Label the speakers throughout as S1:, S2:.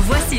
S1: Voici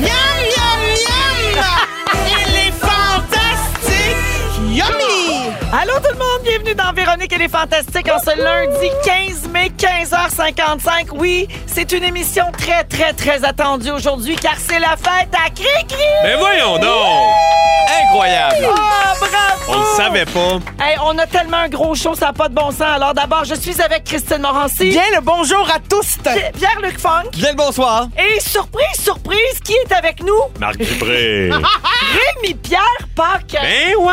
S2: Miam, miam, miam! Il est fantastique! Yummy!
S3: Allô tout le monde, bienvenue dans Véronique et les Fantastiques en ce lundi 15 mai 15h55. Oui, c'est une émission très très très attendue aujourd'hui car c'est la fête à
S4: Ben-
S3: Cricri.
S5: Mais Ben voyons donc! Incroyable!
S3: Ah bravo!
S5: On le savait pas.
S3: Hey, on a tellement un gros show, ça n'a pas de bon sens. Alors d'abord, je suis avec Christine Morancy,
S2: Bien le bonjour à tous!
S3: Pi- Pierre-Luc Funk
S5: Bien le bonsoir.
S3: et surprise surprise, qui est avec nous
S5: Marc Dupré.
S3: Rémi Pierre Pac.
S5: ben ouais!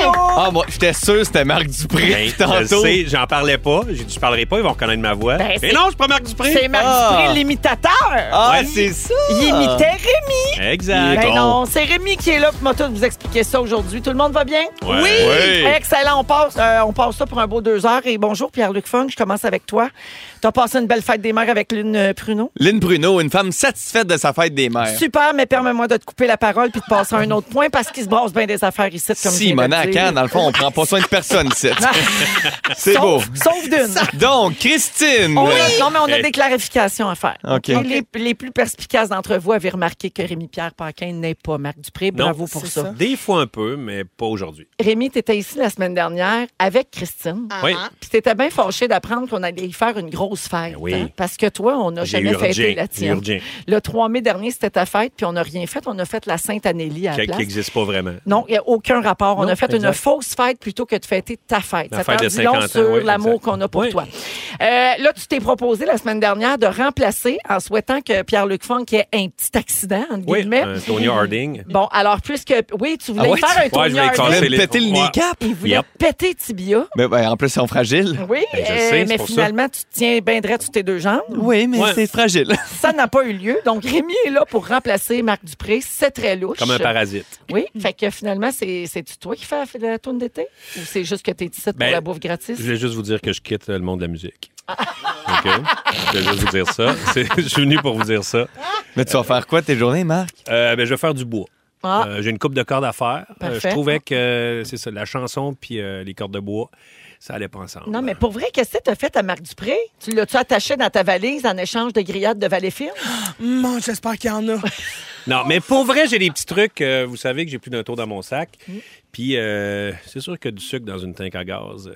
S3: Allô!
S4: Ah, moi, j'étais sûr que c'était Marc Dupré
S5: Ben,
S4: depuis
S5: je le
S4: tantôt.
S5: sais, j'en parlais pas. J'ai dit, je parlerai pas, ils vont reconnaître ma voix.
S3: Ben, c'est-
S5: Mais non, je suis pas Marc Dupré.
S3: C'est Marc
S4: Ah.
S3: Dupré, l'imitateur.
S4: Ah,
S5: Ouais.
S4: c'est ça!
S3: Il imitait Rémi.
S5: Exact.
S3: Ben non, c'est Rémi qui est là pour m'a tout vous expliquer ça aujourd'hui. Tout le monde va bien?
S5: Ouais.
S3: Oui!
S5: Oui.
S3: Excellent, on passe, euh, on passe ça pour un beau deux heures. Et bonjour Pierre-Luc Funk, je commence avec toi. T'as passé une belle fête des mères avec Lune euh, Pruneau.
S4: Lynn Bruno, une femme satisfaite de sa fête des mères.
S3: Super, mais permets-moi de te couper la parole puis de passer à un autre point parce qu'il se brasse bien des affaires ici. Comme je
S4: Si,
S3: viens de
S4: Mona, à
S3: le dire.
S4: Cannes, dans le fond, on prend pas soin de personne ici. c'est beau.
S3: Sauf, sauf d'une.
S4: Donc, Christine!
S3: On- Non, mais on a
S5: Hey.
S3: des clarifications à faire.
S4: OK.
S3: Et Les, les plus perspicaces d'entre vous avaient remarqué que Rémi-Pierre Paquin n'est pas Marc Dupré.
S5: Non,
S3: Bravo pour
S5: c'est
S3: ça.
S5: Des fois un peu, mais pas aujourd'hui.
S3: Rémi, tu étais ici la semaine dernière avec Christine.
S5: Oui.
S3: Puis t'étais bien fâché d'apprendre qu'on allait y faire une grosse fête.
S5: Ben oui.
S3: hein, parce que toi, on n'a
S5: J'ai
S3: jamais
S5: eu
S3: fêté
S5: urgent,
S3: la
S5: j'ai eu
S3: tienne.
S5: urgent.
S3: Le 3 mai dernier, c'était ta fête, puis on n'a rien fait. On a fait la Sainte-Anélie à la
S5: Qui qui
S3: place.
S5: existe pas vraiment.
S3: Non, il n'y a aucun rapport. on
S5: Non,
S3: a fait une
S5: exact.
S3: fausse fête plutôt que de fêter ta fête.
S5: La
S3: ça
S5: fête
S3: t'en
S5: de
S3: dit long
S5: 50 ans,
S3: sur
S5: oui,
S3: l'amour
S5: exact.
S3: qu'on a pour
S5: Oui.
S3: toi. Euh, là, tu t'es proposé la semaine dernière de remplacer en souhaitant que Pierre-Luc Funk ait un petit accident, entre
S5: Oui,
S3: guillemets.
S5: un Tony Harding.
S3: Bon, alors, puisque. Oui, tu voulais
S4: Ah ouais?
S3: faire un
S4: Ouais,
S3: tournoi.
S5: je voulais
S4: On
S5: casser
S4: voulait me
S5: les-
S4: péter le
S5: Ouais.
S4: kneecap.
S3: Il voulait
S5: Yep.
S3: péter tibia.
S4: Mais ben, en plus, ils sont fragiles.
S3: Oui,
S5: Ben, je
S3: euh,
S5: sais, c'est
S3: mais
S5: pour ça.
S3: finalement, tu te tiens bien droit sur tes deux jambes.
S4: Oui, mais
S5: Ouais.
S4: c'est fragile.
S3: Ça n'a pas eu lieu. Donc, Rémi est là pour remplacer Marc Dupré. C'est très louche.
S5: Comme un parasite.
S3: Oui, fait que finalement, c'est- c'est-tu toi qui fais la- la tourne d'été? Ou c'est juste que t'es ici pour
S5: Ben,
S3: la bouffe gratis?
S5: Je voulais juste vous dire que je quitte euh, le monde de la musique. OK? Je voulais juste vous dire ça. C'est- Je suis venu pour vous dire ça.
S4: mais tu vas faire quoi tes journées, Marc?
S5: Euh, ben, je vais faire du bois.
S3: Ah.
S5: Euh, J'ai une coupe de cordes à faire. Euh,
S3: Parfait.
S5: je trouvais que euh, c'est ça, la chanson puis euh, les cordes de bois, ça allait pas ensemble.
S3: Non, mais pour vrai, qu'est-ce que t'as fait à Marc Dupré? Tu l'as-tu attaché dans ta valise en échange de grillades de Valleyfield?
S2: Mon, j'espère qu'il y en a.
S5: Non, mais pour vrai, j'ai des petits trucs. euh, vous savez que j'ai plus d'un tour dans mon sac.
S3: Mm.
S5: Puis euh, c'est sûr que du sucre dans une tank à gaz. euh,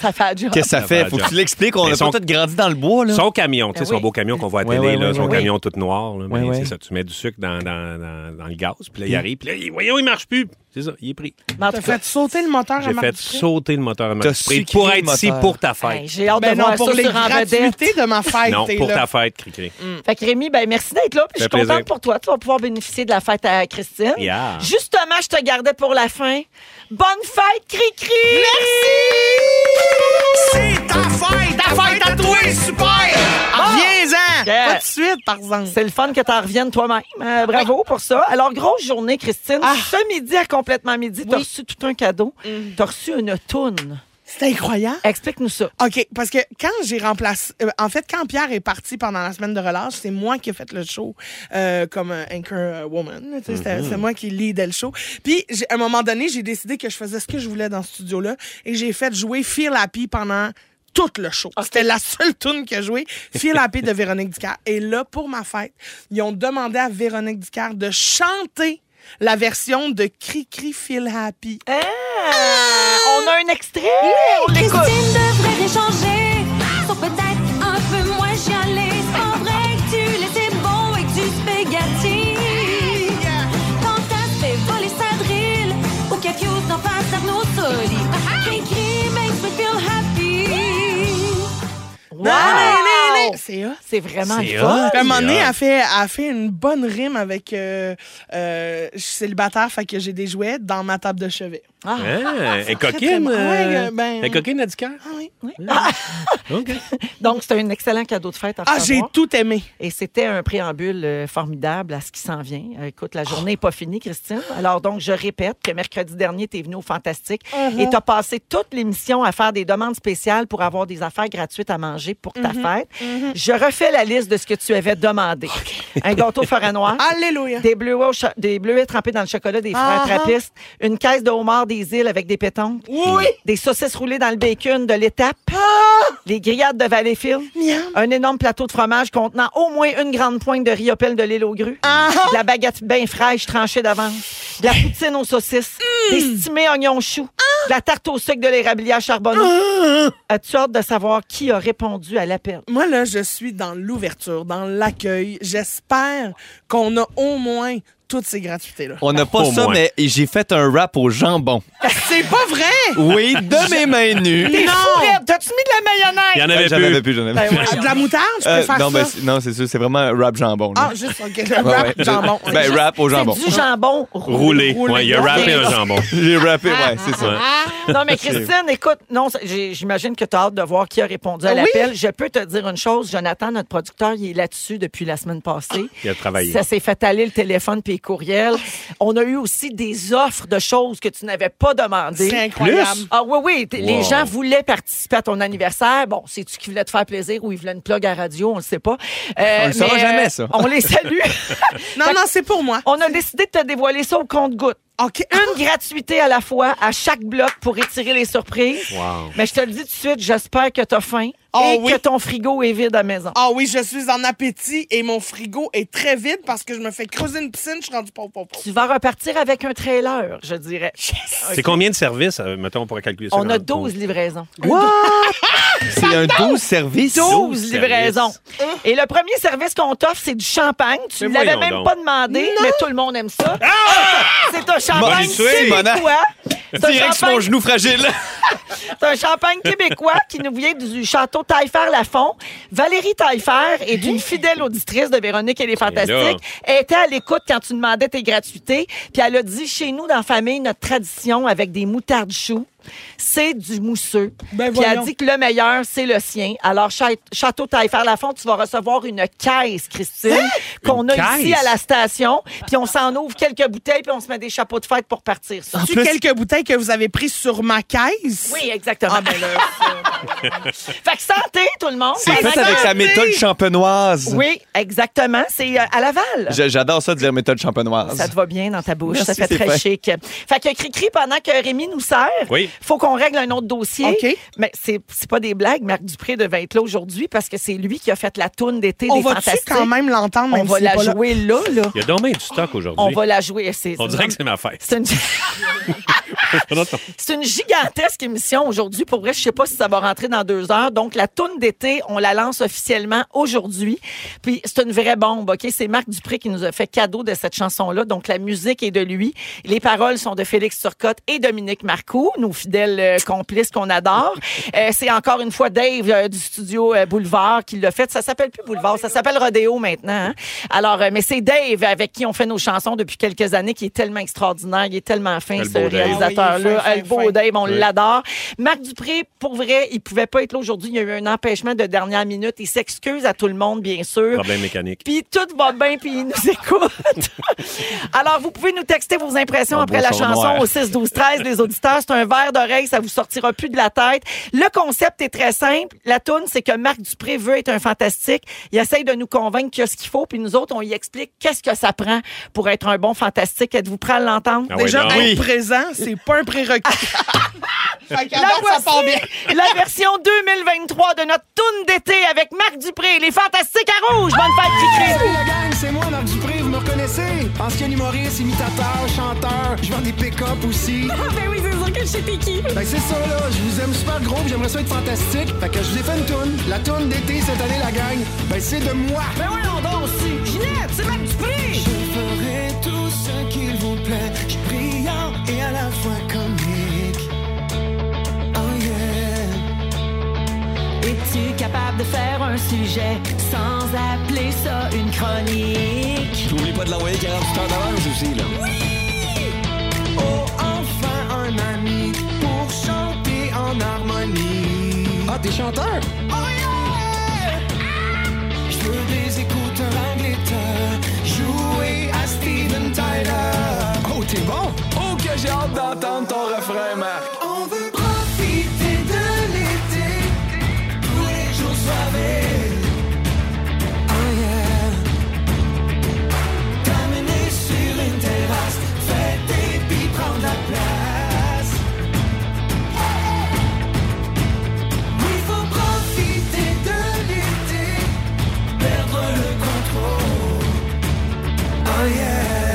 S3: Ça fait la job.
S4: Qu'est-ce que ça
S5: ça
S4: fait?
S5: va,
S4: Faut que
S5: Jean.
S4: tu l'expliques. On
S5: Mais
S4: a
S5: son-
S4: pas tous grandi dans le bois, là.
S5: Son camion, tu sais,
S3: Ben oui.
S5: son beau camion qu'on voit à
S4: Ouais,
S5: télé,
S4: ouais,
S5: là,
S4: ouais,
S5: son
S4: ouais.
S5: camion tout noir. là, mais
S4: Ouais, ouais. Mm.
S5: C'est ça, tu mets du sucre dans, dans, dans, dans le gaz, puis là, il arrive, puis là, il- voyons, il marche plus. C'est ça, il est pris.
S3: Mais en tout
S2: T'as
S3: cas,
S2: fait sauter le
S3: Ah,
S2: moteur à
S5: J'ai
S2: Marc
S5: fait
S2: Dupré?
S5: sauter le moteur à ma
S4: T'as
S5: surprise
S4: sucré
S5: pour
S4: le
S5: être ici
S4: moteur.
S5: pour ta fête.
S3: hey, j'ai hâte
S2: Ben
S3: de
S2: non,
S3: voir
S2: pour
S3: ça
S2: les
S3: sur en vedette.
S2: gratuités de ma fête.
S5: non,
S2: t'es
S5: pour
S2: là.
S5: ta fête, Cricri.
S3: Fait que Rémi, ben merci d'être là. Puis je
S5: Ça
S3: suis
S5: fait plaisir.
S3: contente pour toi. Tu vas pouvoir bénéficier de la fête à Christine.
S5: Yeah.
S3: Justement, je te gardais pour la fin. Bonne fête, Cri-Cri! Merci!
S2: C'est ta fête! Ta fête à toi, super! Ah, Viens-en!
S3: Yeah.
S2: Pas de suite, par exemple.
S3: C'est le fun que t'en reviennes toi-même. Euh, bravo pour ça. Alors, grosse journée, Christine.
S2: Ah.
S3: Ce midi à complètement midi, t'as
S2: Oui. Mm.
S3: reçu tout un cadeau. T'as reçu une toune.
S2: C'est incroyable.
S3: Explique-nous ça.
S2: OK, parce que quand j'ai remplacé. euh, en fait, quand Pierre est parti pendant la semaine de relâche, c'est moi qui ai fait le show euh, comme euh, anchor euh, woman. tu sais, c'était- C'est moi qui leadais le show. Puis, j'ai- à un moment donné, j'ai décidé que je faisais ce que je voulais dans ce studio-là et j'ai fait jouer Feel Happy pendant tout le show. C'était la seule tune que j'ai jouée, Feel Happy de Véronique Ducard. Et là, pour ma fête, ils ont demandé à Véronique Ducard de chanter la version de Cri-Cri Feel Happy.
S3: Ah,
S2: Ah!
S3: On a un extrait. On l'écoute.
S6: Christine devrait échanger, sont peut-être un peu moins chialée. C'est pas vrai que tu laissais bon avec du spaghetti. Quand t'as fait voler sa drill, ou quelque chose d'en face à nos solides. Cri-cri makes me feel happy.
S3: Wow!
S2: C'est hot.
S3: C'est vraiment
S5: C'est
S3: le fun.
S5: hot.
S2: Puis à un moment donné,
S5: Yeah.
S4: hein.
S2: elle fait, elle fait une bonne rime avec euh, euh, Je suis célibataire, fait que j'ai des jouets dans ma table de chevet.
S3: Ah.
S5: Hein? Elle est
S2: très
S5: coquine.
S2: bon. Ouais,
S5: euh,
S2: euh, ben-
S5: Elle est coquine, Nadika?
S2: Ah oui.
S5: OK.
S3: Donc, c'était un excellent cadeau de fête à
S2: Ah, j'ai
S3: recevoir.
S2: tout aimé.
S3: Et c'était un préambule euh, formidable à ce qui s'en vient. Euh, Écoute, la journée n'est pas finie, Christine. Alors donc, je répète que mercredi dernier, tu es venu au Fantastique et tu as passé toute l'émission à faire des demandes spéciales pour avoir des affaires gratuites à manger pour ta fête. Je refais la liste de ce que tu avais demandé. Un gâteau forêt noire.
S2: Alléluia.
S3: Des bleuets, au cho- des bleuets trempés dans le chocolat des frères
S2: Ah, ah.
S3: Trappistes. Une caisse de homard des îles avec des pétons.
S2: Oui. Ah.
S3: Des saucisses roulées dans le bacon de l'étape. Les grillades de Valleyfield.
S2: Miam.
S3: Un énorme plateau de fromage contenant au moins une grande pointe de riopelle de l'île aux grues.
S2: Ah.
S3: De la baguette bien fraîche tranchée d'avance. De la poutine aux saucisses.
S2: Hmm.
S3: Des stimés oignons choux. De la tarte au sucre de l'érablière charbonneau.
S2: Ah.
S3: As-tu hâte de savoir qui a répondu à l'appel?
S2: Moi, là, je suis dans l'ouverture, dans l'accueil. J'espère qu'on a au moins toutes ces gratuités-là.
S4: On n'a pas
S5: Au
S4: ça,
S5: moins.
S4: mais j'ai fait un rap au jambon.
S2: C'est pas vrai!
S4: Oui, de mes mains nues.
S3: Fourette, T'as-tu mis de la mayonnaise?
S5: Il y en avait
S4: J'en avais
S5: Ah, plus.
S4: plus, j'en avais
S3: Ben,
S4: plus.
S3: ouais.
S2: Ah, De la moutarde, je peux
S4: Euh,
S2: faire
S4: non,
S2: ça.
S4: ben, c'est- non, c'est sûr, c'est vraiment un rap jambon. là.
S2: ah, juste, OK, le
S4: Ouais,
S2: rap
S4: ouais.
S2: jambon.
S4: Ben, rap au jambon.
S3: C'est du jambon roulé.
S5: Roulé.
S2: Roulé.
S5: Ouais, il a
S3: Roulé.
S5: rappé un jambon.
S4: J'ai rappé, ouais, c'est ça.
S3: Non, mais Christine, écoute, non, ça- j'ai- j'imagine que tu as hâte de voir qui a répondu à
S2: Oui.
S3: l'appel. Je peux te dire une chose, Jonathan, notre producteur, il est là-dessus depuis la semaine passée.
S5: Il a travaillé.
S3: Ça s'est fait aller le téléphone puis les courriels. On a eu aussi des offres de choses que tu n'avais pas demandées.
S2: C'est incroyable.
S3: Ah oui, oui. t- Les
S4: Wow.
S3: gens voulaient participer à ton anniversaire. Bon, c'est-tu qui voulait te faire plaisir ou ils voulaient une plug à radio, on ne sait pas. Euh,
S4: On le saura
S3: mais,
S4: jamais, ça.
S3: On les salue.
S2: Non, non, c'est pour moi.
S3: on a décidé de te dévoiler ça au compte-goutte.
S2: OK.
S3: Une gratuité à la fois à chaque bloc pour étirer les surprises.
S5: Wow.
S3: Mais je te le dis tout de suite, j'espère que tu as faim
S2: Oh
S3: et
S2: oui.
S3: que ton frigo est vide à la maison.
S2: Ah oui, je suis en appétit et mon frigo est très vide parce que je me fais creuser une piscine, je suis rendu pauvre, pauvre, pauvre.
S3: Tu vas repartir avec un trailer, je dirais.
S5: C'est combien de services, euh, mettons, on pourrait calculer ça?
S3: On
S5: dans
S3: a
S5: le compte?
S3: 12 livraisons.
S4: C'est un doux service.
S3: 12
S5: services.
S3: livraisons. Et le premier service qu'on t'offre, c'est du champagne. Tu ne
S5: Mais
S3: l'avais
S5: voyons
S3: même
S5: donc.
S3: pas demandé, mais tout le monde aime ça. C'est un champagne
S4: Bonne suite,
S3: québécois. C'est un
S4: Direct sur mon
S3: champagne
S4: genou fragile.
S3: C'est un champagne québécois qui nous vient du château Taillefer-Lafont. Valérie Taillefer est une fidèle auditrice de Véronique et les Fantastiques. Elle était à l'écoute quand tu demandais tes gratuités. Puis elle a dit, chez nous, dans la famille, notre tradition avec des moutardes choux, c'est du mousseux.
S2: Ben
S3: Puis elle
S2: voyons.
S3: dit que le meilleur, c'est le sien. Alors, cha- Château Taillefer-Lafont, tu vas recevoir une caisse, Christine,
S2: Hein?
S3: qu'on
S5: Une
S3: a ici
S5: caisse?
S3: à la station. Puis on s'en ouvre quelques bouteilles, puis on se met des chapeaux de fête pour partir. ça.
S2: Tu quelques bouteilles que vous avez prises sur ma caisse?
S3: Oui, exactement.
S2: Ah, ben là,
S3: Fait que santé, tout le monde.
S4: C'est fait
S3: Santé.
S4: avec la méthode champenoise.
S3: Oui, exactement. C'est euh, à Laval.
S4: J'- J'adore ça de dire méthode champenoise.
S3: Ça te va bien dans ta bouche.
S4: Merci,
S3: ça fait
S4: c'est
S3: très
S4: fin.
S3: chic. Fait que Cricri, pendant que Rémi nous sert,
S5: Oui.
S3: faut qu'on règle un autre dossier.
S2: OK.
S3: Mais c'est c'est pas des blagues. Marc Dupré devait être là aujourd'hui parce que c'est lui qui a fait la toune d'été
S2: on
S3: des
S2: va-tu
S3: Fantastiques.
S2: quand même l'entendre?
S3: On
S2: même
S3: va
S2: s'il est
S3: la
S2: pas là?
S3: jouer là, là.
S5: Il y a donc bien du stock
S3: On
S5: aujourd'hui.
S3: va la jouer. C'est-
S5: On dirait que c'est ma fête.
S3: c'est une... C'est une gigantesque émission aujourd'hui. Pour vrai, je sais pas si ça va rentrer dans deux heures. Donc, la tourne d'été, on la lance officiellement aujourd'hui. Puis, c'est une vraie bombe, OK? C'est Marc Dupré qui nous a fait cadeau de cette chanson-là. Donc, la musique est de lui. Les paroles sont de Félix Turcotte et Dominique Marcoux, nos fidèles euh, complices qu'on adore. Euh, c'est encore une fois Dave euh, du studio euh, Boulevard qui l'a fait. Ça s'appelle plus Boulevard, ça s'appelle Rodéo maintenant. hein. Alors, euh, mais c'est Dave avec qui on fait nos chansons depuis quelques années qui est tellement extraordinaire, il est tellement fin,
S5: Le
S3: ce
S5: beau Dave.
S2: Ah oui, il est
S3: réalisateur-là.
S2: fin, fin,
S3: Le beau
S2: fin.
S3: Dave, on
S5: Oui.
S3: l'adore. Marc Dupré, pour vrai, il pouvait pas être là aujourd'hui. Il y a eu un empêchement de dernière minute. Il s'excuse à tout le monde, bien sûr.
S5: Problème mécanique.
S3: Puis tout va bien, puis il nous écoute. Alors, vous pouvez nous texter vos impressions
S4: On
S3: après
S4: boit
S3: la
S4: son
S3: chanson
S4: noir.
S3: au 6 12 13 les auditeurs. C'est un verre d'oreille, ça vous sortira plus de la tête. Le concept est très simple. La toune, c'est que Marc Dupré veut être un fantastique. Il essaye de nous convaincre qu'il y a ce qu'il faut, puis nous autres, on y explique qu'est-ce que ça prend pour être un bon fantastique. Êtes-vous prêts à l'entendre?
S5: Ah ouais,
S2: Déjà,
S5: donc.
S2: être
S4: Oui.
S2: présent, c'est pas un prérequis. fait qu'à
S3: La
S2: date, Ah, ben, ça
S3: voici,
S2: part bien.
S3: la version 2023 de notre toune d'été avec Marc Dupré, les fantastiques à rouge. Bonne fête, Cricri.
S7: Hey la gang, c'est moi Marc Dupré, vous me reconnaissez? Ancien humoriste, imitateur, chanteur, je vends des pick-up aussi.
S6: Ben oui, c'est sûr que je sais t'es qui.
S7: Fait que c'est ça là, je vous aime super gros, puis j'aimerais ça être fantastique. Fait que je vous ai fait une toune, la toune d'été cette année la gang. Ben c'est de moi. Ben oui, on danse aussi. Ginette, c'est Marc Dupré. Je ferai tout ce qu'il vous plaît, je suis brillant et à la fois comique. Oh yeah.
S6: Es-tu capable de faire un sujet sans appeler ça une chronique?
S7: N'oublie pas de l'envoyer 48 heures d'avance aussi, là. Oui! Oh, enfin un amis. Ah, t'es chanteur? Oh yeah! Je veux des écouteurs angléteurs, jouer à Steven Tyler. Oh, t'es bon? Oh, que j'ai hâte d'entendre ton refrain, Marc. On veut profiter de l'été, tous les jours soirées. Oh yeah! T'amener sur une terrasse, fêter puis prendre la place. Il faut profiter de l'été, perdre le contrôle. Oh yeah!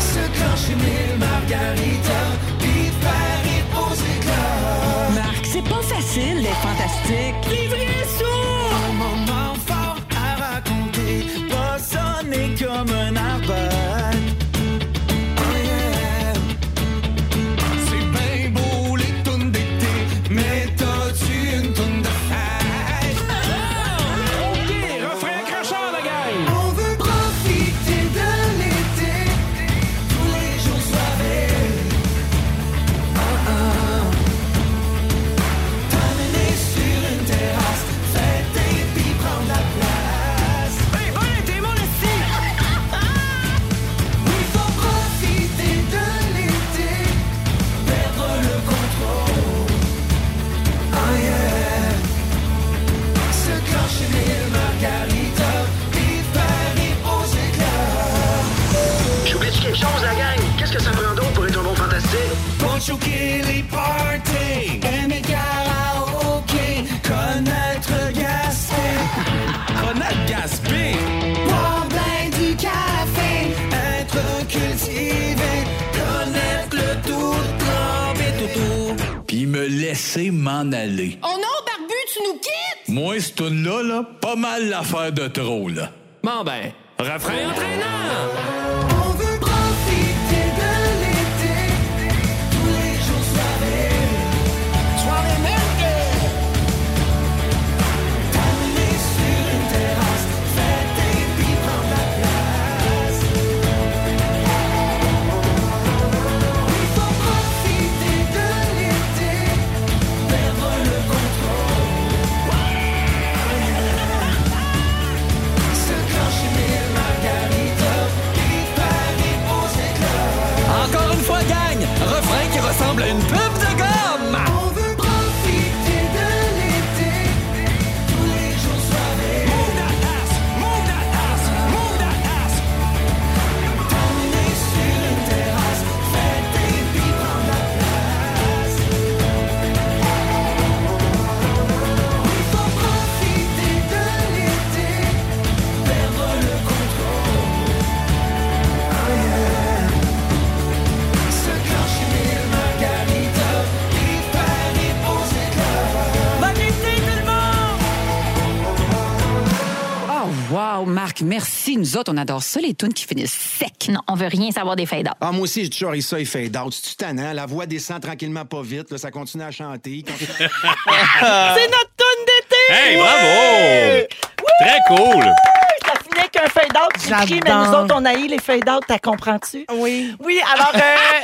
S7: Se clencher mille margaritas, puis Paris aux éclats.
S8: Marc, c'est pas facile d'être fantastique.
S7: Un moment fort à raconter, poissonner comme un arbre. Oh yeah! C'est bien beau les tonnes d'été, mais t'as-tu une tonne de fête? Ok, refrain crachant la gang! On veut profiter de l'été, tous les jours soirées. Ah ah! T'amener sur une terrasse, fêter puis prendre la place. Hey, bon été, mon esti! Il faut profiter de l'été, perdre le contrôle. Oh yeah! Se clencher mille margaritas, puis Paris aux éclats.
S9: J'oublie quelque chose, la gang. Qu'est-ce que ça prend d'autre pour être un bon fantastique?
S7: Pour choquer les parties, aimer karaoké, connaître Gaspé. connaître Gaspé? Boire ben du café, être cultivé, connaître le tout, tremper toutou.
S10: Puis me laisser m'en aller.
S6: Oh non, Barbu, tu nous quittes!
S10: Moi, ce tune-là, là, pas mal l'affaire de trop, là.
S9: Bon, ben, refrain entraînant!
S7: On veut profiter de l'été, tous les jours soirées. Soirée merde! T'amener sur une terrasse, fêter puis prendre la place. Il faut profiter de l'été, perdre le contrôle. Se clencher mille margaritas, puis Paris aux éclats.
S9: Encore une fois, gang! Refrain qui ressemble à une pub de gomme!
S7: On veut profiter de l'été, tous les jours soirées. Move that ass, move that ass, move that ass. T'amener sur une terrasse, fêter puis prendre la place. Il faut profiter de l'été, perdre le contrôle. Oh yeah. Se clencher mille margaritas, puis Paris aux éclats.
S3: Bonne été, tout
S8: Oh,
S3: le monde!
S8: wow, Marc, merci. Nous autres, on adore ça, les tunes qui finissent sec.
S11: Non, on veut rien savoir des fades
S7: Ah, moi aussi, j'ai toujours eu ça, il fait out. C'est tannant. La voix descend tranquillement, pas vite. Là, ça continue à chanter. Il continue-
S3: C'est notre toune d'été!
S5: Hey,
S3: Ouais!
S5: bravo! Très cool!
S3: Ça finit avec un fade-out. Tu cries, mais
S2: J'adore.
S3: nous autres, on haït les fade-out. T'as comprends-tu?
S2: Oui.
S3: Oui, alors, euh,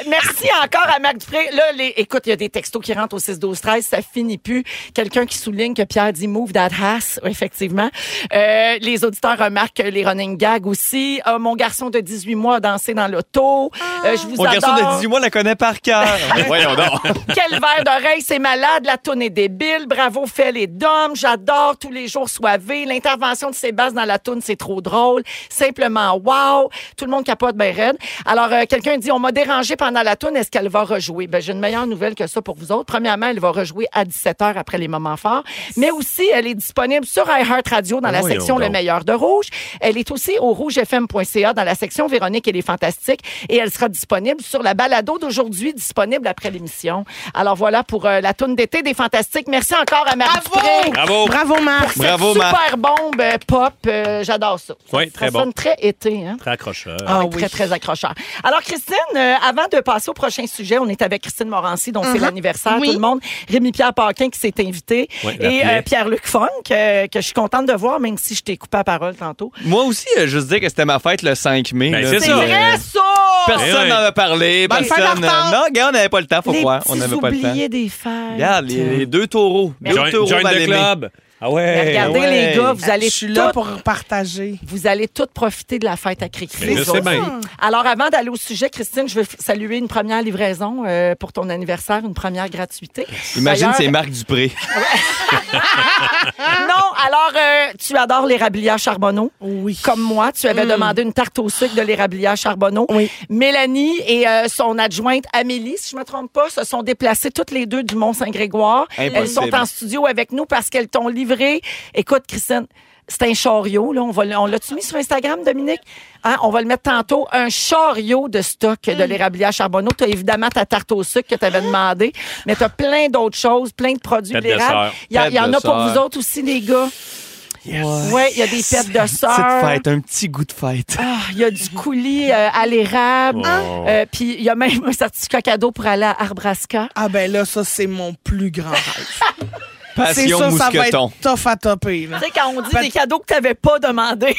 S3: merci encore à Marc Dupré. Là, les, écoute, il y a des textos qui rentrent au 6 12 13 ça finit plus. Quelqu'un qui souligne que Pierre dit « move that ass », effectivement. Euh, les auditeurs remarquent les running gags aussi. Euh, mon garçon de 18 mois a dansé dans l'auto. Euh, je vous
S12: Mon garçon
S3: adore.
S12: de 18 mois la connaît par cœur.
S4: Voyons donc.
S3: Quel verre d'oreille, c'est malade, la toune est débile, bravo, fait les dômes, j'adore, tous les jours soivés, l'intervention de Sébastien dans la toune, c'est trop drôle, simplement wow, tout le monde capote ben raide. Alors, euh, quelqu'un dit, on m'a dérangé pendant la toune, est-ce qu'elle va rejouer? Ben, j'ai une meilleure nouvelle que ça pour vous autres. Premièrement, elle va rejouer à 17h après les moments forts, mais aussi, elle est disponible sur iHeartRadio dans la
S5: Voyons
S3: section Le
S5: donc.
S3: meilleur de Rouge. Elle est aussi au rougefm.ca dans la section Véronique et les Fantastiques et elle sera disponible sur la balado d'aujourd'hui, disponible après l'émission. Alors voilà pour euh, la toune d'été des Fantastiques. Merci encore à Marie Dupré
S5: Bravo!
S2: Bravo, Marc.
S3: pour cette
S12: Bravo,
S3: super
S12: Marc.
S3: bombe euh, pop. Euh, J'adore ça.
S5: Ouais, Ouais,
S3: ça
S5: très
S3: sonne
S5: bon.
S3: très été. Hein?
S5: Très accrocheur.
S3: Ah oui, Très, très accrocheur. Alors, Christine, euh, avant de passer au prochain sujet, on est avec Christine Morancy, dont c'est
S2: Mhm.
S3: l'anniversaire,
S2: Oui.
S3: tout le monde. Rémi-Pierre Paquin qui s'est invité.
S4: Ouais, la
S3: et
S4: plaie.
S3: euh, Pierre-Luc Funk, euh, que je suis contente de voir, même si je t'ai coupé la parole tantôt.
S4: Moi aussi, euh, juste dire que c'était ma fête le 5 mai.
S5: Ben,
S4: là,
S3: C'est
S4: puis, euh,
S3: vrai, ça!
S4: Personne n'en a parlé.
S3: Bonne fête en
S4: Personne.
S3: Ben, retard.
S4: Non, gars, on n'avait pas le temps, faut
S3: Les
S4: croire. On
S3: petits
S4: n'avait pas le temps.
S3: oubliés Ben, des fêtes. Euh,
S4: Regarde, les, les deux taureaux. Deux
S5: Join-
S4: taureaux
S5: join the
S4: mal aimés.
S5: club. Ah ouais.
S3: Mais regardez,
S4: Eh, ouais.
S3: les gars, vous allez
S2: Je suis là
S3: toutes-
S2: pour partager.
S3: Vous allez toutes profiter de la fête à Cricri. Hmm.
S5: Mais je sais bien.
S3: Alors, avant d'aller au sujet, Christine, je veux f- saluer une première livraison euh, pour ton anniversaire, une première gratuité.
S4: Imagine,
S3: D'ailleurs-
S4: c'est Marc Dupré.
S3: Non, alors, euh, tu adores l'érablière Charbonneau. Oui. Comme moi, tu avais demandé une tarte au sucre de l'érablière Charbonneau. Oui. Mélanie et euh, son adjointe Amélie, si je me trompe pas, se sont déplacées toutes les deux du Mont-Saint-Grégoire.
S4: Impossible.
S3: Elles sont en studio avec nous parce qu'elles t'ont livré. Écoute, Christine. C'est un chariot, là. On, va, le- on l'a-tu mis sur Instagram, Dominique? Hein, on va le mettre tantôt. Un chariot de stock de l'érablière Charbonneau. Tu as évidemment ta tarte au sucre que tu avais demandé, mais tu as plein d'autres choses, plein de produits de
S5: Tête de
S3: l'érable.
S5: sœur.
S3: Il y, a- il y en a
S4: Tête de
S3: pour vous
S4: sœur.
S3: autres aussi, les gars. Oui, il y a des pètes de
S4: Petite
S3: sœur.
S4: fête, un petit goût de fête.
S3: Ah, Il y a du coulis euh, à l'érable.
S5: Oh.
S3: Euh, Puis il y a même un certificat cadeau pour aller à Arbraska.
S2: Ah ben là, ça, c'est mon plus grand rêve. C'est
S4: Passion
S2: ça, ça va
S4: mousqueton.
S2: être tough à topper. là.
S3: Tu sais, quand on dit
S2: Peut-
S3: des cadeaux que tu n'avais pas demandé.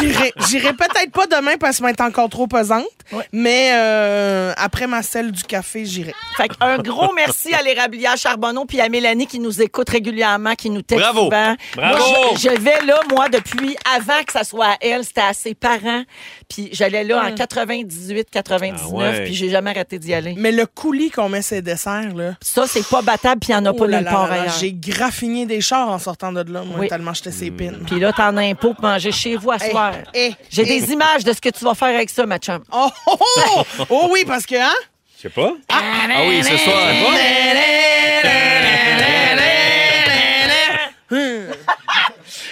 S2: J'irai j'irai peut-être pas demain parce que je vais être encore trop pesante,
S3: Ouais.
S2: mais euh, après ma selle du café, j'irai.
S3: fait un gros merci à l'érablière Charbonneau puis à Mélanie qui nous écoute régulièrement, qui nous texte
S4: Bravo.
S3: souvent.
S5: Bravo.
S3: Moi, je, je vais là, moi, depuis avant que ça soit à elle, c'était à ses parents. Puis j'allais là en 98, 99,
S5: Ah ouais.
S3: puis j'ai jamais arrêté d'y aller.
S2: Mais le coulis qu'on met ces desserts, là.
S3: Ça, c'est pas battable, puis il n'y en a
S2: oh
S3: pas
S2: là
S3: nulle
S2: là
S3: part
S2: là là,
S3: ailleurs.
S2: J'ai graffiné des chars en sortant de là, moi,
S3: Oui.
S2: tellement j'étais ses
S4: Mm.
S2: pines.
S3: Puis là, t'en as un pot pour manger chez vous à
S2: Hey,
S3: soir.
S2: hey,
S3: J'ai
S2: hey.
S3: des images de ce que tu vas faire avec ça, ma chum.
S2: Oh, oh, oh! Oh oui, parce que, hein?
S5: Je sais pas.
S4: Ah oui, ce soir.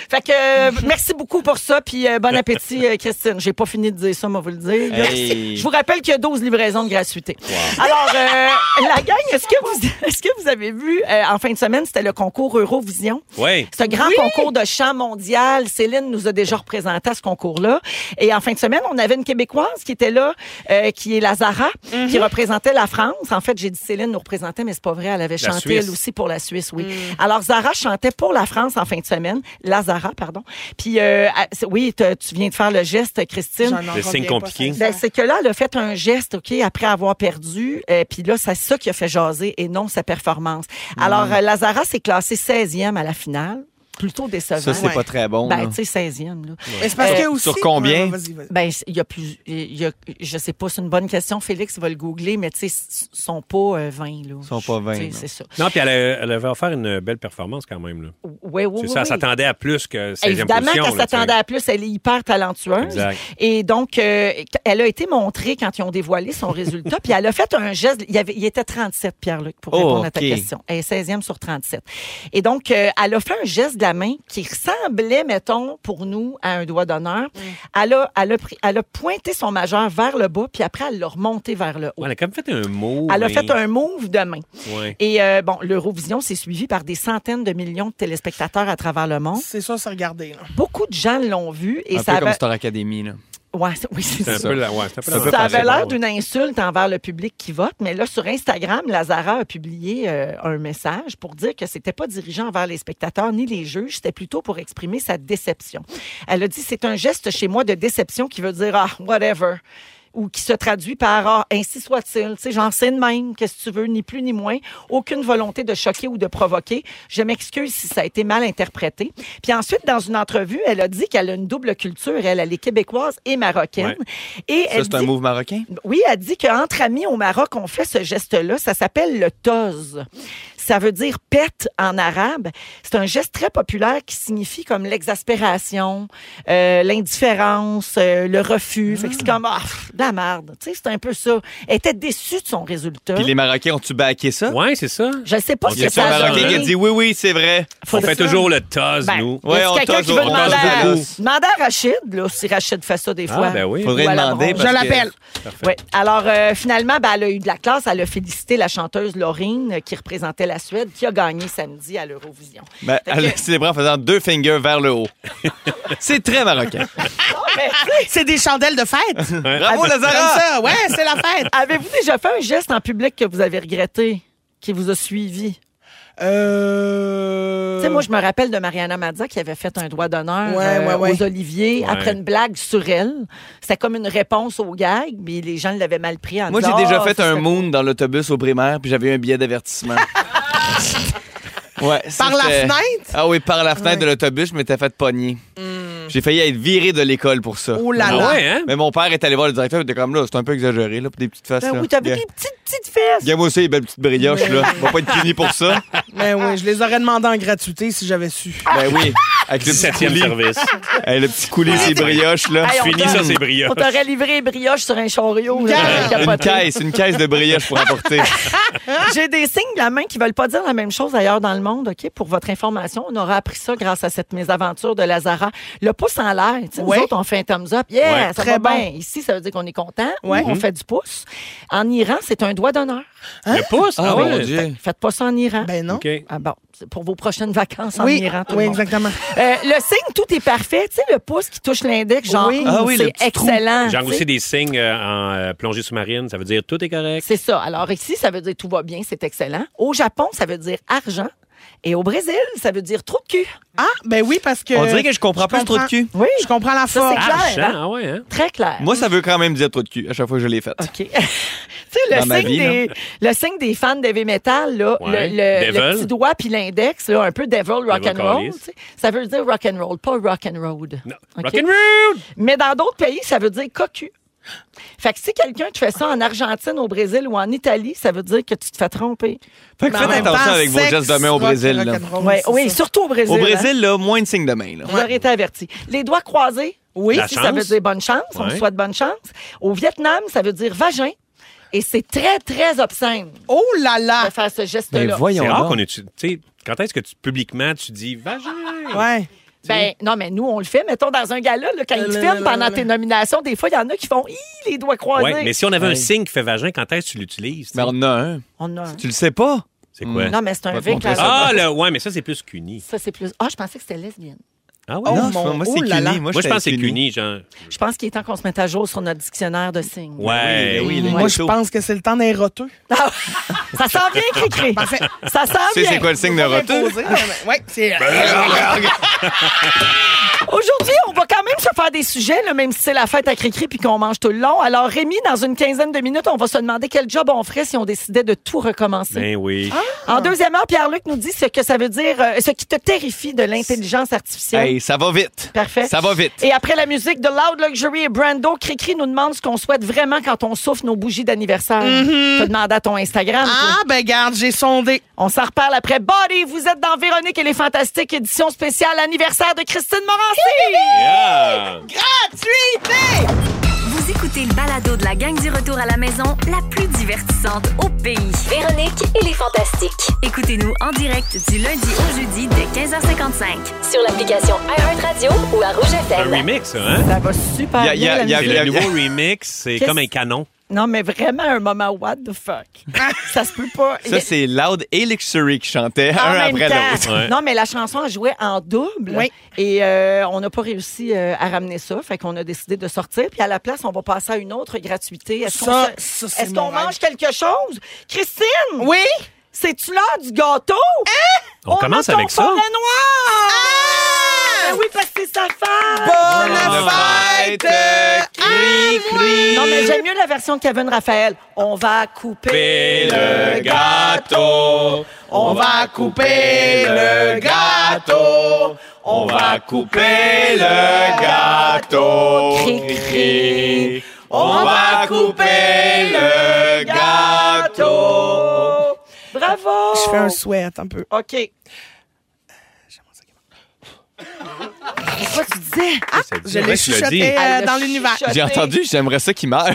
S3: Fait que euh, merci beaucoup pour ça, puis euh, bon appétit, euh, Christine. J'ai pas fini de dire ça, moi, vous le dire.
S4: Hey.
S3: Je vous rappelle qu'il y a 12 livraisons de gratuité. Alors, euh, la gang, est-ce que, vous, est-ce que vous avez vu, euh, en fin de semaine, c'était le concours Eurovision?
S5: Oui.
S3: C'est un grand concours de chant mondial. Céline nous a déjà représenté à ce concours-là. Et en fin de semaine, on avait une Québécoise qui était là, euh, qui est Lazara,
S5: Mhm.
S3: qui représentait la France. En fait, j'ai dit Céline nous représentait, mais c'est pas vrai. Elle avait
S5: La
S3: chanté
S5: Suisse. Mhm.
S3: elle aussi pour la Suisse, oui. Alors, Zara chantait pour la France en fin de semaine. Lazara, pardon. Puis, euh, elle- c'est- oui, t'as- tu viens de faire le geste, Christine.
S2: J'en en
S5: Le signe
S2: reviens pas,
S5: compliqué.
S2: sincère.
S3: Ben, c'est que là, elle a fait un geste, OK, après avoir perdu. Euh, Puis là, c'est ça qui a fait jaser et non sa performance. Alors, euh, Lazara s'est classée 16e à la finale. Plutôt décevant.
S4: Ça, c'est
S2: Ouais.
S4: pas très bon.
S3: ben,
S4: là.
S3: tu sais, 16e, là.
S2: Mais c'est parce
S3: Euh,
S2: que aussi.
S4: sur combien?
S2: Ouais, vas-y, vas-y.
S3: Ben, il y a plus. Il y a, je sais pas, c'est une bonne question. Félix va le googler, mais tu sais, ils sont pas euh, 20, là.
S4: Sont pas 20,
S3: Tu sais,
S4: non.
S3: C'est ça.
S5: Non, puis elle, a- elle avait offert une belle performance quand même. là.
S3: Oui, oui, oui.
S5: C'est ça, elle
S3: oui.
S5: s'attendait à plus que 16e
S3: Évidemment
S5: position.
S3: qu'elle
S5: là, tu sais.
S3: s'attendait à plus. Elle est hyper talentueuse.
S5: Exact.
S3: Et donc, euh, elle a été montrée quand ils ont dévoilé son résultat. puis elle a fait un geste. Il, y avait, il était 37, Pierre-Luc, pour
S4: Oh,
S3: répondre à ta
S4: OK.
S3: question. Elle est 16e sur 37. Et donc, euh, elle a fait un geste de la main qui ressemblait, mettons, pour nous, à un doigt d'honneur. Elle, a, elle, a pris- elle a pointé son majeur vers le bas, puis après, elle l'a remonté vers le haut.
S5: Ouais, elle a quand même fait un mot.
S3: Elle a fait un move de main.
S5: Ouais.
S3: Et euh, bon, l'Eurovision s'est suivi par des centaines de millions de téléspectateurs à travers le monde.
S2: C'est ça, c'est regarder, là.
S3: Beaucoup de gens l'ont vu et
S4: Un
S3: ça
S4: peu comme
S3: avait...
S4: Star Academy. Là.
S3: Ouais, c'est- oui, c'est
S5: C'est un
S3: ça.
S5: peu la- ouais, c'est un peu la-
S3: Ça avait l'air d'une insulte envers le public qui vote, mais là, sur Instagram, Lazara a publié euh, un message pour dire que c'était pas dirigeant envers les spectateurs ni les juges, c'était plutôt pour exprimer sa déception. Elle a dit c'est un geste chez moi de déception qui veut dire ah whatever ou qui se traduit par ah, ainsi soit-il, tu sais j'en sais de même, qu'est-ce que tu veux, ni plus ni moins, aucune volonté de choquer ou de provoquer. Je m'excuse si ça a été mal interprété. Puis ensuite dans une entrevue, elle a dit qu'elle a une double culture, elle, elle est québécoise et marocaine et
S4: Ça,
S3: elle
S4: c'est un
S3: dit-
S4: move marocain?
S3: oui, elle dit qu'entre amis au Maroc, on fait ce geste-là. Ça s'appelle le toz. Ça veut dire pète en arabe. C'est un geste très populaire qui signifie comme l'exaspération, euh, l'indifférence, euh, le refus. Fait que c'est comme, ah, pff, de la merde. Tu sais, c'est un peu ça. Elle était déçue de son résultat.
S4: Puis les Marocains ont-tu backé ça?
S5: Ouais, c'est ça.
S3: Je sais pas
S5: On
S3: si
S4: Il y a
S3: c'est
S5: sait C'est
S4: un
S5: pas
S3: Hein? ça.
S4: Marocain qui a dit oui, oui, c'est vrai.
S5: On fait
S3: ça.
S5: toujours le toz, nous.
S4: Ouais,
S3: Ben, Est-ce
S4: on
S3: quelqu'un
S4: tosse-
S3: qui veut
S4: on tosse
S3: demander à,
S4: beaucoup.
S3: demander à Rachid, là, si Rachid fait ça des
S5: Ah,
S3: fois.
S5: ben oui.
S4: Faudrait
S3: Ou à la
S4: demander.
S3: bronze.
S4: parce
S2: Je
S4: que-
S2: l'appelle.
S3: Oui. Alors, euh, finalement, ben, elle a eu de la classe. Elle a félicité la chanteuse Laurine, euh, qui représentait la Suède, qui a gagné samedi à l'Eurovision.
S4: Ben,
S3: Fait que-
S2: Ah,
S4: elle l'a célébré en faisant deux fingers vers le haut. c'est très marocain.
S3: Non,
S2: C'est des chandelles de fête.
S3: Bravo,
S4: Ah!
S2: Comme
S3: Lazara.
S2: ça, ouais, c'est la fête.
S3: Avez-vous déjà fait un geste en public que vous avez regretté, qui vous a suivi?
S4: Euh,
S3: Tu sais, moi, je me rappelle de Mariana Mazza qui avait fait un doigt d'honneur
S2: Ouais,
S3: euh,
S2: ouais, ouais.
S3: aux Oliviers
S4: Ouais.
S3: après une blague sur elle. C'était comme une réponse au gag, mais les gens l'avaient mal pris en
S4: Moi, j'ai
S3: disant,
S4: déjà
S3: Ah,
S4: fait
S3: ça,
S4: un
S3: c'est-
S4: moon dans l'autobus au primaire, puis j'avais eu un billet d'avertissement. Ouais, ça,
S2: Par la
S4: c'était-
S2: fenêtre?
S4: Ah oui, par la fenêtre de l'autobus, je m'étais fait pogner. J'ai failli être viré de l'école pour ça.
S2: Hmm. Oh là Ah là. ouais,
S5: hein?
S3: Ben,
S4: Mais mon père est allé voir le directeur, il était comme là, c'est un peu exagéré, là, pour des petites faces.
S2: Ben
S4: là.
S2: oui, t'avais
S4: Gars-
S2: des petites, petites fesses.
S4: Gars, moi aussi, les belles petites brioches, là. On va pas être puni pour ça.
S2: Mais Ben oui, je les aurais demandé en gratuité si j'avais su.
S4: Ben oui, avec le petit
S5: 17e
S4: coulis.
S5: service.
S4: Hey, le petit coulis, ces brioches, là.
S3: Hey, on t'a-
S5: brioches.
S3: On t'aurait livré les brioches sur un chariot. là, j'aurais
S4: Une
S3: capoté.
S4: caisse, une caisse de brioches pour emporter.
S3: J'ai des signes de la main qui veulent pas dire la même chose ailleurs dans le monde, OK? Pour votre information, on aura appris ça grâce à cette mésaventure de Lazara. Le pouce en l'air, tu sais, nous
S2: Ouais.
S3: autres, on fait un thumbs up. Yeah,
S2: Ouais.
S3: ça
S2: Très
S3: va
S2: bon.
S3: bien. Ici, ça veut dire qu'on est content. ou
S2: Ouais. Mhm.
S3: on fait du pouce. En Iran, c'est un doigt d'honneur.
S5: Le pouce? Ah,
S4: mon
S5: ouais.
S4: Dieu.
S3: Faites pas ça en Iran.
S2: Ben non.
S5: OK.
S3: Ah bon, c'est pour vos prochaines vacances en
S2: oui,
S3: Iran, tout
S2: oui
S3: le monde.
S2: exactement.
S3: Euh, le signe, tout est parfait. Tu sais, le pouce qui touche l'index, genre,
S2: Oui.
S4: Ah oui, le
S3: c'est
S4: petit trou.
S3: excellent.
S5: Genre
S3: tu sais.
S5: aussi des signes euh, en euh, plongée sous-marine, ça veut dire tout est correct.
S3: C'est ça. Alors ici, ça veut dire tout va bien, c'est excellent. Au Japon, ça veut dire argent. Et au Brésil, ça veut dire trou de cul.
S2: Ah, ben oui, parce que.
S4: On dirait que je comprends plus trop de cul.
S3: Oui,
S2: Je comprends la
S3: Ça,
S2: forme.
S3: c'est clair.
S5: Argent,
S3: hein?
S5: ah ouais, hein?
S3: très clair.
S4: Moi, ça veut quand même dire trop de cul à chaque fois que je l'ai faite.
S2: Ah.
S3: OK. tu sais, le,
S4: Dans ma
S3: signe
S4: vie,
S3: des, le signe des fans d'heavy metal, là,
S5: Ouais.
S3: le, le- le
S5: Devil.
S3: petit doigt puis l'index, là, un peu devil rock
S5: Devil
S3: and roll,
S5: Callis.
S3: tu sais, ça veut dire rock and roll, pas rock and road.
S5: Non.
S3: OK?
S5: Rock'n'roll!
S3: Mais dans d'autres pays, ça veut dire cocu. Fait que si quelqu'un te fait ça en Argentine, au Brésil ou en Italie, ça veut dire que tu te fais tromper.
S4: Fait que
S2: Mais en
S4: faites
S2: même
S4: attention
S2: temps,
S4: avec vos
S2: sexe,
S4: gestes de main au
S2: rock,
S4: Brésil. là.
S2: rock'n'roll,
S3: Ouais,
S2: c'est
S3: oui,
S2: ça.
S3: surtout au Brésil.
S4: Au
S3: hein.
S4: Brésil, là, moins de signes de main. Là.
S3: Vous aurez été avertis. Les doigts croisés,
S2: Oui.
S5: La
S3: si ça veut
S5: chance.
S3: dire bonne chance, on
S5: Ouais.
S3: vous souhaite bonne chance. Au Vietnam, ça veut dire vagin. Et c'est très, très obscène
S2: Oh là
S3: de
S2: là.
S3: faire ce
S4: Mais
S3: geste-là.
S5: C'est
S4: voyons
S5: rare
S4: donc.
S5: qu'on utilise. Tu sais, quand est-ce que tu, publiquement tu dis vagin?
S2: Ouais.
S3: Ben, non, mais nous, on le fait. Mettons, dans un gala, là, quand ils te
S2: Là,
S3: filment
S2: là,
S3: pendant
S2: là,
S3: tes nominations, des fois, il y en a qui font Hi, les doigts croisés.
S5: Ouais, mais si on avait un
S4: Ouais.
S5: signe qui fait vagin, quand est-ce que tu l'utilises? tu
S4: Mais
S5: sais?
S4: on en a un.
S3: On a un-
S4: Tu le sais pas?
S5: C'est quoi?
S3: Non, mais c'est un
S4: Pas de
S3: vic.
S4: montrer
S3: là.
S5: Ah, le, ouais, mais ça, c'est plus qu'uni.
S3: Ça, c'est plus. Ah, je pensais que c'était lesbienne.
S5: Ah ouais?
S2: Oh,
S4: non,
S2: mon-
S4: moi,
S2: oh
S4: c'est
S2: là là.
S4: cuny. Moi,
S5: Moi, je pense que c'est
S4: j'étais
S5: qu'uni, genre.
S3: Je pense qu'il est temps qu'on se mette à jour sur notre dictionnaire de signes.
S5: Ouais.
S4: Ben Oui,
S3: Ouais.
S4: les
S2: Moi, je
S4: gâteaux.
S2: pense que c'est le temps des roteux.
S3: Ah, ça sent bien, Cricri. Ça sent
S4: Tu
S3: bien.
S4: sais, c'est quoi le signe de retour?
S2: Oui, c'est.
S4: Ben
S3: Aujourd'hui, on va quand même se faire des sujets, là, même si c'est la fête à Cricri puis qu'on mange tout le long. Alors, Rémi, dans une quinzaine de minutes, on va se demander quel job on ferait si on décidait de tout recommencer.
S5: Ben oui.
S3: En deuxième heure, Pierre-Luc nous dit ce que ça veut dire, euh, ce qui te terrifie de l'intelligence artificielle.
S4: Hey, ça va vite.
S3: Parfait.
S4: Ça va vite.
S3: Et après la musique de Loud Luxury et Brando, Cricri nous demande ce qu'on souhaite vraiment quand on souffle nos bougies d'anniversaire. T'as demandé à ton Instagram. toi.
S2: Ah, ben garde, j'ai sondé.
S3: On s'en reparle après Body. Vous êtes dans Véronique et les Fantastiques, édition spéciale anniversaire de Christine Morancy.
S2: Ah!
S5: Yeah!
S1: Vous écoutez le balado de la gang du retour à la maison, la plus divertissante au pays.
S11: Véronique et les Fantastiques.
S1: Écoutez-nous en direct du lundi au jeudi dès 15h55.
S11: Sur l'application iHeartRadio ou à Rouge
S5: Un
S11: FM.
S5: remix, ça, hein?
S3: Ça va super
S4: Y a- y a-
S3: bien. la
S4: y a-
S5: C'est
S3: musique.
S5: le nouveau remix, c'est
S3: Qu'est-ce-
S5: comme un canon.
S3: Non, mais vraiment un moment what the fuck. ça se peut pas.
S4: Ça, c'est Loud et Luxury qui chantaient
S3: En
S4: un
S3: même
S4: après
S3: temps.
S4: l'autre.
S5: Ouais.
S3: Non, mais la chanson elle jouait en double.
S2: Oui.
S3: Et euh, on n'a pas réussi euh, à ramener ça. Fait qu'on a décidé de sortir. Puis à la place, on va passer à une autre gratuité. Est-ce qu'on
S2: Ça,
S3: se-
S2: ça, c'est
S3: est-ce qu'on
S2: mon rêve.
S3: mange quelque chose? Christine!
S2: Oui?
S3: C'est-tu l'heure du gâteau?
S5: On commence
S3: a ton
S5: avec ça.
S3: forêt noire!
S4: Ah!
S3: Ben oui, parce que c'est sa femme!
S2: Bonne
S4: Bonne
S2: fête!
S4: fête, euh, cri, cri.
S3: Non, mais j'aime mieux la version de Kevin Raphaël. On va couper
S5: Couper le
S4: gâteau.
S3: On va
S4: couper le gâteau. On va couper le gâteau.
S3: Cri, cri.
S4: On va couper le gâteau.
S3: Bravo!
S2: Je fais un sweat un peu.
S3: OK. Quoi tu disais?
S5: Ah,
S2: Je l'ai chuchoté
S3: Elle
S2: euh,
S3: l'a
S2: dans l'univers.
S3: chuchoté.
S4: J'ai entendu, j'aimerais ça qu'il meurt.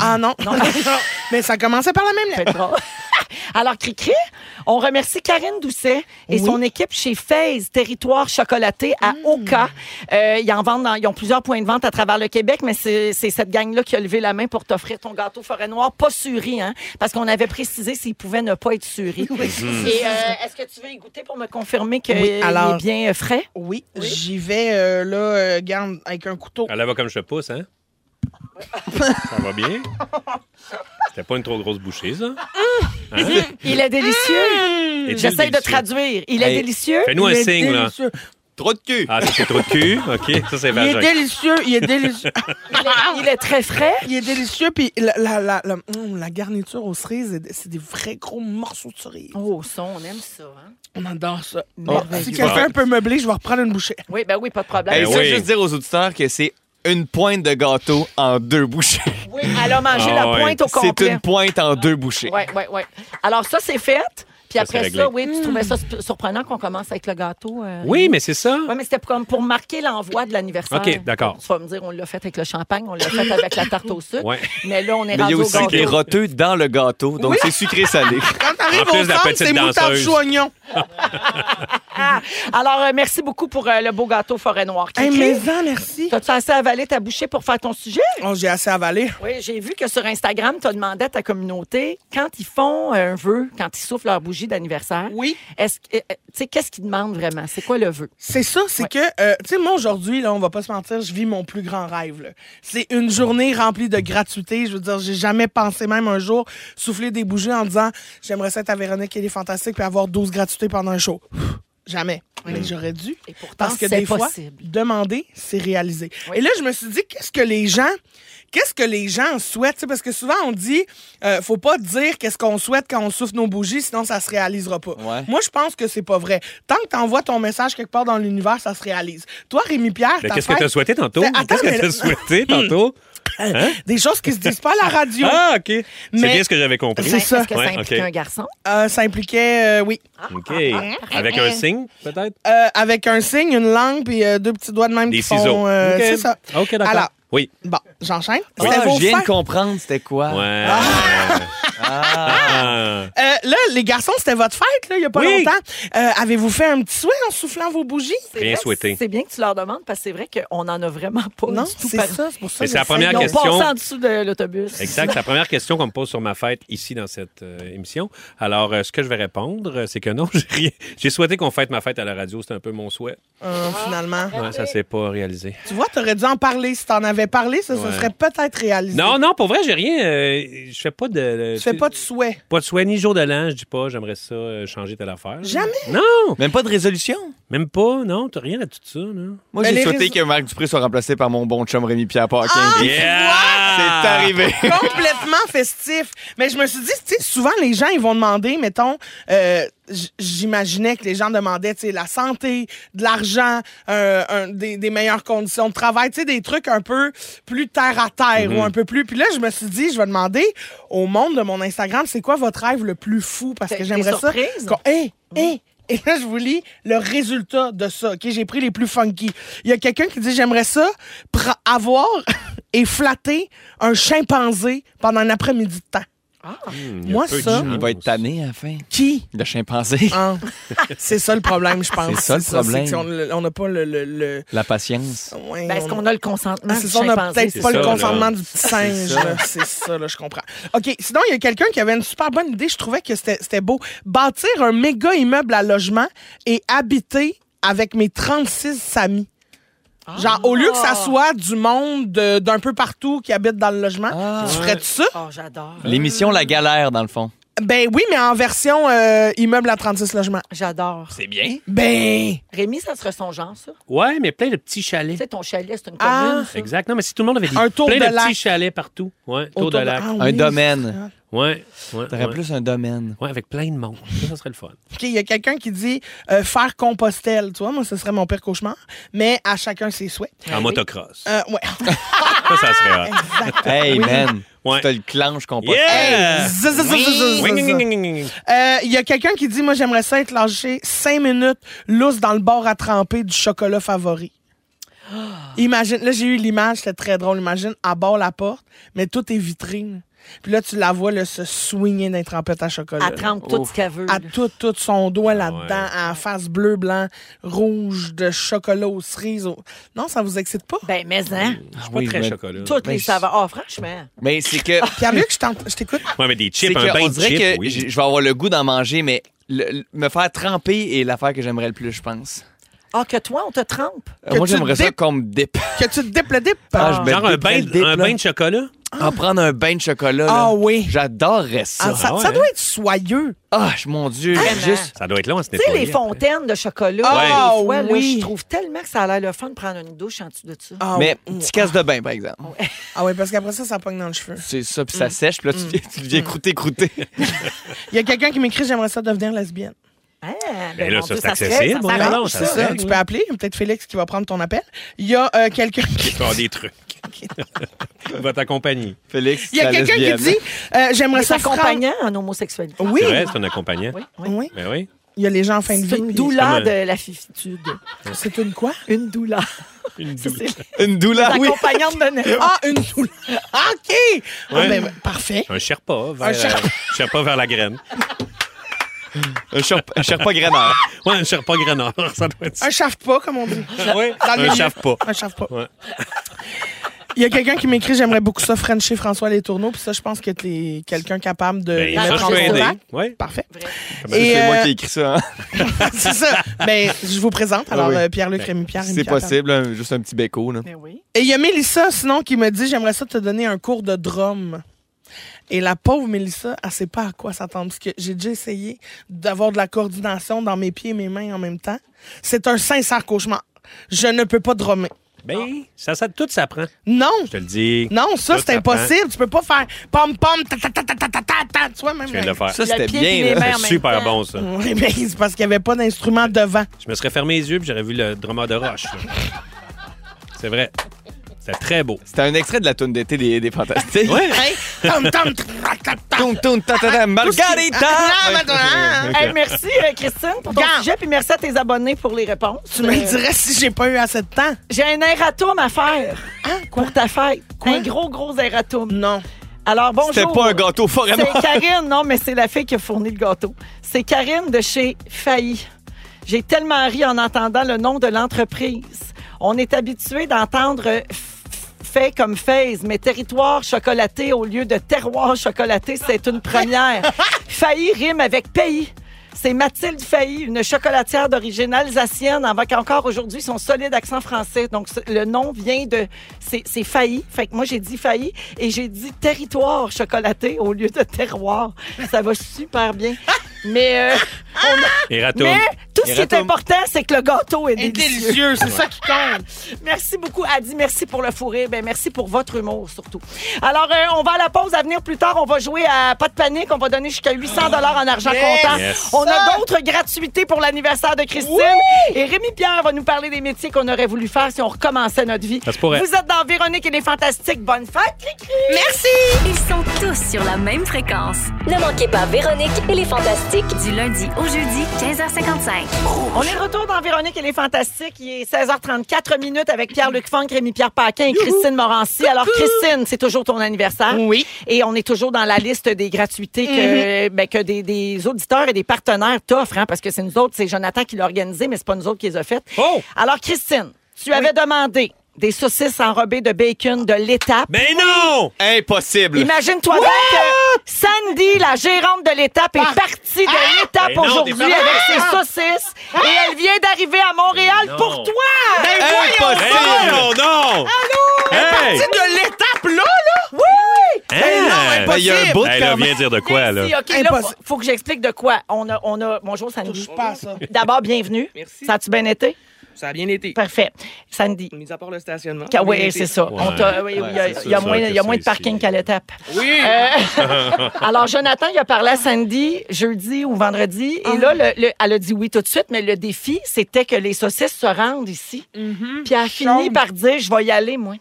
S2: Ah non. Mais ça commençait par la même
S3: C'est
S2: lettre.
S3: drôle. Alors, Cricri, on remercie Karine Doucet
S12: Oui.
S3: et son équipe chez FaZe, Territoire Chocolaté à Oka. Euh, ils en vendent dans- ils ont plusieurs points de vente à travers le Québec, mais c'est c'est cette gang-là qui a levé la main pour t'offrir ton gâteau forêt noire, pas suri, hein, parce qu'on avait précisé s'il pouvait ne pas être suri. Et
S2: Mhm.
S3: euh, est-ce que tu veux y goûter pour me confirmer qu'il
S2: Oui, alors-
S3: est bien euh, frais?
S2: Oui, j'y vais euh, là, euh, garde, avec un couteau.
S5: Elle va comme je te pousse, hein? ça va bien? C'était pas une trop grosse bouchée, ça? Hein?
S3: Il est délicieux.
S5: Est-il
S3: J'essaie de
S5: délicieux?
S3: traduire. Il est
S5: Hey,
S3: délicieux.
S5: Fais-nous un
S3: Il est
S5: signe, là.
S3: délicieux.
S5: Trop de cul. Ah, ça, c'est trop de cul. OK, ça, c'est
S2: Il est
S5: vagin.
S2: délicieux, il est délicieux.
S3: il, est, très frais.
S2: Il est délicieux, puis la, la, la, la- hum, la garniture aux cerises, c'est des vrais gros morceaux de cerises.
S3: Oh, ça, on aime ça. Hein?
S2: On adore ça.
S4: Merveilleux.
S2: Ah, Si quelqu'un peut meubler, je vais reprendre une bouchée.
S3: Oui, ben oui, pas de
S5: Ah,
S3: problème.
S4: Hey, ça, juste dire aux auditeurs que c'est une pointe de gâteau en deux bouchées.
S3: Oui, elle a mangé
S4: Ah
S3: la
S4: ouais.
S3: pointe au
S4: C'est
S3: complet.
S4: une pointe en deux bouchées.
S3: Oui, oui, oui. Alors, ça, c'est fait. Puis
S4: Ça,
S3: après
S4: c'est
S3: ça, oui,
S4: réglé.
S3: tu trouvais ça sp- surprenant qu'on commence avec le gâteau. euh,
S5: Oui, mais c'est ça. Ben,
S3: Oui, mais c'était comme pour marquer l'envoi de l'anniversaire.
S5: OK, d'accord.
S3: Tu vas me dire, on l'a fait avec le champagne, on l'a fait avec la tarte au sucre.
S5: Ouais.
S3: Mais là, on est
S4: Mais il y
S3: rendu
S4: a
S3: au
S4: aussi
S3: gâteau.
S4: des roteux dans le gâteau, donc
S3: Oui.
S4: c'est sucré-salé.
S2: Quand t'arrives
S5: En plus,
S2: au
S5: la
S2: centre,
S5: petite
S2: c'est moutarde
S5: danseuse.
S2: soignon.
S3: Ah, alors, euh, merci beaucoup pour euh, le beau gâteau forêt noire.
S2: Hey,
S3: Cricri,
S2: mais en, merci.
S3: T'as-tu assez avalé ta bouchée pour faire ton sujet?
S2: Oh, j'ai assez avalé.
S3: Oui, j'ai vu que sur Instagram, tu as demandé à ta communauté, quand ils font un vœu, quand ils soufflent leur bougie d'anniversaire,
S2: oui.
S3: est-ce que, euh, euh, tu sais, qu'est-ce qu'ils demandent vraiment? C'est quoi le vœu?
S2: C'est ça, c'est que, euh, tu sais, moi aujourd'hui, là, on va pas se mentir, je vis mon plus grand rêve. là. C'est une journée remplie de gratuité. Je veux dire, j'ai jamais pensé même un jour souffler des bougies en disant j'aimerais ça être à Véronique, elle est fantastique, puis avoir 12 gratuités pendant un show. Jamais. Mais j'aurais dû. parce que
S3: c'est
S2: des fois,
S3: possible.
S2: demander, c'est réaliser. Et là, je me suis dit, qu'est-ce que les gens, qu'est-ce que les gens souhaitent? Tu sais, parce que souvent, on dit, euh, faut pas dire qu'est-ce qu'on souhaite quand on souffle nos bougies, sinon ça se réalisera pas. Moi, je pense que c'est pas vrai. Tant que t'envoies ton message quelque part dans l'univers, ça se réalise. Toi, Rémi-Pierre,
S5: Mais
S2: ta
S5: qu'est-ce que
S2: fête-
S5: t'as souhaité tantôt?
S2: Fait- attends,
S5: Qu'est-ce que
S2: mais-
S5: t'as souhaité tantôt? Hein?
S2: Des choses qui se disent pas à la radio.
S5: Ah, OK. C'est
S2: Mais-
S5: bien ce que j'avais compris.
S2: C'est ça.
S5: Est-ce que ça Ouais, impliquait ok. un
S3: Ben, garçon?
S2: ça impliquait, euh, oui.
S5: OK. Avec un signe, peut-être?
S2: Euh, avec un signe, une langue, puis euh, deux petits doigts de même
S5: Des
S2: qui font...
S5: ciseaux.
S2: euh,
S5: OK.
S2: C'est ça.
S5: OK, d'accord.
S2: Alors,
S5: Oui.
S2: bon, j'enchaîne.
S4: Ah,
S2: C'était vos
S4: je viens
S2: fêtes.
S4: de comprendre c'était quoi.
S5: Ouais.
S2: Ah.
S5: Ah.
S2: Euh, là, les garçons, c'était votre fête, là, il n'y a pas
S5: Oui.
S2: longtemps. Euh, Avez-vous fait un petit souhait en soufflant vos bougies?
S3: C'est
S5: Rien
S3: vrai,
S5: souhaité.
S3: C'est bien que tu leur demandes parce que c'est vrai qu'on n'en a vraiment pas.
S2: Non,
S3: du tout
S2: c'est
S3: par-
S2: ça, c'est pour ça
S5: Mais que c'est la je première sais.
S3: Ils ont
S5: question.
S3: passé en dessous de l'autobus.
S5: Exact. C'est la première question qu'on me pose sur ma fête ici dans cette euh, émission. Alors, euh, ce que je vais répondre, euh, c'est que non, j'ai rien. J'ai souhaité qu'on fête ma fête à la radio. C'était un peu mon souhait.
S2: Euh,
S3: Ah.
S2: finalement.
S5: Ouais, ça s'est pas réalisé.
S2: Tu vois, t'aurais dû en parler. Si t'en avais parlé, ça, ça
S5: Ouais.
S2: serait peut-être réalisé.
S5: Non, non, pour vrai, j'ai rien. euh, je fais pas de.
S2: Tu fais pas de souhait.
S5: Pas de souhait, ni jour de l'an, je dis pas, j'aimerais ça euh, changer telle affaire.
S2: Jamais?
S5: Non!
S4: Même pas de résolution?
S5: Même pas, non, t'as rien à tout ça, non?
S4: Moi, j'ai souhaité que Marc Dupré soit remplacé par mon bon chum Rémi-Pierre Paquin.
S2: Ah, tu
S4: C'est arrivé.
S2: Complètement festif. Mais je me suis dit, tu sais, souvent, les gens, ils vont demander, mettons, euh, j- j'imaginais que les gens demandaient, tu sais, la santé, de l'argent, euh, un- des, des meilleures conditions de travail, tu sais, des trucs un peu plus terre à terre
S12: Mhm.
S2: ou un peu plus. Puis là, je me suis dit, je vais demander au monde de mon Instagram, c'est quoi votre rêve le plus fou? Parce
S3: T'es-
S2: que j'aimerais
S3: t'es
S2: ça.
S3: surprise?
S2: qu'on- Hé, hé, et là, je vous lis le résultat de ça. OK, j'ai pris les plus funky. Il y a quelqu'un qui dit J'aimerais ça pra- avoir et flatter un chimpanzé pendant un après-midi de temps.
S3: Ah!
S4: Hmm,
S2: y a Moi, peu de ça- chance.
S4: Il va être tanné à la fin.
S2: Qui?
S4: Le chimpanzé.
S2: Hein? c'est ça le problème, je pense.
S4: C'est ça le
S2: c'est
S4: problème.
S2: c'est qu'on- on n'a pas le. le- le-
S4: La patience.
S2: ouais,
S3: Ben, Est-ce qu'on a le consentement
S2: Ah, c'est
S3: du
S2: ça, on n'a
S3: chimpanzé?
S2: peut-être pas le
S4: ça, là.
S2: consentement du petit
S4: C'est
S2: singe.
S4: ça.
S2: là. C'est ça, là, je comprends. OK, sinon, il y a quelqu'un qui avait une super bonne idée. Je trouvais que c'était c'était beau. Bâtir un méga immeuble à logement et habiter avec mes 36 amis. Genre, au lieu que ça soit du monde de- d'un peu partout qui habite dans le logement, tu ferais ça?
S3: Oh, j'adore.
S4: L'émission La Galère, dans le fond.
S2: Ben oui, mais en version euh, immeuble à 36 logements.
S3: J'adore.
S5: C'est bien.
S2: Ben!
S3: Rémi, ça serait son genre, ça.
S5: Ouais, mais plein de petits chalets.
S3: Tu sais, ton chalet, c'est une
S2: Ah.
S3: commune. ça.
S5: Exact. Non, mais si tout le monde avait des
S2: Un tour
S5: plein
S2: de
S5: de,
S2: lac.
S5: petits chalets partout. Ouais, tour
S2: Autour
S5: de
S2: de-
S5: lac.
S2: Ah
S4: Un
S2: oui,
S4: domaine.
S5: Ouais. ouais,
S4: T'aurais
S5: ouais.
S4: plus un domaine.
S5: Ouais, avec plein de monde. Ça, ça serait le fun.
S2: OK, il y a quelqu'un qui dit euh, faire Compostelle. Tu vois, moi, ce serait mon pire cauchemar. Mais à chacun ses souhaits.
S5: En motocross.
S2: Euh, ouais.
S5: Ça, ça serait hot.
S4: Hey, man.
S5: Ouais.
S4: Tu te le clenches qu'on
S5: Yeah!
S2: Hey, zzz, zzz, zzz, zzz,
S5: Oui.
S2: zzz,
S5: Oui.
S2: Euh, Il y a quelqu'un qui dit Moi, j'aimerais ça être lâché 5 minutes lousse dans le bord à tremper du chocolat favori. Imagine, là, j'ai eu l'image, c'était très drôle. Imagine, à bord la porte, mais tout est vitrine. Puis là, tu la vois là, se swinguer d'un trempette à chocolat.
S3: Elle trempe tout
S2: Ouf.
S3: ce qu'elle veut,
S2: À
S3: là.
S2: tout, tout son doigt là-dedans, à la face bleu, blanc, rouge, de chocolat aux cerises. aux- Non, ça vous excite pas?
S3: Ben, mais hein.
S5: Mm.
S2: Je
S4: suis pas Oui, très mais- chocolat.
S3: Toutes
S4: Ben,
S3: les
S4: je-
S3: saveurs. Ah, franchement.
S4: Mais c'est que.
S2: Pierre-Luc, je t'en- je t'écoute.
S5: Ouais, mais des chips,
S4: C'est
S5: un
S4: que
S5: bain
S4: on
S5: de
S4: dirait
S5: chips,
S4: que
S5: oui.
S4: j- je vais avoir le goût d'en manger, mais le- le- me faire tremper est l'affaire que j'aimerais le plus, je pense.
S3: Ah, que toi, on te trempe.
S4: Euh, Moi, j'aimerais ça qu'on me dip.
S2: Que tu te dip le dip.
S4: Ah, je me
S5: Genre un
S4: dipperais
S5: bain,
S4: le dip, là.
S5: un bain de chocolat?
S4: En prendre un bain de chocolat.
S2: Ah
S4: là.
S2: oui.
S4: J'adorerais ça.
S2: Ah, ça, ça doit être soyeux.
S4: Ah, je- mon Dieu. Juste.
S5: Ça doit être long à se
S3: Tu sais, les
S5: nettoyer.
S3: fontaines de chocolat,
S2: Ah,
S3: des fois, là,
S2: oui.
S3: je trouve tellement que ça a l'air le fun de prendre une douche en dessous de ça.
S2: Ah,
S4: Mais
S2: oui.
S4: petit casse de bain, par exemple.
S2: Ah oui, parce qu'après ça, ça pogne dans le cheveu.
S4: C'est ça, puis ça sèche, puis là,
S2: Mm.
S4: tu, viens- tu deviens croûté, croûté.
S2: Il y a quelqu'un qui m'écrit J'aimerais ça devenir lesbienne.
S3: Ah,
S5: Ben là,
S3: mon Dieu,
S5: ça, c'est
S3: se fait,
S5: accessible,
S3: ça
S5: on est
S3: s'arrange,
S5: là,
S2: C'est
S5: Ah, ça
S2: ça,
S5: sert.
S2: tu peux appeler. Il y a peut-être Félix qui va prendre ton appel. Il y a euh, quelqu'un qui.
S5: Tu vas avoir des trucs. Il va t'accompagner.
S4: Félix,
S2: Il y a
S4: la
S2: quelqu'un qui
S4: lesbienne.
S2: dit euh, J'aimerais
S3: Les
S2: ça. fran-
S3: accompagnants en homosexualité.
S2: Oui,
S5: C'est vrai, c'est un accompagnant.
S3: Oui, oui.
S2: oui.
S5: Ben oui.
S2: Il y a les gens en fin de vie.
S3: C'est une
S2: puis-
S3: douleur
S5: comme un-
S3: de la fifitude.
S2: C'est une quoi
S3: Une douleur. Ça, c'est
S4: Une douleur, oui.
S3: l'accompagnante de Nero.
S2: Ah, une douleur. Ah, OK. Ah,
S5: Ouais.
S2: ben, parfait.
S5: Un Sherpa vers,
S2: Un Sherpa.
S5: euh, Sherpa vers la graine.
S4: Un Sherpa- un Sherpa graineur.
S5: Ouais, un Sherpa grenard, ça doit être ça.
S2: Un chauffe pas, comme on dit.
S5: Oui,
S2: Dans le milieu.
S5: un Sherpa.
S2: Un chauffe pas.
S5: Ouais.
S2: Il y a quelqu'un qui m'écrit J'aimerais beaucoup ça, Frencher François Les Tourneaux. Puis ça, je pense que t'es quelqu'un capable de
S5: Ben, ça,
S2: mettre
S5: je
S2: en
S5: peux aider.
S2: contact.
S5: Oui.
S2: Parfait.
S5: Comment-
S2: Et,
S4: C'est moi
S2: euh,
S4: qui ai écrit ça. hein.
S2: c'est ça. Ben, je vous présente. Alors,
S4: Ah oui.
S2: euh, Pierre-Luc, Rémi-Pierre.
S4: C'est
S2: Rémi-Pierre.
S4: possible, hein, juste un petit béco. Là.
S3: Mais ben oui.
S2: Et il y a Mélissa, sinon, qui me dit J'aimerais ça te donner un cours de drum. Et la pauvre Mélissa, elle sait pas à quoi s'attendre. Parce que j'ai déjà essayé d'avoir de la coordination dans mes pieds et mes mains en même temps. C'est un sincère cauchemar. Je ne peux pas drummer.
S5: Ben, ça, ça, tout ça prend.
S2: Non!
S5: Je te le dis.
S2: Non, ça,
S5: Tout
S2: c'est
S5: apprend.
S2: impossible. Tu peux pas faire pom pom ta ta ta ta ta ta ta ta. Tu vois, même.
S5: Je viens de le faire.
S4: Ça,
S3: Le
S4: c'était
S3: pied puis les
S4: bien. là.
S3: mains. en
S5: C'est
S3: même
S5: super
S3: temps.
S5: bon, ça.
S2: Oui, mais c'est parce qu'il y avait pas d'instrument devant.
S5: Je me serais fermé les yeux puis j'aurais vu le drama de roche. là. C'est vrai. C'était très beau.
S4: C'était un extrait de la toune d'été des, des Fantastiques.
S5: Ouais.
S2: Hey, tom tom ta ta ta.
S4: Toum, toum, ta, ta, ta,
S2: Ah,
S4: Margarita!
S2: maintenant, hein.
S3: Hey, merci, euh, Christine, pour ton
S2: Gars.
S3: sujet, puis merci à tes abonnés pour les réponses. Euh,
S2: Tu me le dirais si j'ai pas eu assez de temps.
S3: J'ai un erratum à faire
S2: Hein?
S3: pour ta fête. Un gros, gros erratum.
S2: Non.
S3: Alors, bonjour.
S4: C'était pas un gâteau forêt
S3: C'est Karine, non, mais c'est la fille qui a fourni le gâteau. C'est Karine de chez Failli. J'ai tellement ri en entendant le nom de l'entreprise. On est habitué d'entendre f- f- fait comme phase, mais territoire chocolaté au lieu de terroir chocolaté, c'est une première. Failli rime avec pays. C'est Mathilde Failly, une chocolatière d'origine alsacienne, avec encore aujourd'hui son solide accent français. Donc, ce- le nom vient de... C'est c'est Failly. Fait que moi, j'ai dit Failly et j'ai dit territoire chocolaté au lieu de terroir. Ça va super bien. Mais, euh, on a-
S5: Et ratoum.
S3: mais tout ce qui est
S4: Erratum.
S3: important, c'est que le gâteau est
S2: Et
S3: délicieux.
S2: délicieux, c'est ça qui compte.
S3: Merci beaucoup, Adi. Merci pour le fourré. Ben, merci pour votre humour, surtout. Alors, euh, on va à la pause à venir plus tard. On va jouer à Pas de panique. On va donner jusqu'à 800 dollars en argent comptant.
S5: Yes.
S3: On a d'autres gratuités pour l'anniversaire de Christine. Et Rémi-Pierre va nous parler des métiers qu'on aurait voulu faire si on recommençait notre vie.
S5: Ça se pourrait.
S3: Vous êtes dans Véronique et les Fantastiques. Bonne fête, Cricri!
S1: Ils sont tous sur la même fréquence.
S11: Ne manquez pas Véronique et les Fantastiques.
S1: Du lundi au jeudi, 15h55.
S3: On est de retour dans Véronique et les Fantastiques. Il est 16h34 minutes avec Pierre-Luc Funk, Rémi-Pierre Paquin et Christine Morancy. Alors, Christine, c'est toujours ton anniversaire.
S2: Oui.
S3: Et on est toujours dans la liste des gratuités que,
S5: Mhm.
S3: ben, que des, des auditeurs et des partenaires t'offrent, hein, parce que c'est nous autres, c'est Jonathan qui l'a organisé, mais c'est pas nous autres qui les a faites.
S5: Oh!
S3: Alors, Christine, tu avais demandé des saucisses enrobées de bacon de l'étape.
S5: Mais Ben non!
S4: Impossible.
S3: Imagine-toi donc que Sandy, la gérante de l'étape, est partie de l'étape
S5: Ah! Mais non,
S3: aujourd'hui
S5: t'es pas-
S3: avec ses saucisses et elle vient d'arriver à Montréal
S5: non. Ben,
S3: pour toi!
S5: Mais
S4: Impossible.
S5: non, non! Hey!
S2: de l'étape là, là.
S3: Oui!
S5: Hein?
S4: Ben, Il y a un bout
S5: Ben, là, viens dire de quoi, là?
S3: Merci, OK, là, faut,
S2: Impossible.
S3: faut que j'explique de quoi. On a, on a... Bonjour, Sandy.
S2: Touche pas à ça.
S3: D'abord, bienvenue.
S12: Merci.
S3: Ça a-tu bien été?
S12: Ça a bien été.
S3: Parfait. Sandy.
S12: Mis à part le stationnement. ça a bien
S3: Oui,
S12: été.
S3: c'est ça. On t'a- oui, oui, il y a-
S5: c'est
S3: il y a
S5: sûr
S3: moins-
S5: que
S3: il y a
S5: ça
S3: moins de parking
S5: ici.
S3: qu'à l'étape.
S12: Oui!
S3: Euh, alors, Jonathan, il a parlé à Sandy jeudi ou vendredi. Et là, le- le- elle a dit oui tout de suite, mais le défi, c'était que les saucisses se rendent ici. Puis elle a fini
S2: Chaude.
S3: par dire Je vais y aller, moi.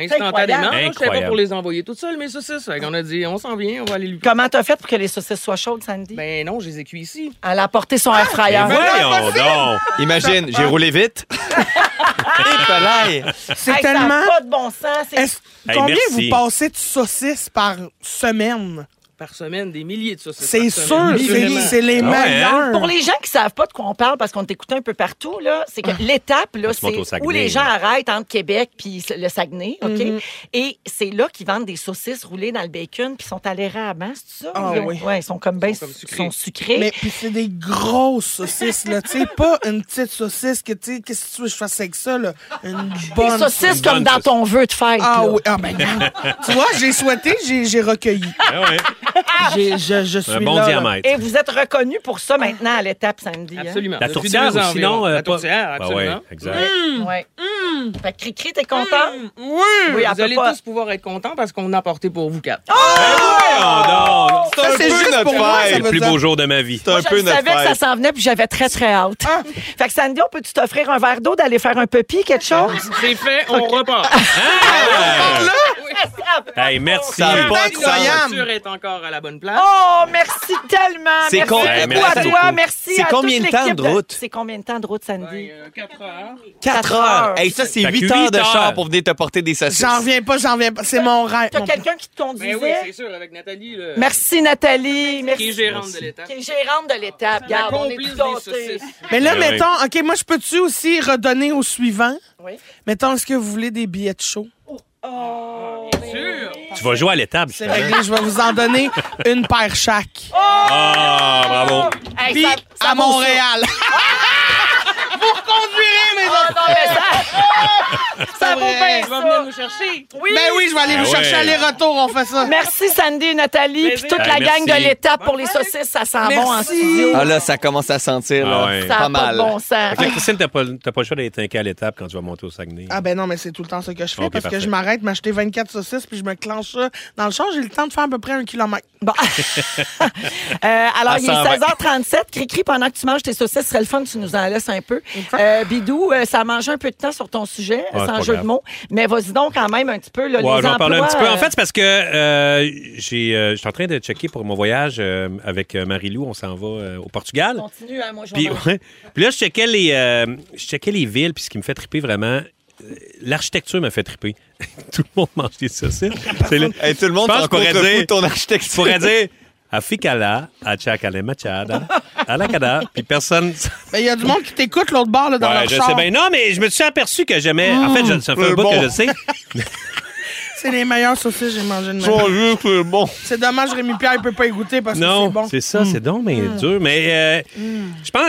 S12: Instantanément, là, je savais pas
S5: Incroyable.
S12: pour les envoyer toutes seules, mes saucisses. Fait qu'on a dit, on s'en vient, on va aller lui.
S3: Comment t'as fait pour que les saucisses soient chaudes, Sandy?
S12: Ben non, je les ai cuits ici.
S3: Ben, Elle a apporté son air fryer.
S5: Ben, voyons donc!
S4: Imagine, j'ai roulé vite. Épelaille.
S2: C'est
S3: Hey, ça a
S2: tellement.
S3: pas de bon sens. c'est-
S2: Est-ce-
S5: Hey,
S2: Combien
S5: merci.
S2: vous passez de saucisses par semaine?
S12: Par semaine, des milliers de saucisses.
S2: C'est
S12: par
S2: sûr,
S12: semaine.
S2: c'est-
S12: Absolument.
S2: c'est les Ah ouais, meilleurs. hein?
S3: Pour les gens qui savent pas de quoi on parle parce qu'on t'écoutait un peu partout là, c'est
S5: Ah.
S3: que l'étape là,
S5: On se monte au
S3: c'est
S5: Saguenay,
S3: où les gens
S5: là.
S3: arrêtent entre Québec puis le Saguenay, OK
S2: Mhm.
S3: Et c'est là qu'ils vendent des saucisses roulées dans le bacon puis sont allérables, hein, c'est ça
S2: Ah
S3: là?
S2: oui.
S3: Ouais, ils sont comme ben
S12: sucrés.
S3: sont sucrés.
S2: Mais puis c'est des grosses saucisses, là. Tu sais, pas une petite saucisse que, tu sais, qu'est-ce que tu veux que je fasse avec ça, là? Une bonne.
S3: des saucisses
S5: Une
S3: comme
S5: bonne
S3: dans
S5: saucisse.
S3: ton vœu de fête.
S2: Ah
S3: là.
S2: oui, ah ben non. Tu vois, j'ai souhaité, j'ai j'ai recueilli.
S5: Ah ouais.
S2: J'ai- Je, je suis
S5: Un bon
S2: là, là.
S5: diamètre.
S3: Et vous êtes reconnu pour ça maintenant à l'étape samedi. hein?
S12: Absolument.
S5: La
S12: Depuis
S5: tourtière,
S12: deux
S5: ou
S12: ans
S5: sinon.
S12: environ.
S5: euh,
S12: La
S5: pas-
S12: tourtière,
S5: Ah
S12: absolument.
S5: ouais, exact.
S3: Ouais. Fait que Cricri, t'es content?
S2: Oui!
S3: Oui, elle
S12: Vous
S3: peut
S12: allez
S3: pas.
S12: tous pouvoir être contents parce qu'on a apporté pour vous quatre.
S5: Oh non!
S2: Ça, c'est juste pour moi,
S5: C'est
S2: ça
S5: le
S2: veut
S5: plus
S2: dire.
S5: beau jour de ma vie.
S4: C'est un peu
S3: Je
S4: notre
S3: savais que ça
S4: fête.
S3: s'en venait, puis j'avais très, très hâte. Fait que Sandy, on peut-tu t'offrir un verre d'eau, d'aller faire un puppy, quelque
S13: Ah,
S3: chose?
S12: C'est fait, on repart.
S5: Hein?
S12: Hein?
S5: Hey, merci.
S4: Ça a pas de
S12: La
S4: sens.
S12: voiture est encore à la bonne place.
S3: Oh, merci tellement.
S4: C'est
S3: merci
S4: con-
S3: beaucoup
S5: Hey,
S3: à
S5: merci
S3: toi,
S5: beaucoup.
S3: merci
S4: C'est
S3: à
S4: combien
S3: toute
S4: de temps
S3: l'équipe
S4: de route?
S3: C'est combien de temps de route, Sandy?
S12: Ouais, euh, Quatre heures.
S4: 4 heures. Hey, ça, c'est
S5: Fait que
S4: 8 heures de
S5: huit
S4: char
S5: heures.
S4: pour venir te porter des saucisses.
S2: J'en reviens pas, j'en reviens pas. C'est mon rêve.
S3: T'as
S2: mon-
S3: quelqu'un qui te
S12: Ben
S3: conduisait?
S12: oui, c'est sûr, avec Nathalie, là,
S3: Merci, Nathalie.
S12: qui
S3: Merci.
S12: est gérante de l'État.
S3: Qui est gérante de l'étape.
S12: La
S3: Regarde, on est
S12: complice
S3: tous
S12: des
S3: gâtés.
S12: saucisses.
S2: Mais là,
S5: Eh oui.
S2: mettons, OK, moi, je peux-tu aussi redonner au suivant?
S3: Oui.
S2: Mettons, est-ce que vous voulez des billets de show?
S3: Oh.
S12: Sûr.
S5: Tu vas jouer à l'étable.
S2: C'est réglé, je vais vous en donner une paire chaque.
S5: Ah, bravo.
S3: Oh, Hey,
S2: Puis
S3: ça- ça
S2: à
S3: vaut ça.
S2: Montréal. vous reconduirez, mes
S3: Ah,
S2: enfants.
S3: non, mais ça, ça vaut bien
S2: vrai.
S12: Tu vas
S3: ça.
S12: venir nous chercher.
S3: Oui.
S2: Ben oui, je vais aller
S5: Ah
S2: vous chercher
S5: ouais.
S2: aller-retour, on fait ça.
S3: Merci Sandy et Nathalie, puis toute
S5: Hey,
S3: la gang
S5: merci.
S3: de l'étape pour les saucisses, ça sent bon en
S2: Merci.
S3: studio.
S4: Ah là, ça commence à sentir là,
S5: Ah ouais.
S3: Ça a
S4: pas
S3: pas,
S4: mal.
S3: de bon sens.
S5: Fait que là, Christine, t'as pas, t'as pas le choix d'être inquiet à l'étable quand tu vas monter au Saguenay.
S2: Ah ben non, mais c'est tout le temps ce que je fais
S5: Ok,
S2: parce
S5: parfait.
S2: que je m'arrête, m'acheter 24 saucisses puis je me clenche ça. Dans le champ, j'ai le temps de faire à peu près un kilomètre.
S3: Bon. Euh, alors,
S4: À
S3: il est
S4: 120.
S3: 16h37. Cricri, pendant que tu manges tes saucisses, ce serait le fun que tu nous en laisses un peu. Euh, Bidou, euh, ça a mangé un peu de temps sur ton sujet,
S5: Ah, c'est
S3: sans
S5: pas
S3: jeu
S5: grave.
S3: de mots. Mais vas-y donc quand même un petit peu. Là,
S5: Ouais,
S3: les
S5: je vais en parler un
S3: emplois,
S5: petit peu.
S3: euh,
S5: En fait, c'est parce que euh, j'ai, euh, je suis en train de checker pour mon voyage euh, avec euh, Marie-Lou. On s'en va euh, au Portugal.
S3: Continue, hein, moi, je vais
S5: Puis,
S3: manger.
S5: ouais. Puis là, je checkais les, euh, je checkais les villes, puis ce qui me fait triper vraiment, euh, l'architecture me fait triper. Tout le monde mange des saucisses. C'est là-
S4: Hey, tout le monde
S5: Je pense
S4: s'en
S5: qu'on pourrait
S4: contre-fout
S5: dire-
S4: de ton
S5: Je
S4: architecture.
S5: pourrais dire à Ficala, à Chacale Machada, à Lacada, puis personne.
S2: Ben il y a du monde qui t'écoute l'autre bord là, dans
S5: Ouais,
S2: leur
S5: je
S2: char.
S5: sais bien. Non, mais je me suis aperçu que j'aimais. En fait, je- ça fait
S4: c'est
S5: un bout
S4: bon.
S5: que je le sais.
S2: C'est les meilleures saucisses que j'ai mangées de ma vie.
S4: Son jeu, c'est bon.
S2: C'est dommage, Rémi Pierre, il peut pas y goûter parce que c'est
S5: Non, Mm.
S2: bon.
S5: c'est ça, c'est donc mais dur. Mais euh, je pense,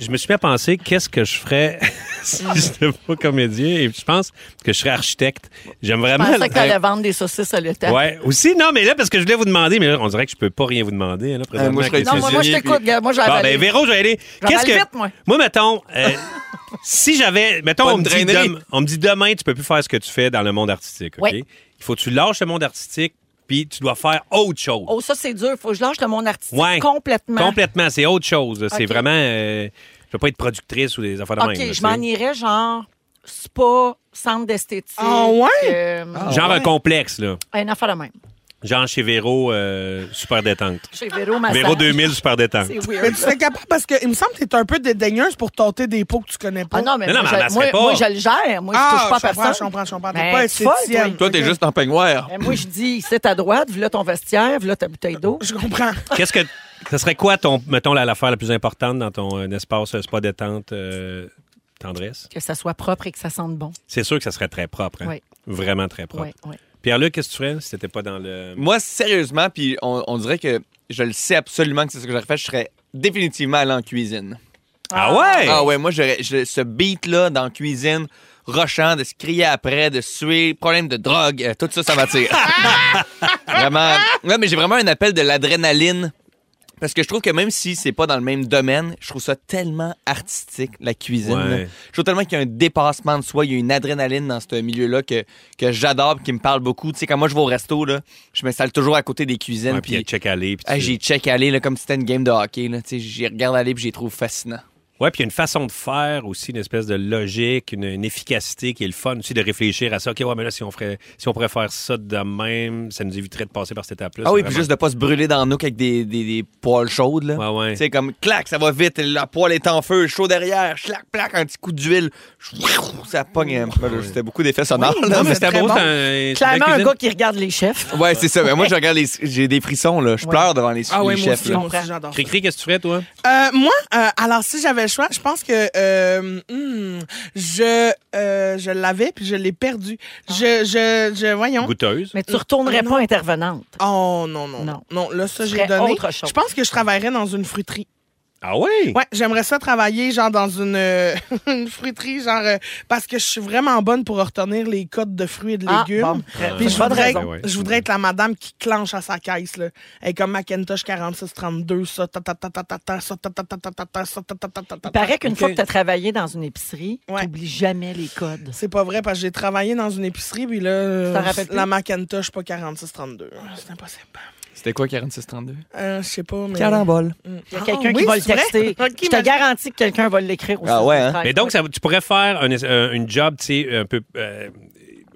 S5: je me suis mis à penser qu'est-ce que je ferais si je n'étais pas comédien. Et je pense que je serais architecte. J'aime
S3: Je
S5: vraiment.
S3: pensais que t'allais vendre des saucisses à l'étape.
S5: ouais, aussi non, mais là parce que je voulais vous demander, mais là, on dirait que je peux pas rien vous demander hein, là présentement.
S4: Euh, moi, je serais
S5: Qu'est-ce
S3: Non, moi,
S5: que-
S3: moi je
S4: Cuisinier,
S3: t'écoute.
S4: puis-
S3: regarde, Moi, je vais
S5: Bon,
S3: avaler.
S5: ben, Véro, je vais aller.
S3: J'avale
S5: Qu'est-ce que.
S3: vite, moi.
S5: mettons, euh, si j'avais. Mettons,
S4: Pas de
S5: on me, dit
S4: drainerie.
S5: dem- on me dit demain, tu peux plus faire ce que tu fais dans le monde artistique. OK?
S3: Oui.
S5: Il faut que tu lâches le monde artistique, puis tu dois faire autre chose.
S3: Oh, ça, c'est dur. Faut que je lâche le monde artistique
S5: Ouais.
S3: complètement.
S5: Complètement. C'est autre chose. là. C'est
S3: OK.
S5: vraiment. euh, je peux pas être productrice ou des affaires de
S3: OK,
S5: même. là, tu
S3: je
S5: sais.
S3: m'en irais genre spa, centre d'esthétique.
S2: Ah ouais?
S3: euh,
S5: Genre un complexe, là.
S3: Une affaire de même.
S5: Genre chez Véro, euh, super détente.
S3: Chez Véro, ma
S5: Véro 2000, super détente.
S3: Ah, C'est
S2: Mais
S3: weird.
S2: tu serais capable parce que il me semble que t'es un peu dédaigneuse pour tenter des pots que tu connais pas.
S3: Ah non, mais
S5: Non, non,
S3: moi,
S5: mais elle
S3: je,
S5: masquerait
S3: moi-
S5: pas.
S3: moi, je le gère. Moi, je
S2: Ah,
S3: touche pas à
S2: je comprends,
S3: personne.
S2: je comprends, je comprends. T'es
S3: Ben,
S2: pas
S3: tu vois,
S2: esthétienne.
S4: Toi, t'es juste en peignoir.
S3: Ben, moi, je dis, ici, à droite, voilà ton vestiaire, voilà ta bouteille d'eau.
S2: Je comprends.
S5: Qu'est-ce que. Ça serait quoi, ton, mettons, la- l'affaire la plus importante dans ton euh, espace euh, spa détente euh, tendresse?
S3: Que ça soit propre et que ça sente bon.
S5: C'est sûr que ça serait très propre. hein?
S3: Oui.
S5: Vraiment très propre.
S3: Oui, oui.
S5: Pierre-Luc, qu'est-ce que tu ferais si t'étais pas dans le.
S4: Moi, sérieusement, puis on, on dirait que je le sais absolument que c'est ce que j'aurais fait, je serais définitivement allé en cuisine.
S5: Ah ouais?
S4: Ah ouais, moi, j'aurais- je- ce beat-là dans la cuisine, rochant, de se crier après, de suer, problème de drogue, euh, tout ça, ça m'attire. vraiment. Ouais, mais j'ai vraiment un appel de l'adrénaline. Parce que je trouve que même si c'est pas dans le même domaine, je trouve ça tellement artistique, la cuisine.
S5: Ouais.
S4: là. Je trouve tellement qu'il y a un dépassement de soi, il y a une adrénaline dans ce milieu-là que, que j'adore et qui me parle beaucoup. Tu sais, quand moi je vais au resto, là, je m'installe toujours à côté des cuisines.
S5: Ouais, puis il y
S4: puis
S5: a check aller. puis
S4: Hey,
S5: tu-
S4: j'ai check aller là, comme si c'était une game de hockey. là. Tu sais, J'y regarde aller puis j'y trouve fascinant.
S5: Ouais, puis il y a une façon de faire aussi, une espèce de logique, une, une efficacité qui est le fun aussi de réfléchir à ça. OK, ouais, mais là, si on, ferait, si on pourrait faire ça de même, ça nous éviterait de passer par cette étape-là.
S4: Ah
S5: C'est
S4: oui,
S5: vraiment-
S4: puis juste de pas se brûler dans le nook avec des, des, des poêles chaudes. Là.
S5: Ouais, ouais.
S4: Tu sais, comme clac, ça va vite, la poêle est en feu, chaud derrière, schlac, plac, un petit coup d'huile, chouiou, ça pogne. un peu, là. C'était beaucoup d'effets sonores.
S3: Oui,
S4: là.
S3: non, mais c'était
S4: très
S3: beau,
S4: bon.
S3: c'est un- Clairement, un gars qui regarde les chefs.
S4: Ouais, c'est ça. Mais moi, je regarde les. J'ai des frissons, là. Je pleure devant les,
S2: Ah ouais,
S4: les
S2: moi
S4: chefs.
S2: aussi,
S4: là.
S2: moi aussi, j'adore.
S5: Cricri, qu'est-ce que tu ferais, toi?
S2: Euh, moi, euh, alors si j'avais le choix, je pense que euh, hmm, je euh, je l'avais puis je l'ai perdu.
S3: Ah.
S2: Je je je voyons.
S5: Goûteuse.
S3: Mais tu retournerais pas intervenante.
S2: Oh non non non. Non, là ça
S3: Tu
S2: j'ai
S3: ferais
S2: donné.
S3: autre chose.
S2: Je pense que je travaillerais dans une fruiterie.
S5: Ah oui?
S2: Ouais, j'aimerais ça travailler genre dans une, euh, une fruiterie genre euh, parce que je suis vraiment bonne pour retenir les codes de fruits et de
S3: Ah,
S2: légumes.
S3: bon,
S5: Euh,
S3: très-
S2: Puis
S3: très
S2: je
S3: bonne
S2: voudrais,
S3: raison.
S2: je voudrais être la madame qui clenche à sa caisse là, Elle est comme Macintosh 46 32 ça ta ta ta ta ta ta ça ta ta ta ta ta ta ça ta ta ta ta ta.
S3: Il paraît qu'une fois que tu as travaillé dans une épicerie, t'oublies jamais les codes.
S2: C'est pas vrai parce que j'ai travaillé dans une épicerie puis là euh,
S3: t'en rappelles plus?
S2: la Macintosh pas 46 32. C'est impossible.
S4: C'était quoi, 46-32?
S2: Euh, je sais pas mais
S4: Carambole.
S3: Il y a
S2: Ah,
S3: quelqu'un
S2: oui,
S3: qui va le
S2: c'est vrai?
S3: texter.
S2: Ok,
S3: Je te
S2: mais-
S3: garantis que quelqu'un va l'écrire aussi.
S5: Mais donc, ça- tu pourrais faire un es- euh, une job, tu sais, un peu euh,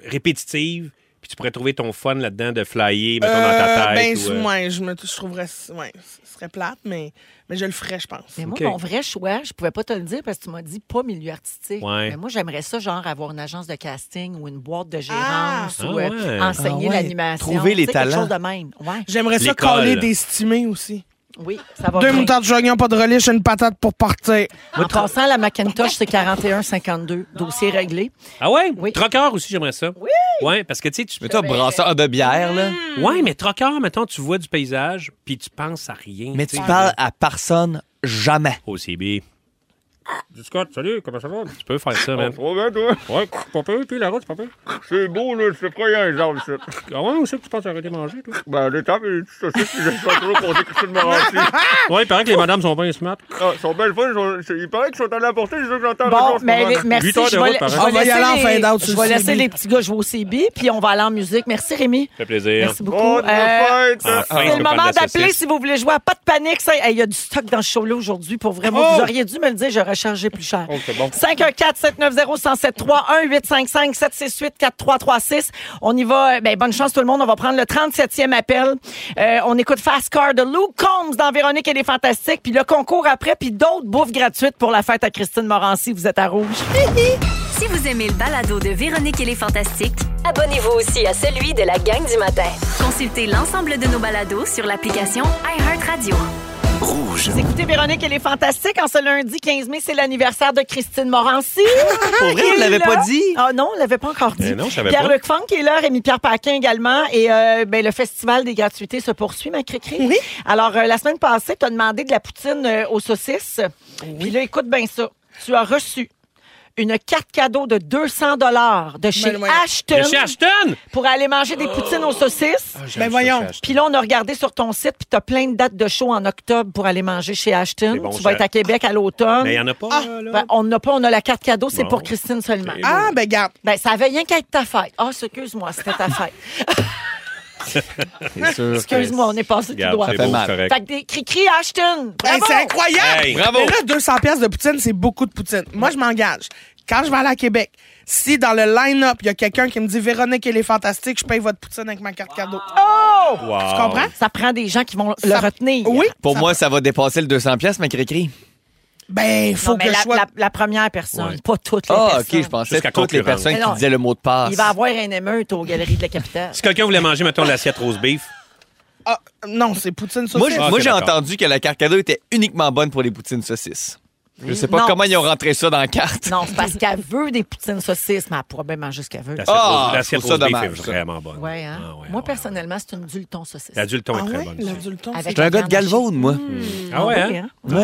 S5: répétitive, puis tu pourrais trouver ton fun là-dedans de flyer, mettons, dans ta tête.
S2: Euh, ben,
S5: ou, euh,
S2: ouais, je, me, je trouverais. Ouais, ce serait plate, mais, mais je le ferais, je pense.
S3: Mais moi, mon vrai choix, je pouvais pas te le dire parce que tu m'as dit pas milieu artistique.
S2: Ouais.
S3: Mais moi, j'aimerais ça, genre, avoir une agence de casting ou une boîte de gérance
S2: Ah!
S3: ou
S2: Ah
S3: euh,
S2: ouais.
S3: enseigner
S2: Ah ouais.
S3: l'animation.
S2: Trouver les
S3: Tu sais, quelque
S2: talents.
S3: chose de même. Ouais.
S2: J'aimerais ça
S5: L'école.
S2: coller des stimés aussi.
S3: Oui, ça va
S2: Deux
S3: bien.
S2: moutardes joignons, pas de relish, une patate pour partir.
S3: En passant, la Macintosh, c'est 41,52. Dossier réglé.
S5: Ah ouais? Troqueur aussi, j'aimerais ça. Oui! Ouais, parce que tu sais, tu. Mais
S3: toi, brasseur
S4: de bière, là.
S3: Mm.
S5: Ouais, mais troqueur, mettons, tu vois du paysage, puis tu penses à rien.
S4: Mais tu parles à personne jamais.
S5: Au CB. Du Scott, salut, comment ça va? Tu peux faire ça, man.
S14: Trop bien, toi?
S5: Ouais, pas peu, puis la route, pas peu.
S14: C'est beau, là, hein, tu fais quoi, il y a un arbre, ça?
S5: Ah ouais, où c'est que tu penses arrêter de manger, toi?
S14: Ben, les tables, les petites saucisses, puis les châteaux, pour dire que c'est de Morancy.
S5: Ouais, il paraît que les madames sont bien smart.
S14: Ah, ils sont belles fun, ils, sont- c'est- il paraît qu'ils sont allés apporter, c'est ça que
S5: Ah,
S14: j'entends.
S3: Bon,
S14: encore en ce
S3: mais
S14: moment.
S3: les- merci.
S5: Huit heures de
S3: Je vais,
S5: route,
S3: la-
S5: par
S3: je
S5: exemple.
S3: vais
S5: Ah, On va y
S3: laisser
S5: aller en
S3: les-
S5: fin d'out sur
S3: Je
S5: le
S3: vais laisser
S5: CB.
S3: les petits gars jouer au CB, puis on va aller en musique. Merci, Rémi.
S5: Ça fait plaisir.
S3: Merci beaucoup. Euh,
S5: Enfin, je
S3: c'est
S5: peux
S3: le
S5: parler
S3: moment
S5: de la
S3: d'appeler
S5: saucisse.
S3: si vous voulez jouer à Pas de panique. Ça, Hey, il y a du stock dans ce show-là aujourd'hui. Pour vraiment,
S5: Oh!
S3: vous auriez dû me le dire, j'aurais chargé plus cher.
S5: bon.
S3: 514-790-1073-1855-768-4336. On y va. Ben, bonne chance tout le monde. On va prendre le 37e appel. Euh, on écoute Fast Car de Lou Combs dans Véronique et les Fantastiques. Puis le concours après, puis d'autres bouffes gratuites pour la fête à Christine Morancy. Vous êtes à Rouge.
S1: Si vous aimez le balado de Véronique et les Fantastiques,
S11: Abonnez-vous aussi à celui de la gang du matin.
S1: consultez l'ensemble de nos balados sur l'application iHeartRadio. Rouge.
S3: Vous écoutez Véronique, elle est fantastique. En ce lundi 15 mai, c'est l'anniversaire de Christine Morancy.
S4: Pour vrai,
S3: Qui
S4: on
S3: est
S4: l'avait
S3: là.
S4: pas dit.
S3: Ah non, on l'avait pas encore dit.
S5: Eh non, je savais pas.
S3: Pierre-Luc Funk est là, Rémi-Pierre Paquin également. Et euh, ben, le festival des gratuités se poursuit, ma cricri. Oui. Alors, euh, la semaine passée, tu as demandé de la poutine euh, aux saucisses. Puis là, écoute bien ça. Tu as reçu une carte cadeau de 200 dollars de chez
S5: Ben, voyons.
S3: Ashton.
S5: De chez Ashton?
S3: Pour aller manger des poutines aux saucisses.
S2: Ah,
S5: j'aime Ben, ça, voyons. chez Ashton.
S3: Puis là, on a regardé sur ton site, puis tu as plein de dates de show en octobre pour aller manger chez Ashton.
S5: C'est bon,
S3: tu
S5: ça.
S3: vas être à Québec à l'automne.
S5: Mais il y en a pas,
S3: Ben, on n'a pas, on a la carte cadeau, c'est
S5: Bon.
S3: pour Christine seulement.
S5: C'est
S2: Ah, ben garde.
S3: Ben, ça avait rien qu'à être ta fête. Ah, excuse-moi, c'était ta fête. Excuse-moi, on est passé tout
S2: Garde,
S3: droit.
S2: c'est beau, c'est correct.
S3: Fait que des cri-cri Ashton.
S2: Hey,
S3: Bravo!
S2: c'est incroyable! Mais là, 200 pièces de poutine, c'est beaucoup de poutine. Moi, je m'engage. Quand je vais aller à Québec, si dans le line-up, il y a quelqu'un qui me dit Véronique, elle est fantastique, je paye votre poutine avec ma carte cadeau.
S3: Oh!
S4: Wow.
S2: Tu comprends?
S3: Ça prend des gens qui vont le retenir.
S2: Oui.
S4: Pour moi, ça va dépasser le 200$, piastres, ma cri
S2: Ben, il faut
S3: Non, mais
S2: que
S3: la,
S2: je sois-
S3: la- la première personne,
S4: Ouais.
S3: pas toutes les
S4: Ah,
S3: personnes.
S4: OK, je pensais
S5: Jusqu'à
S4: toutes les
S5: concurrence.
S4: personnes
S3: Mais non.
S4: qui disaient le mot de passe.
S3: Il va y avoir une émeute aux galeries de la capitale.
S5: Si quelqu'un voulait manger, mettons, l'assiette rose beef,
S2: Ah, non, c'est poutine saucisse.
S4: Moi, j'ai- moi, j'ai
S5: d'accord.
S4: entendu que la carte cadeau était uniquement bonne pour les poutines saucisses. Je sais pas
S3: Non.
S4: comment ils ont rentré ça dans la carte.
S3: Non, c'est parce qu'elle veut des poutines saucisses, mais elle pourra bien manger ce qu'elle veut.
S5: l'assiette
S4: Ah,
S5: rose, l'assiette
S4: je trouve
S5: rose
S4: ça
S5: beef est
S4: dommage, ça.
S5: vraiment bonne. Ah
S3: Ouais, hein? Moi, personnellement, c'est une dulton saucisse.
S5: La dulton est Ah très ouais? bonne
S2: La dulton,
S3: Avec
S4: J'étais un gars de Galvaune, moi.
S3: Hmm.
S5: Ah ouais, hein?
S4: Ouais.
S5: Ah ouais.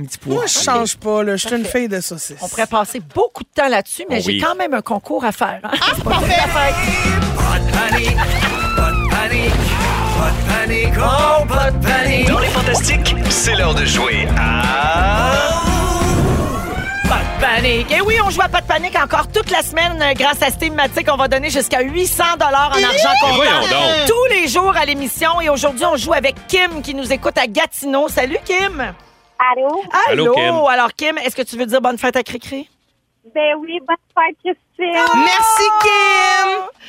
S4: Un petit poids.
S2: Moi, je change pas, là. Je suis une
S3: Parfait.
S2: fille de saucisse.
S3: On pourrait passer beaucoup de temps là-dessus, mais
S2: Oh oui.
S3: j'ai quand même un concours à faire. hein. C'est pas tout
S2: parfait.
S3: à fait.
S9: Pas de panique, pas de panique, oh, pas de panique. Dans les fantastiques, c'est l'heure de jouer à.
S3: Pas de panique. Et oui, on joue à pas de panique encore toute la semaine euh, grâce à Stématique. On va donner jusqu'à 800 dollars en argent
S5: Mais
S3: comptant
S5: voyons donc.
S3: tous les jours à l'émission. Et aujourd'hui, on joue avec Kim qui nous écoute à Gatineau. Salut Kim.
S15: Allô?
S3: Allô,
S5: Allô, Kim.
S3: alors Kim, est-ce que tu veux dire bonne fête à Cricri?
S15: Ben oui, bonne fête, Christine.
S1: Ah!
S3: Merci, Kim! Ah!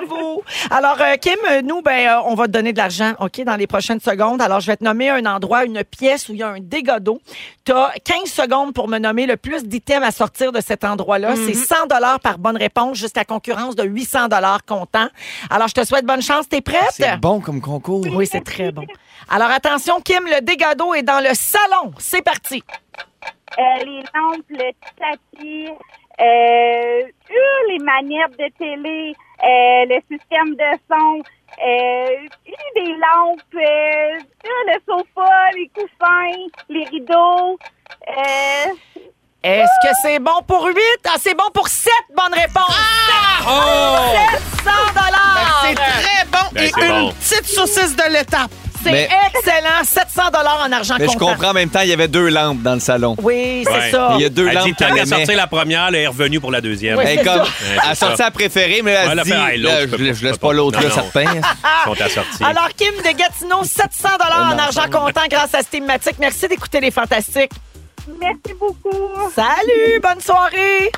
S3: Bravo! Alors, euh, Kim, euh, nous, ben, euh, on va te donner de l'argent, OK, dans les prochaines secondes. Alors, je vais te nommer un endroit, une pièce où il y a un dégât d'eau. Tu as 15 secondes pour me nommer le plus d'items à sortir de cet endroit-là.
S16: Mhm.
S3: C'est 100 par bonne réponse, jusqu'à concurrence de 800 comptant. Alors, je te souhaite bonne chance. T'es prête?
S4: C'est bon comme concours.
S3: Oui, c'est très bon. Alors, attention, Kim, le dégât d'eau est dans le salon. C'est parti!
S15: Euh, les lampes, le tapis, euh, euh, les manettes de télé, euh, le système de son, euh, euh, des lampes, euh, euh, le sofa, les coussins, les rideaux. Euh,
S3: Est-ce que c'est bon pour 8? Ah, c'est bon pour 7 bonnes réponses!
S4: Oh!
S3: 700 dollars.
S2: Ben, c'est très bon.
S4: Ben,
S2: Et
S4: c'est
S2: une
S4: bon.
S2: petite saucisse de l'étape.
S3: C'est
S4: Mais-
S3: excellent. 700 dollars en argent
S4: Mais je
S3: comptant.
S4: comprends en même temps, il y avait deux lampes dans le salon.
S3: Oui, c'est
S5: Ouais.
S3: ça.
S4: Il y a deux
S5: Elle
S4: lampes
S5: dit, tant
S4: qu'elle
S5: qu'à
S4: aimait.
S5: sortir la première, elle est revenue pour la deuxième.
S4: Elle est comme, elle
S5: c'est
S4: a sorti
S5: ça.
S4: sa préférée, mais
S5: Ouais,
S4: elle
S5: elle a
S4: se dit,
S5: fait, Hey, l'autre,
S4: là, je,
S5: je peux pas,
S4: je
S5: je
S4: laisse
S5: peux
S4: pas l'autre,
S5: pas.
S4: là,
S5: Non, non.
S4: certain.
S5: Ils sont assortis.
S3: Alors, Kim de Gatineau, 700 dollars en argent comptant grâce à cette thématique. Merci d'écouter les fantastiques.
S15: Merci beaucoup.
S3: Salut, bonne soirée.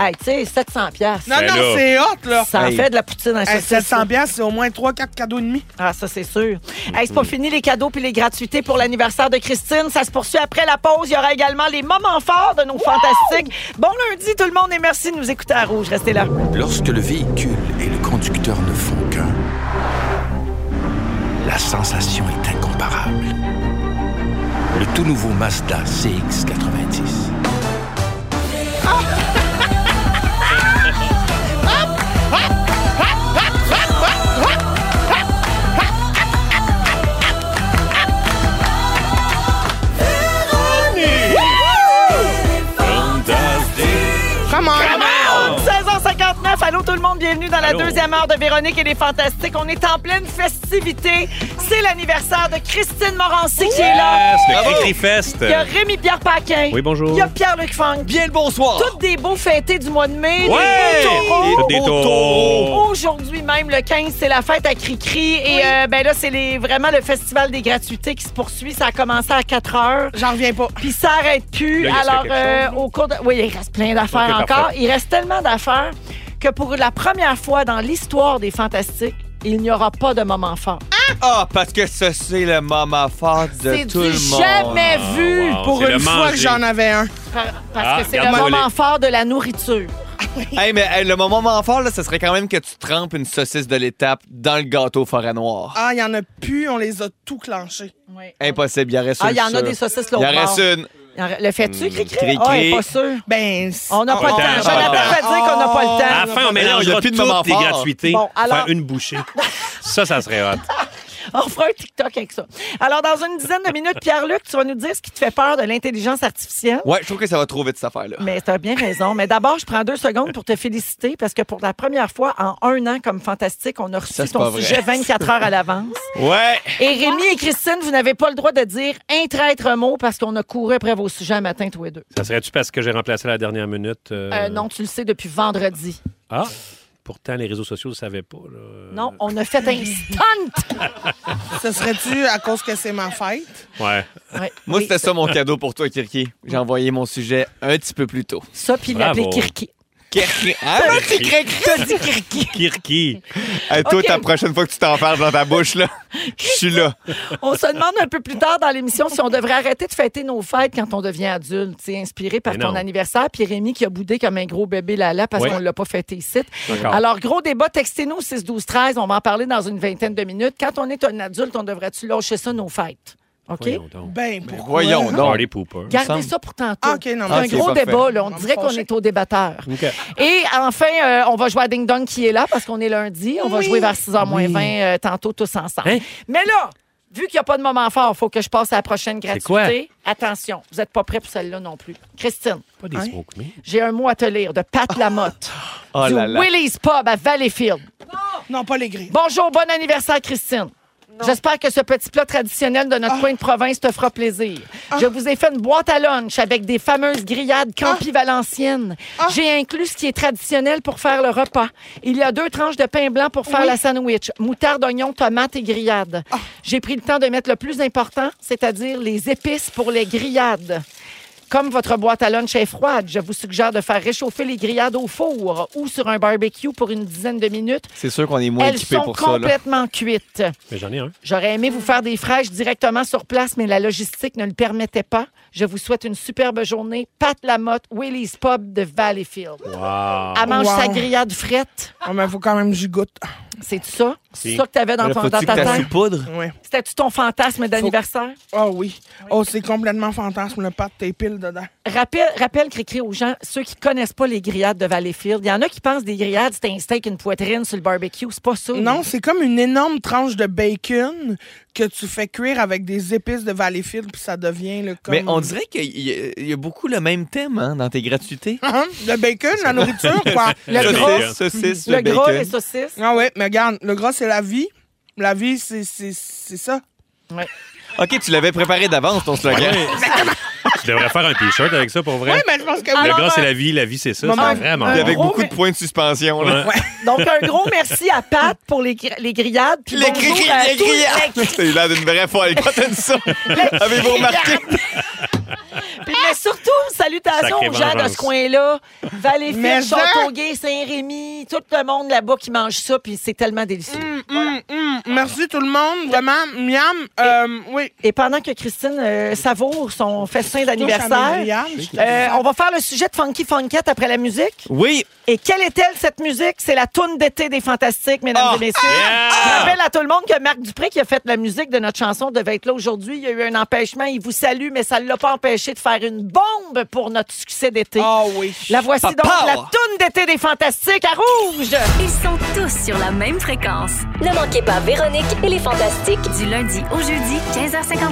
S3: Hey, tu sais, 700 pièces.
S2: Non,
S4: Ben
S2: non, c'est hot, là.
S3: Ça en fait de la poutine à
S2: Hey,
S3: saucisse,
S2: 700
S3: ça.
S2: piastres, c'est au moins 3-4 cadeaux et demi.
S3: Ah, ça, c'est sûr. Hey, c'est pas fini les cadeaux puis les gratuités pour l'anniversaire de Christine. Ça se poursuit après la pause. Il y aura également les moments forts de nos fantastiques. Bon lundi, tout le monde, et merci de nous écouter à Rouge. Restez là.
S10: Lorsque le véhicule et le conducteur ne font qu'un, la sensation est incomparable. Le tout nouveau Mazda CX90.
S2: Come on!
S3: Come on! 16h59, allô tout le monde, bienvenue dans la
S2: Allô.
S3: deuxième heure de Véronique et les Fantastiques. On est en pleine festivité. C'est l'anniversaire de Christine Morancy qui est là.
S5: Yes, le Cri-Cri Fest.
S3: Il y a Rémi-Pierre Paquin.
S5: Euh, Oui, bonjour.
S3: Il y a Pierre-Luc Funk.
S4: Bien le bonsoir.
S3: Toutes des beaux fêtés du mois de mai. des
S5: Ouais!
S3: beaux taureaux.
S5: Des taureaux.
S3: Aujourd'hui même, le 15, c'est la fête à Cricri. Et euh, ben là, c'est les- vraiment le festival des gratuités qui se poursuit. Ça a commencé à 4 heures.
S2: J'en reviens pas.
S3: Puis ça arrête plus.
S2: Là, il reste
S3: Alors, euh,
S2: quelque chose,
S3: au cours de. Oui, il reste plein d'affaires
S2: Ok,
S3: encore.
S2: parfait.
S3: Il reste tellement d'affaires que pour la première fois dans l'histoire des Fantastiques, il n'y aura pas de moment fort.
S4: Ah, parce que ça, c'est le moment fort de
S3: C'est
S4: tout
S3: du
S4: le monde.
S3: jamais vu
S4: wow,
S2: pour
S4: c'est
S2: une
S4: le
S2: fois
S4: manger.
S2: que j'en avais un.
S3: Par- parce
S4: Ah,
S3: que c'est le
S4: regarde-moi
S3: moment
S4: aller.
S3: fort de la nourriture.
S4: Hey, mais hey, le moment fort, là, ce serait quand même que tu trempes une saucisse de l'étape dans le gâteau forêt noire.
S2: Ah, il y en a plus, on les a tout clenchés.
S4: Impossible, il y en reste
S3: Ah,
S4: une,
S3: il y en a
S4: sûr.
S3: des saucisses l'autre
S4: Il en reste
S3: bord.
S4: une.
S3: Il en re- Le fais-tu, Cricri?
S4: Cricri.
S3: Ah, elle est pas sûre.
S2: Ben,
S3: on n'a pas le
S5: On a
S3: temps.
S5: pas le temps.
S3: Jonathan va dire qu'on n'a pas le temps.
S5: À la fin, on
S4: Il y
S5: mélangera
S4: a plus
S5: toutes
S4: de moment
S5: les
S4: fort.
S5: gratuités.
S3: Bon, alors-
S5: Faire une bouchée. Ça, ça serait hot.
S3: On fera un TikTok avec ça. Alors, dans une dizaine de minutes, Pierre-Luc, tu vas nous dire ce qui te fait peur de l'intelligence artificielle.
S4: Ouais, je trouve que ça va trop vite, cette affaire-là.
S3: Mais tu as bien raison. Mais d'abord, je prends deux secondes pour te féliciter parce que pour la première fois en un an comme fantastique, on a reçu
S4: Ça, c'est pas
S3: ton
S4: vrai.
S3: sujet 24 heures à l'avance.
S4: Ouais.
S3: Et Rémi et Christine, vous n'avez pas le droit de dire un traître mot parce qu'on a couru après vos sujets un matin tous les deux.
S5: Ça serait-tu parce que j'ai remplacé la dernière minute? euh,
S3: Euh, non, tu le sais depuis vendredi.
S5: Ah, pourtant, les réseaux sociaux ne savaient pas. là.
S3: Non, on a fait un stunt.
S2: Ce serait-tu à cause que c'est ma fête?
S5: Ouais.
S4: Moi,
S3: Oui. Mm.
S4: c'était ça mon cadeau pour toi, Kirky. J'ai envoyé mon sujet un petit peu plus tôt.
S3: Ça, puis il
S4: Bravo.
S3: l'appelait Kirki.
S4: Kirky. Ah, non, c'est Kirky.
S3: T'as dit Kirki.
S5: Kirky.
S4: Hey, toi,
S3: Ok.
S4: ta prochaine fois que tu t'enfermes dans ta bouche, là, je suis là.
S3: On se demande un peu plus tard dans l'émission si on devrait arrêter de fêter nos fêtes quand on devient adulte, tu sais, inspiré par
S4: Mais
S3: ton
S4: non.
S3: anniversaire. Puis Rémi qui a boudé comme un gros bébé lala parce
S4: Ouais.
S3: qu'on ne l'a pas fêté ici.
S4: D'accord.
S3: Alors, gros débat, textez-nous au 6 12 13 On va en parler dans une vingtaine de minutes. Quand on est un adulte, on devrait-tu lâcher ça nos fêtes? OK?
S2: Ben, pourquoi?
S4: Voyons donc.
S5: Party pooper.
S3: Gardez ça pour tantôt.
S2: Ah, OK, non,
S3: C'est un
S2: mais-
S3: gros
S2: Ok, parfait.
S3: débat. là. On
S2: Va me
S3: dirait qu'on
S2: fâcher.
S3: est au débatteur.
S5: OK.
S3: Et enfin, euh, on va jouer à Ding Dong qui est là parce qu'on est lundi. On va
S16: Oui.
S3: jouer vers 6h moins
S16: Oui.
S3: 20 euh, tantôt tous ensemble.
S5: Hein?
S3: Mais là, vu qu'il n'y a pas de moment fort, il faut que je passe à la prochaine gratuité.
S5: quoi?
S3: Attention, vous n'êtes pas prêts pour celle-là non plus. Christine,
S5: Pas des
S3: Hein?
S5: smoke me.
S3: j'ai un mot à te lire de Pat Lamotte.
S5: Oh
S3: du
S5: là là.
S3: Willys Pub à Valleyfield.
S2: Non, pas les grilles.
S3: Bonjour, bon anniversaire, Christine. J'espère que ce petit plat traditionnel de notre coin de province te fera plaisir. Je vous ai fait une boîte à lunch avec des fameuses grillades campi valenciennes. J'ai inclus ce qui est traditionnel pour faire le repas. Il y a deux tranches de pain blanc pour faire
S16: Oui.
S3: la sandwich. Moutarde, oignon, tomate et grillade. J'ai pris le temps de mettre le plus important, c'est-à-dire les épices pour les grillades. Comme votre boîte à lunch est froide, je vous suggère de faire réchauffer les grillades au four ou sur un barbecue pour une dizaine de minutes.
S4: C'est sûr qu'on est moins
S3: Elles
S4: équipé
S3: sont
S4: pour ça. Là.
S3: complètement cuites.
S5: Mais j'en ai un.
S3: J'aurais aimé vous faire des fraîches directement sur place, mais la logistique ne le permettait pas. Je vous souhaite une superbe journée. Pat Lamotte, Willy's Pub de Valleyfield.
S5: Wow.
S3: Elle mange sa
S2: Wow.
S3: grillade frette.
S2: Ah, mais faut quand même que j'y goûte.
S3: C'est ça? C'est ça que t'avais dans, ton, dans ta tête?
S2: Ouais.
S3: C'était-tu ton fantasme d'anniversaire?
S2: Ah oui. Oh, c'est complètement fantasme, le pâte, tes piles dedans.
S3: Rappelle, rappelle Cricri aux gens, ceux qui connaissent pas les grillades de Valleyfield, il y en a qui pensent des grillades, c'est un steak, une poitrine sur le barbecue. C'est pas ça.
S2: Non, c'est comme une énorme tranche de bacon que tu fais cuire avec des épices de Valleyfield, puis ça devient le. Comme...
S4: Mais on dirait qu'il y, a- il y a beaucoup le même thème hein, dans tes gratuités.
S2: Hein? Le bacon, la nourriture, quoi.
S4: Le Saucisse, gras. saucisse, le Le gras, bacon. les
S3: saucisses.
S2: Ah ouais, mais regarde, le gras, c'est la vie. La vie, c'est c'est- c'est ça.
S4: OK, tu l'avais préparé d'avance, ton slogan.
S5: Ouais. Je devrais faire un t-shirt avec ça pour vrai.
S2: Ouais, mais je pense que
S5: Le
S2: oui.
S5: gras,
S2: Alors, euh,
S5: c'est
S2: un-
S5: la vie, la vie, c'est ça.
S2: Maman,
S5: C'est vraiment.
S4: Puis avec
S5: bon.
S4: beaucoup de points de suspension. là.
S5: Ouais.
S3: Donc, un gros merci à Pat pour les, gri- les grillades. puis
S4: Les
S3: bonjour
S4: cris,
S3: à
S4: les
S3: tous les-
S4: cris. T'as eu l'air d'une vraie folle quand t'as dit ça.
S3: Les
S4: Avez-vous remarqué?
S3: Puis, mais surtout, salutations
S4: Sacrée
S3: aux gens de
S4: vengeance.
S3: ce coin-là.
S2: Mais hein?
S3: Valleyfield,
S2: ça-
S3: Châteauguay, Saint-Rémy, tout le monde là-bas qui mange ça, puis c'est tellement délicieux.
S2: Hum, hum, merci tout le monde, vraiment, miam. Euh, oui.
S3: Et pendant que Christine euh, savoure son festin
S2: à mes
S3: d'anniversaire,
S2: grillages.
S3: euh, on va faire le sujet de Funky Funkette après la musique.
S4: Oui.
S3: Et quelle est-elle, cette musique? C'est la toune d'été des Fantastiques, mesdames
S4: Oh.
S3: et messieurs. Je rappelle à tout le monde que Marc Dupré, qui a fait la musique de notre chanson, devait être là aujourd'hui. Il y a eu un empêchement. Il vous salue, mais ça ne l'a pas empêché de faire une bombe pour notre succès d'été.
S2: Ah oui.
S3: La voici
S1: Papa.
S3: donc, la toune d'été des Fantastiques à rouge!
S1: Ils sont tous sur la même fréquence. Ne manquez pas Véronique et les Fantastiques du lundi au jeudi 15h55.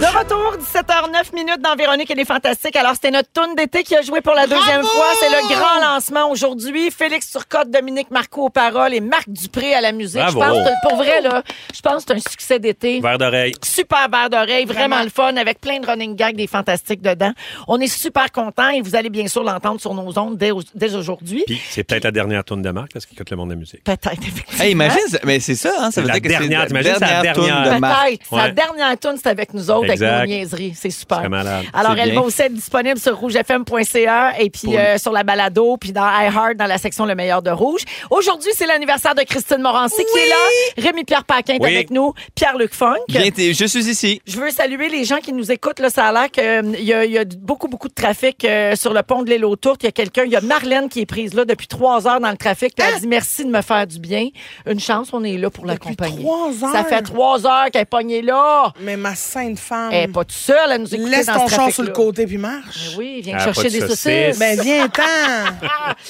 S3: De retour, 17h09 minutes dans Véronique et les Fantastiques. Alors, c'était notre tourne d'été qui a joué pour la deuxième fois. C'est le grand lancement aujourd'hui. Félix Turcotte, Dominique Marco aux paroles et Marc Dupré à la musique.
S5: Bravo.
S3: Je pense que, pour vrai, là, je pense que c'est un succès d'été.
S5: Verre d'oreille.
S3: Super verre d'oreille, vraiment le fun, avec plein de running gags des fantastiques dedans. On est super contents et vous allez bien sûr l'entendre sur nos ondes dès, au- dès aujourd'hui.
S5: Puis c'est peut-être la dernière tourne de Marc parce qu'il écoute le monde de la musique.
S3: Peut-être, effectivement.
S4: Hey, imagine, mais c'est ça, hein, ça veut
S5: La
S4: dire que c'est
S5: dernière,
S4: la
S5: t'imagines, c'est la
S4: dernière toune
S5: dernière.
S4: de Marc.
S3: Peut-être. Sa
S5: Ouais.
S3: dernière tune, c'est avec nous autres,
S5: Exact.
S3: avec nos niaiseries. C'est super.
S5: C'est malade.
S3: Alors,
S5: C'est
S3: elle
S5: bien.
S3: va aussi être disponible sur rougefm.ca et puis
S5: Pour-
S3: euh, sur la balado, puis dans iHeart, dans la section Le meilleur de Rouge. Aujourd'hui, c'est l'anniversaire de Christine Morancy qui est là. Rémi-Pierre Paquin est
S4: Oui.
S3: avec nous. Pierre-Luc Funk.
S4: Viens, t'es- je suis ici.
S3: Je veux saluer les gens qui nous écoutent. Là, ça a l'air qu'il y, a- il y a beaucoup, beaucoup de trafic euh, sur le pont de l'île aux Tourtes. Il y a quelqu'un, il y a Marlène qui est prise là depuis trois heures dans le trafic.
S2: Hein?
S3: Puis Elle a dit merci de me faire du bien. Une chance, on est là pour l'accompagner.
S2: trois
S3: Ça
S2: heures?
S3: fait trois heures qu'elle est pognée là.
S2: Mais ma sainte femme.
S3: Elle est pas toute seule à nous écouter
S2: Laisse
S3: dans
S2: ton
S3: ce
S2: char sur le
S3: trafic-là.
S2: côté puis marche.
S3: Mais oui, viens
S2: Ah,
S3: chercher
S2: pas de
S3: des saucisses.
S2: saucisses. Ben, viens-t'en.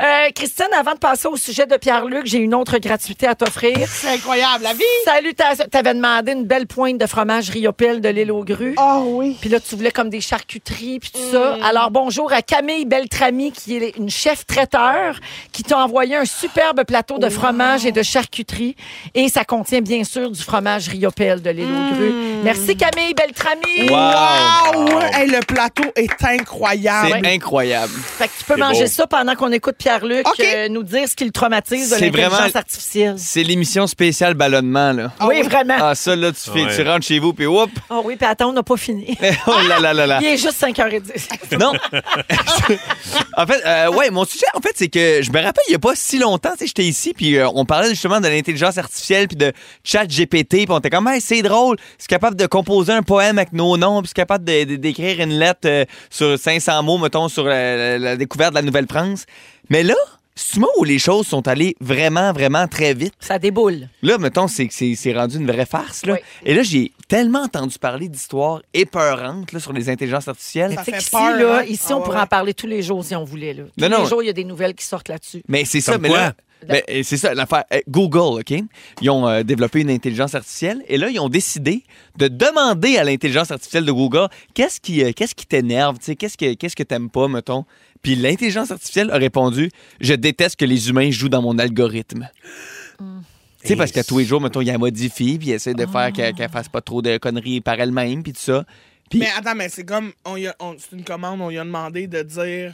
S3: Euh, Christine, avant de passer au sujet de Pierre-Luc, j'ai une autre gratuité à t'offrir.
S2: C'est incroyable, la vie.
S3: Salutations. T'avais demandé une belle pointe de fromage Riopel de l'île aux grues.
S2: Ah oui.
S3: Puis là, tu voulais comme des charcuteries, puis tout ça. Alors, bonjour à Camille Beltrami, qui est une chef traiteur, qui t'a envoyé un superbe plateau de fromage et de charcuterie. Et ça contient, bien sûr, du fromage Riopel de l'île aux grues. Merci, Camille Beltrami.
S2: Wow! Hey, le plateau est
S3: Ah
S2: incroyable.
S4: C'est incroyable.
S3: Fait que tu peux manger ça pendant qu'on écoute Pierre-Luc euh, nous dire ce qui le traumatise de
S4: C'est
S3: l'intelligence
S4: vraiment-
S3: artificielle.
S4: C'est l'émission spéciale ballonnement, là.
S3: Ah oui, oui. vraiment.
S4: Ah, ça, là, tu, fais-
S5: Ouais.
S4: tu rentres chez vous, puis whoop.
S3: Oh oui, puis attends, on n'a pas fini.
S4: oh là là là là.
S3: Il est juste 5h10.
S4: Non. en fait, euh, ouais, mon sujet, en fait, c'est que je me rappelle, il n'y a pas si longtemps, tu sais, j'étais ici, puis euh, on parlait justement de l'intelligence artificielle, puis de chat GPT, puis on était comme, hey, c'est drôle, c'est capable de composer un poème avec nos noms, puis c'est capable de- de- d'écrire une lettre euh, sur 500 mots, mettons, sur euh, la, la découverte de la Nouvelle-France. Mais là, c'est du moment où les choses sont allées vraiment, vraiment très vite.
S3: Ça déboule.
S4: Là, mettons, c'est que c'est c'est rendu une vraie farce. Là. Et là, j'ai tellement entendu parler d'histoires épeurantes là, sur les intelligences artificielles.
S3: Fait hein? Ah qu'ici, là,
S2: hein.
S3: ici,
S5: Ah
S3: on pourrait en parler tous les jours si on voulait. Là. Tous
S4: Non,
S3: les
S4: non.
S3: jours, il y a des nouvelles qui sortent là-dessus.
S4: Mais c'est ça,
S3: Comme
S4: mais
S3: quoi?
S4: là. ben, euh, c'est ça, l'affaire. euh, Google, OK? Ils ont euh, développé une intelligence artificielle et là, ils ont décidé de demander à l'intelligence artificielle de Google qu'est-ce qui, euh, qu'est-ce qui t'énerve, tu sais, qu'est-ce que, qu'est-ce que t'aimes pas, mettons. Puis l'intelligence artificielle a répondu Je déteste que les humains jouent dans mon algorithme. Tu sais, parce qu'à tous les jours, mettons, il la modifie, puis il essaie de faire qu'elle qu'elle fasse pas trop de conneries par elle-même, puis tout ça. Puis-
S2: Mais attends, mais c'est comme, on y a- on- c'est une commande, on lui a demandé de dire,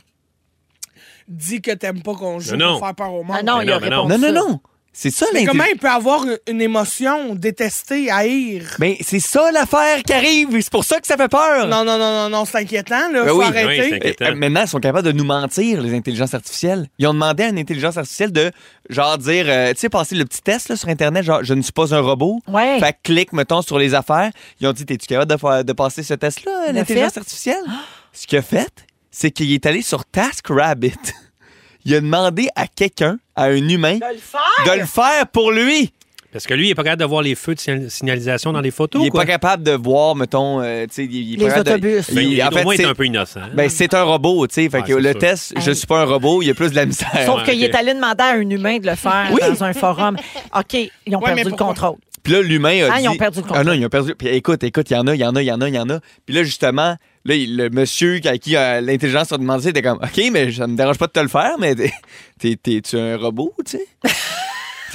S2: dis que t'aimes pas qu'on joue
S4: Non, non.
S2: pour faire peur au
S3: Ah
S2: monde.
S4: Non, non, non. C'est ça
S2: Mais
S4: l'intelligence.
S2: comment il peut avoir une- une émotion, détester, haïr?
S4: Mais c'est ça l'affaire qui arrive. C'est pour ça que ça fait peur.
S2: Non, non, non, non, non, c'est inquiétant, là.
S4: Ben
S2: faut
S4: oui.
S2: arrêter.
S4: Euh, Maintenant, ils sont capables de nous mentir, les intelligences artificielles. Ils ont demandé à une intelligence artificielle de, genre, dire, euh, tu sais, passer le petit test là, sur Internet, genre, je ne suis pas un robot.
S3: Ouais.
S4: Fait que clique, mettons, sur les affaires. Ils ont dit, t'es-tu capable de, faire- de Ah. passer ce test-là, l'intelligence artificielle? Ce qu'il a fait, c'est qu'il est allé sur TaskRabbit. Il a demandé à quelqu'un, à un humain, de le faire, pour lui.
S5: Parce que lui, il n'est pas capable de voir les feux de signal- signalisation dans les photos.
S4: Il n'est pas capable de voir, mettons, euh, tu sais, il- il est
S5: Les
S4: pas capable de-
S5: autobus.
S4: il-
S5: Ben, il
S4: en
S5: doit au moins
S4: c'est-
S5: être un peu innocent.
S4: Ben, c'est un robot, tu sais. Fait
S5: Ouais,
S4: que
S5: c'est
S4: le
S5: sûr.
S4: test, je suis pas un robot, il y a plus de la misère.
S3: Sauf qu'il est allé demander à un humain de le faire dans un forum. OK, ils ont
S4: Ouais, mais
S3: perdu le
S4: pourquoi?
S3: contrôle.
S4: Puis là, l'humain a
S3: Ah, ils
S4: dit-
S3: ont perdu le contrôle.
S4: Ah non, ils ont perdu. Puis écoute, écoute, il y en a, il y en a, il y en a, il y en a. Puis là, justement, là, il- le monsieur à qui euh, l'intelligence a demandé, était comme, OK, mais ça me dérange pas de te le faire, mais t'es- t'es- t'es-tu un robot, tu sais? tu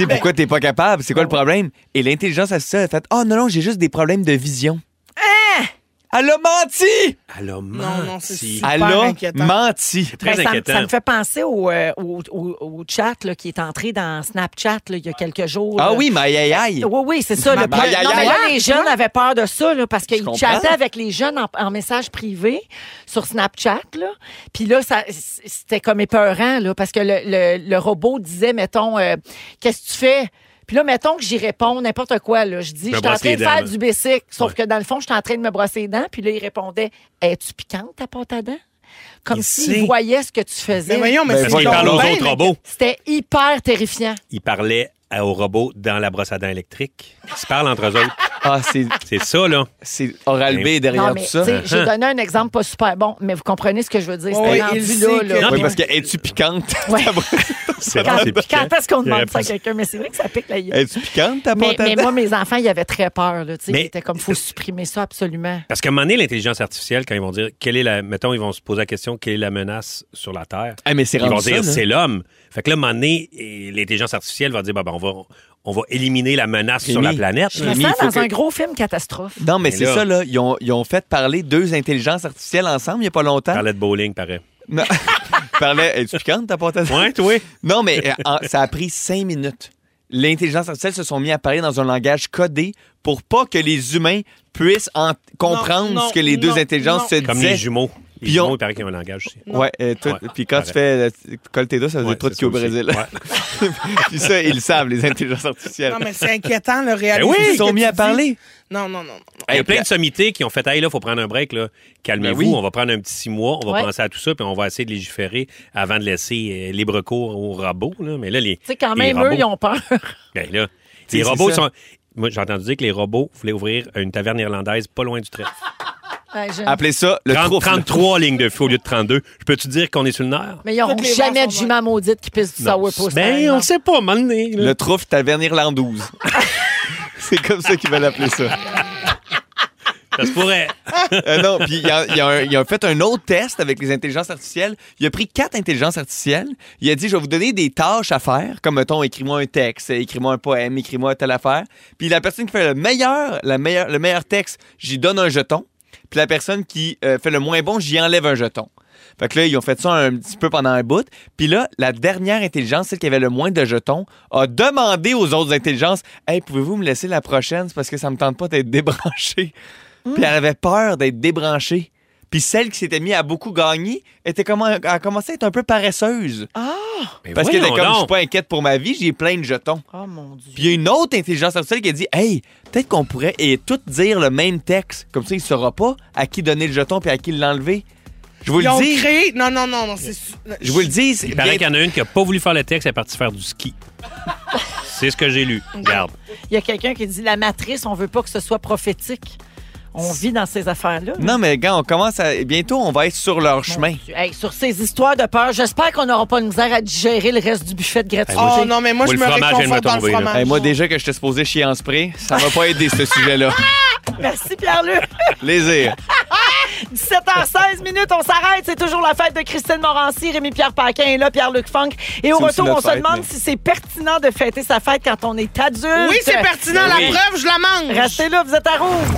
S4: sais, pourquoi t'es pas capable? C'est quoi le
S3: Ben
S4: problème? Et l'intelligence artificielle a fait, oh non, non, j'ai juste des problèmes de vision.
S3: Hein?
S4: Elle a menti!
S5: Elle a menti.
S2: Non, non, c'est super
S4: Elle a
S2: inquiétant.
S4: menti.
S3: Ben, ça, me- ça me fait penser au, euh, au, au- au chat là, qui est entré dans Snapchat là, il y a quelques jours.
S4: Ah
S3: là.
S4: oui, mais aïe, aïe, aïe.
S3: Oui, oui, c'est ça. Le
S4: Ma-
S3: problème.
S4: aïe, aïe,
S3: Non, mais là,
S4: aïe.
S3: les jeunes avaient peur de ça là, parce qu'ils
S4: comprends.
S3: chattaient avec les jeunes en, en message privé sur Snapchat. Là. Puis là, ça, c'était comme épeurant là, parce que le, le- le robot disait, mettons, euh, qu'est-ce que tu fais? Puis là, mettons que j'y réponds n'importe quoi. Là. Je
S16: Me
S3: dis, je suis en
S16: brosser
S3: train
S16: les
S3: de
S16: dents,
S3: faire
S16: là.
S3: du basic. Sauf que dans le fond, je suis en train de me brosser les dents. Puis là, il répondait, es-tu piquante ta pâte à dents? Comme
S5: sait.
S3: s'il voyait ce que tu faisais.
S2: Mais voyons, mais
S5: Ben, c'est parce qu'il donc parle aux bien autres inquiétant. robots.
S3: C'était hyper terrifiant.
S5: Il parlait à- aux robots dans la brosse à dents électrique. Ils se parlent entre eux autres.
S4: Ah, c'est...
S5: ça, là.
S4: C'est Oral B derrière
S3: Non, mais, tu sais,
S4: Uh-huh.
S3: J'ai donné un exemple pas super bon, mais vous comprenez ce que je veux dire.
S4: Oui,
S3: C'était rendu là. là.
S4: Oui, parce que es-tu piquante?
S5: C'est
S3: Quand,
S4: vrai, c'est piquant.
S3: quand est-ce qu'on
S4: Il aurait
S3: demande ça à
S4: pu-
S3: quelqu'un? Mais c'est vrai que ça pique la gueule.
S4: Es-tu piquante, ta
S3: mais,
S4: pâte à
S3: mais
S4: dents?
S3: moi, mes enfants, ils avaient très peur. Là, tu sais,
S5: Mais-
S3: ils étaient comme, faut supprimer ça absolument.
S5: Parce qu'à un moment donné, l'intelligence artificielle, quand ils vont dire, quelle est la, mettons, ils vont se poser la question, quelle est la menace sur la Terre?
S4: Ah, mais c'est
S5: ils vont
S4: rendu ça, là.
S5: dire, c'est l'homme. Fait que là, à un moment donné, et l'intelligence artificielle va dire, bah, bah, on, va, on va éliminer la menace sur la
S4: Rémi,
S5: planète.
S3: Je me sens dans un gros film catastrophe.
S4: Non, mais,
S5: Mais
S4: c'est
S5: là-
S4: ça, là. Ils ont, ils ont fait parler deux intelligences artificielles ensemble il n'y a pas longtemps.
S5: Parlait de bowling, pareil.
S4: Non. Parlait. Es-tu piquante, ta pâte à dents?
S5: Ouais, toi.
S4: Non, mais euh, en- ça a pris cinq minutes. L'intelligence artificielle se sont mis à parler dans un langage codé pour pas que les humains puissent en- comprendre
S5: non,
S4: ce que les deux
S5: non,
S4: intelligences
S5: non.
S4: se disaient.
S5: Comme les jumeaux. Les
S4: Puis ils ont-
S5: jumeaux, il paraît qu'il y a un langage aussi.
S4: Ouais, euh, toi-
S5: Ouais,
S4: puis quand tu fais euh, colle tes doigts, ça veut dire toi
S5: c'est
S4: qui au
S5: ça aussi.
S4: Brésil. puis ça, ils le savent, les intelligences artificielles.
S2: Non, mais c'est inquiétant, le réalisme.
S5: Ben oui,
S2: que
S5: ils sont
S2: tu
S5: mis à
S2: dis.
S5: parler.
S2: Non, non, non. non.
S5: Il y a plein de sommités qui ont fait, hey, là, faut prendre un break, là. Calmez-vous,
S4: Ben oui.
S5: on va prendre un petit six mois, on va
S3: Ouais.
S5: penser à tout ça, puis on va essayer de légiférer avant de laisser euh, libre cours aux robots, là. Mais là, les.
S3: Tu sais, quand
S5: les
S3: même, eux,
S5: robots-
S3: ils ont peur.
S5: Ben là,
S4: Tu sais,
S5: les
S4: c'est
S5: robots
S4: ça.
S5: sont. Moi, j'ai entendu dire que les robots voulaient ouvrir une taverne irlandaise pas loin du trèfle.
S3: Ouais, je-
S4: Appelez ça le
S5: 30
S4: troufle.
S5: 33 lignes de feu au lieu de 32. Je peux-tu dire qu'on est sur le nerf?
S3: Mais ils n'auront
S5: Toutes les
S3: jamais de jument maudite qui pisse du
S5: Non.
S3: sourpuss.
S5: Ben, on sait pas, mané.
S4: Le troufle taverne irlandouse. c'est comme ça qu'ils veulent appeler ça.
S5: Ça se pourrait.
S4: Euh, non, puis il a, il a un- il a fait un autre test avec les intelligences artificielles. Il a pris quatre intelligences artificielles. Il a dit, je vais vous donner des tâches à faire, comme, mettons, écris-moi un texte, écris-moi un poème, écris-moi telle affaire. Puis la personne qui fait le meilleur, la meilleure, le meilleur texte, j'y donne un jeton. Puis la personne qui euh, fait le moins bon, j'y enlève un jeton. Fait que là, ils ont fait ça un petit peu pendant un bout. Puis là, la dernière intelligence, celle qui avait le moins de jetons, a demandé aux autres intelligences Hey, pouvez-vous me laisser la prochaine? C'est parce que ça me tente pas d'être débranché. Puis elle avait peur d'être débranchée. Puis celle qui s'était mise à beaucoup gagner était comment, a commencé à être un peu paresseuse.
S3: Ah!
S5: Mais
S4: Parce qu'elle était
S5: voyons
S4: comme, je suis
S5: donc.
S4: pas inquiète pour ma vie, j'ai plein de jetons.
S3: Oh mon Dieu.
S4: Puis il y a une autre intelligence artificielle qui a dit Hey, peut-être qu'on pourrait et toutes dire le même texte. Comme ça, il saura pas à qui donner le jeton puis à qui l'enlever. Je vous
S2: Ils
S4: le
S2: ont
S4: dis.
S2: créé. Non, non, non, non. c'est su-
S4: Je vous le dis. c'est
S5: Il
S4: bien-
S5: paraît qu'il y en a une qui a pas voulu faire le texte, elle est partie faire du ski. C'est ce que j'ai lu. Regarde.
S3: Il y a quelqu'un qui dit, la matrice, on veut pas que ce soit prophétique. On vit dans ces affaires-là.
S4: Non, mais gars, on commence à. Bientôt, on va être sur leur chemin.
S3: Hey, sur ces histoires de peur, j'espère qu'on n'aura pas de misère à digérer le reste du buffet de gratuité.
S2: Oh non, mais moi, je me réconforte dans le
S4: là.
S2: fromage.
S4: Hey, moi, déjà que je t'ai supposé chier en spray, ça m'a pas aidé, ce sujet-là.
S3: Merci, Pierre-Luc.
S4: Plaisir.
S3: 17h16 minutes, on s'arrête. C'est toujours la fête de Christine Morancy, Rémi-Pierre Paquin et là, Pierre-Luc Funk. Et au
S2: C'est aussi
S3: retour,
S2: notre
S3: on se
S2: fête,
S3: demande
S2: mais-
S3: si c'est pertinent de fêter sa fête quand on est adulte.
S2: Oui, c'est pertinent. La preuve, je la mange.
S3: Restez là, vous êtes à rouge.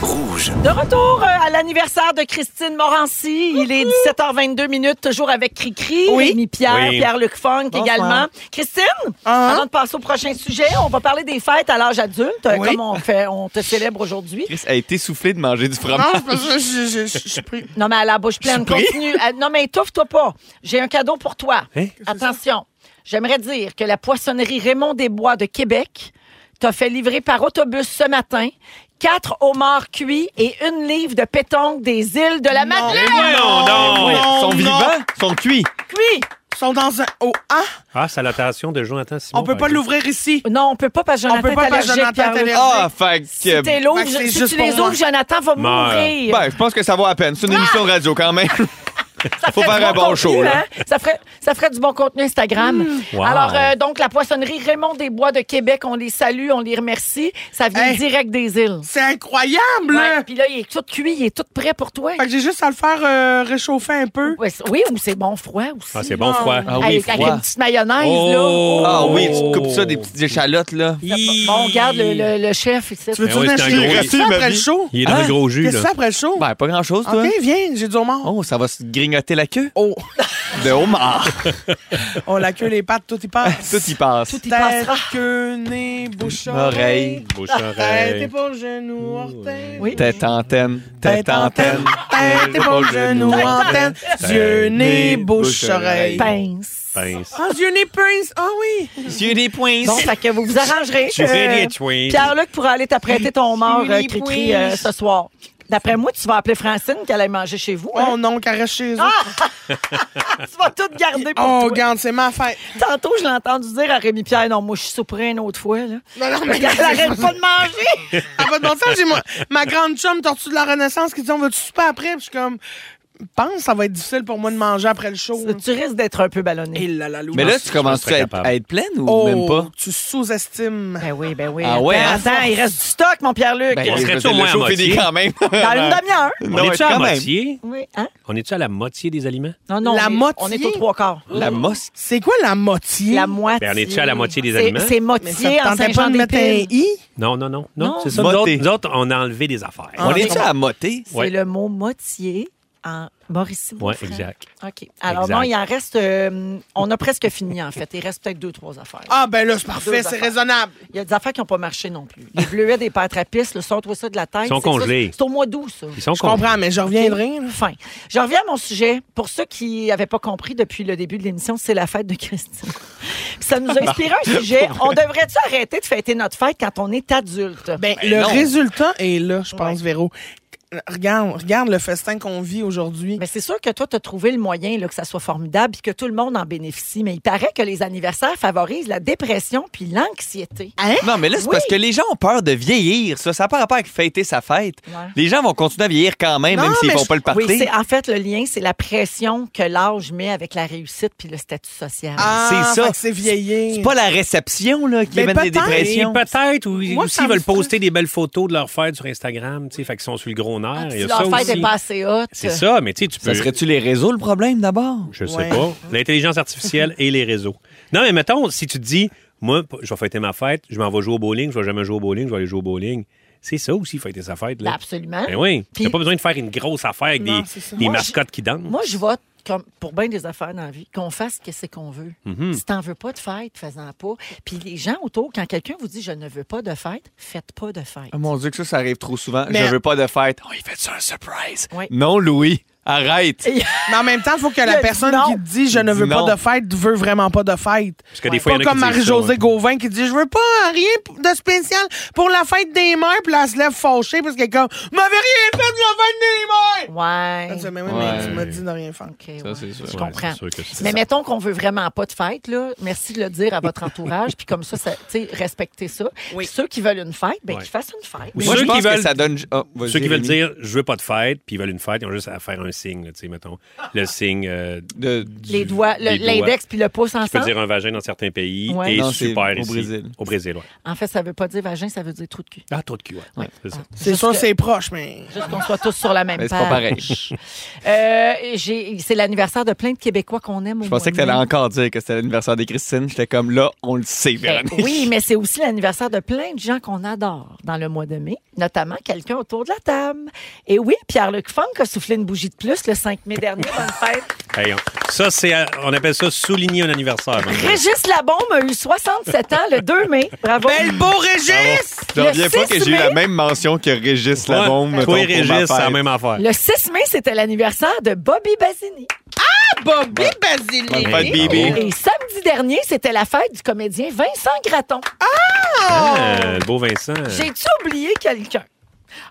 S10: Rouge.
S3: De retour euh, à l'anniversaire de Christine Morancy. Il est 17h22 minutes, toujours avec Cricri,
S2: Oui.
S3: Rémi Pierre,
S2: Oui.
S3: Pierre-Luc Funk
S2: Bonsoir. Hein?
S3: également. Christine, avant de passer au prochain sujet, on va parler des fêtes à l'âge adulte, euh,
S4: Oui.
S3: comme on fait, on te célèbre aujourd'hui.
S4: Chris a été soufflé de manger du
S2: Ah.
S4: fromage.
S3: Non, mais à la bouche pleine,
S4: Je suis pris.
S3: continue. Euh, Non, mais étouffe-toi pas. J'ai un cadeau pour toi.
S5: Hein?
S4: Hein?
S3: Attention, j'aimerais dire que la poissonnerie Raymond Desbois de Québec t'a fait livrer par autobus ce matin quatre homards cuits et une livre de pétanque des îles de la Madeleine.
S2: Ben
S4: Ils sont
S2: Ah non.
S4: vivants, ils sont cuits.
S3: Oui.
S2: Ils sont dans un. Oh, ah!
S5: Ah, salutation de Jonathan Simon.
S2: On peut
S5: par
S2: pas
S5: exemple.
S2: l'ouvrir ici.
S3: Non, on peut pas parce que Jonathan
S2: On peut pas
S3: est
S2: parce que
S3: allergique,
S2: Jonathan est
S3: Pierre-Luc.
S4: Ah, fait que.
S3: Si t'es l'ouvre,
S2: Fait que c'est
S3: si
S2: juste
S3: tu les
S2: pour moi.
S3: ouvres, Jonathan va mourir.
S4: Ben, je pense que ça vaut à peine.
S2: Ah!
S4: C'est une émission de radio quand même. Faut
S3: Ça ferait
S4: faire un
S3: du
S4: bon
S3: contenu,
S4: show, là. Hmm.
S3: hein? Ça ferait, ça ferait du bon contenu Instagram.
S4: Wow.
S3: Alors, euh, donc, la poissonnerie Raymond Desbois de Québec, on les salue, on les remercie. Ça vient direct des îles.
S2: C'est incroyable!
S3: Ouais, Puis là, il est tout cuit, il est tout prêt pour toi.
S2: Fait que j'ai juste à le faire euh, réchauffer un peu.
S3: Oui, ou c'est bon froid aussi.
S5: Ah, c'est bon froid.
S4: Ah oui,
S3: avec,
S4: froid.
S3: avec une petite mayonnaise, là.
S4: Ah oui, tu te coupes ça des petites échalotes, là.
S3: Bon, regarde le, le- le chef. ici.
S2: Tu veux-tu venir chez nous? Qu'est-ce que tu fais après le show? Hein? Qu'est-ce que tu fais après le show?
S4: Ben, pas grand-chose, toi.
S2: Ok, viens, j'ai du homard.
S4: Oh, ça va se grignoter la queue?
S2: Oh!
S4: De homard.
S2: On la queue, les pattes, tout y passe.
S4: Tout y passe.
S2: y passera. Queue, nez, bouche, oreille.
S4: Oreille. Bouche, oreille.
S2: Tête, épaule, genou, orteil.
S4: Tête antenne, tête antenne.
S2: Tête, épaule, genou, antenne. Yeux, nez, bouche, oreille.
S3: Pince.
S5: Pince.
S2: Ah, yeux, nez, pince. Ah oui.
S4: Yeux, nez, pince.
S3: Bon, fait que vous vous arrangerez. euh,
S2: Tu fais des twins.
S3: Pierre-Luc pourra aller t'apprêter ton mort
S2: des
S3: cri
S2: twins.
S3: ce soir. D'après moi, tu vas appeler Francine qu'elle aille manger chez vous. hein.
S2: Oh non, qu'elle reste chez eux.
S3: tu vas tout garder Ah, pour
S2: Oh,
S3: toi.
S2: regarde, c'est ma fête.
S3: Tantôt, je l'ai entendu dire à Rémi Pierre, non, moi, je suis soupré une autre fois. Là.
S2: Non, non, mais
S3: Parce qu'elle arrête pas de manger.
S2: Ah, pas de bon sens, j'ai ma, ma grande chum, tortue de la Renaissance, qui dit on va-tu souper après? Puis je suis comme, pense, que ça va être difficile pour moi de manger après le show.
S3: Tu risques d'être un peu ballonné.
S4: Mais là, tu commences à être, à être pleine ou
S2: Oh,
S4: même pas?
S2: Tu sous-estimes.
S3: Ben oui, ben oui.
S4: Ah ouais, hein?
S3: Attends, attends, il reste du stock, mon Pierre-Luc.
S4: Ben, On serait-tu
S5: Est-ce que
S4: au moins à
S5: le show finit
S4: moitié?
S5: quand même?
S4: Dans
S3: une demi-heure.
S5: On
S4: Non,
S5: est-tu à
S4: quand même.
S5: moitié?
S3: Oui, hein?
S5: On est-tu à la moitié des aliments?
S3: Non, non,
S2: La
S3: on est-
S2: moitié.
S3: on est aux trois quarts.
S4: La mosse.
S2: C'est quoi la moitié?
S3: La moitié.
S5: Ben, on est-tu à la moitié des
S3: C'est-
S5: aliments?
S3: C'est
S2: Mais ça te
S3: moitié en
S2: tentait pas de mettre un
S3: Saint-Jean-des-Piles.
S2: i?
S5: Non, non, non.
S3: Non.
S5: Non, c'est ça. Nous autres,
S4: Moté.
S5: nous autres, on a enlevé des affaires.
S2: Ah.
S4: On est-tu à moté?
S3: C'est
S5: Ouais.
S3: le mot moitié en Mauricie.
S5: Oui, exact.
S3: OK. Alors,
S5: Exact.
S3: non, il en reste. euh, on a presque fini, en fait. Il reste peut-être deux, trois affaires.
S2: Ah, ben là,
S3: Deux
S2: c'est parfait, c'est
S3: affaires.
S2: raisonnable.
S3: Il y a des affaires qui n'ont pas marché non plus. Les bleuets des pères trapistes, le sont ça de la tête.
S5: Ils sont
S3: C'est ça,
S5: congelés.
S3: C'est au mois d'août, ça.
S5: Ils sont
S2: Je comprends, mais je reviendrai. là.
S3: Fin. Je reviens à mon sujet. Pour ceux qui n'avaient pas compris depuis le début de l'émission, c'est la fête de Christine. Ça nous a inspiré un sujet. On devrait-tu arrêter de fêter notre fête quand on est adulte?
S2: Ben, le résultat est là, je pense, Véro. Regarde, regarde le festin qu'on vit aujourd'hui.
S3: Mais ben, c'est sûr que toi, tu as trouvé le moyen là, que ça soit formidable et que tout le monde en bénéficie. Mais il paraît que les anniversaires favorisent la dépression puis l'anxiété.
S4: Non, mais là, c'est
S3: Oui.
S4: parce que les gens ont peur de vieillir, ça. Ça n'a pas rapport avec fêter sa fête.
S3: Ouais.
S4: Les gens vont continuer à vieillir quand même,
S3: Non,
S4: même s'ils
S3: mais
S4: ne vont
S3: je-
S4: pas le partir.
S3: Oui, c'est- en fait, le lien, c'est la pression que l'âge met avec la réussite puis le statut social.
S2: Ah,
S4: c'est ça.
S2: fait que C'est vieillir.
S4: C'est pas la réception là, qui
S2: Ben,
S4: amène des
S2: peut-être.
S4: dépressions.
S5: Mais Peut-être, ou
S2: Moi,
S5: ou
S2: ça
S5: s'ils
S2: me
S5: veulent
S2: frustre.
S5: poster des belles photos de leur fête sur Instagram, tu sais, fait qu'ils sont sur le gros
S2: Ah,
S5: nerf. il y
S3: Si
S5: a ça
S3: leur fête
S5: aussi.
S3: n'est pas assez haute.
S5: C'est ça, mais tu sais, tu peux.
S4: Ça serait-tu les réseaux le problème d'abord?
S5: Je sais
S3: Ouais.
S5: pas. L'intelligence artificielle et les réseaux. Non, mais mettons, si tu te dis, moi, p- je vais fêter ma fête, je m'en vais jouer au bowling, je vais jamais jouer au bowling, je vais aller jouer au bowling. C'est ça aussi, fêter sa fête.
S3: Ben,
S5: Là.
S3: absolument.
S5: Ben oui.
S3: Puis-
S5: T'as pas besoin de faire une grosse affaire avec
S3: Non, c'est ça.
S5: des, des
S3: Moi,
S5: mascottes qui dansent.
S3: Moi, je vote comme pour bien des affaires dans la vie, qu'on fasse ce qu'on veut.
S5: Mhm.
S3: Si t'en veux pas de fête, fais-en pas. Puis les gens autour, quand quelqu'un vous dit je ne veux pas de fête, faites pas de fête.
S4: Ah, mon Dieu, que ça, ça arrive trop souvent.
S3: Mais-
S4: Je veux pas de fête. Oh, il fait ça un surprise.
S3: Oui.
S4: Non, Louis, arrête.
S2: Mais en même temps, il faut que
S3: Il a
S2: la
S3: dit
S2: personne
S3: non.
S2: qui te dit je ne veux
S4: Dis
S2: pas
S4: non.
S2: de fête veut vraiment pas de fête.
S5: Parce que des fois, il y en
S2: pas
S5: a
S2: comme
S5: qui disent ça,
S2: Marie-Josée
S5: ouais.
S2: Gauvin qui dit je veux pas rien p- de spécial pour la fête des mères, puis là, elle se lève fâchée parce qu'elle est comme Vous m'avez rien fait de la fête des mères!
S3: Ouais.
S2: Elle dit, mais oui, mais
S4: Ouais.
S2: tu m'as dit de rien faire.
S3: OK,
S4: Ça,
S3: ouais,
S4: c'est sûr.
S3: Je
S4: Ouais,
S3: comprends.
S5: c'est sûr que c'est
S3: Mais
S5: ça.
S3: mettons qu'on veut vraiment pas de fête, là. Merci de le dire à votre entourage. Puis comme ça, ça tu sais, respectez ça. Puis ceux qui veulent une fête, ben,
S5: Ouais.
S3: qu'ils fassent une fête.
S5: Ou
S4: Moi,
S5: ceux
S4: je
S5: qui
S4: pense que
S5: veulent-
S4: ça donne. Ah, vas-y,
S5: Ceux qui veulent
S4: Rémi.
S5: dire je veux pas de fête, puis ils veulent une fête, ils ont juste à faire un un signe, là, tu sais, mettons. Le signe. euh, du-
S3: Les doigts, le-
S5: des doigts,
S3: l'index puis le pouce
S5: Qui peut
S3: ensemble.
S5: dire un vagin dans certains pays
S3: Ouais.
S5: et
S3: Non, c'est
S5: super
S4: au
S5: ici.
S4: Brésil.
S5: Au Brésil, ouais.
S3: En fait, ça veut pas dire vagin, ça veut dire trou de cul.
S5: Ah, trop de cul, ouais. Ouais, C'est ça.
S2: C'est sûr,
S3: Juste
S2: c'est proche, mais.
S3: Juste qu'on soit tous sur la même
S4: Mais c'est
S3: page.
S4: pas pareil.
S3: Euh, j'ai- c'est l'anniversaire de plein de Québécois qu'on aime. au
S4: Je
S3: mois
S4: pensais
S3: de
S4: que t'allais
S3: mai.
S4: encore dire que c'était l'anniversaire des Christine. J'étais comme là, on le sait,
S3: Ben
S4: Véronique.
S3: oui, mais c'est aussi l'anniversaire de plein de gens qu'on adore dans le mois de mai, notamment quelqu'un autour de la table. Et oui, Pierre-Luc Funk a soufflé une bougie de plus le 5 mai dernier. Bonne fête.
S5: Hey, on- ça, c'est, euh, on appelle ça souligner un anniversaire. maintenant.
S3: Régis Labombe a eu 67 ans le 2 mai. Bravo. Belle
S2: beau Régis!
S4: Je reviens pas que j'ai eu la même mention que Régis
S5: Ouais,
S4: Labombe. mettons,
S5: Toi et
S4: pour ma
S5: Régis, c'est la
S4: fête.
S5: même affaire.
S3: Le 6 mai, c'était l'anniversaire de Bobby Basini. Ah,
S2: Bobby Basini!
S4: Bonne fête, Bibi.
S5: Oh.
S3: Et samedi dernier, c'était la fête du comédien Vincent Gratton. Ah!
S5: Ah, le beau Vincent.
S3: J'ai-tu oublié quelqu'un?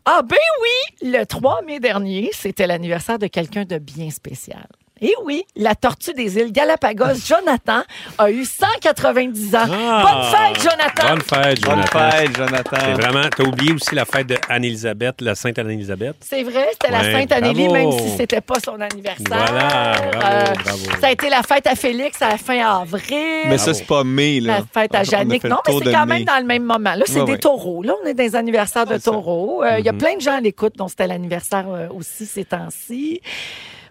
S3: Ah ben oui, le 3 mai dernier, c'était l'anniversaire de quelqu'un de bien spécial. Et oui, la tortue des îles Galapagos, Jonathan, a eu 190 ans.
S5: Ah!
S3: Bonne fête, Jonathan!
S5: Bonne fête,
S4: Bonne
S5: Jonathan.
S4: fête, Jonathan.
S5: C'est vraiment. T'as oublié aussi la fête de Anne-Elisabeth, la Sainte Anne-Elisabeth.
S3: C'est vrai, c'était la
S5: Ouais,
S3: Sainte-Annélie, même
S5: bravo.
S3: si c'était pas son anniversaire. Euh,
S5: Voilà, bravo, bravo.
S3: Ça a été la fête à Félix à la fin avril.
S5: Ah
S4: Mais ça, c'est pas mai, là.
S3: La fête
S4: On
S3: à
S4: a
S3: Jannick.
S4: fait le
S3: Non, mais
S4: tour
S3: c'est
S4: de
S3: quand
S4: mai.
S3: même dans le même moment. Là, c'est
S4: Ouais,
S3: des
S4: ouais.
S3: taureaux. Là, on est dans les anniversaires de taureaux. Euh, Il y a
S4: Mhm.
S3: plein de gens à l'écoute dont c'était l'anniversaire euh, aussi ces temps-ci.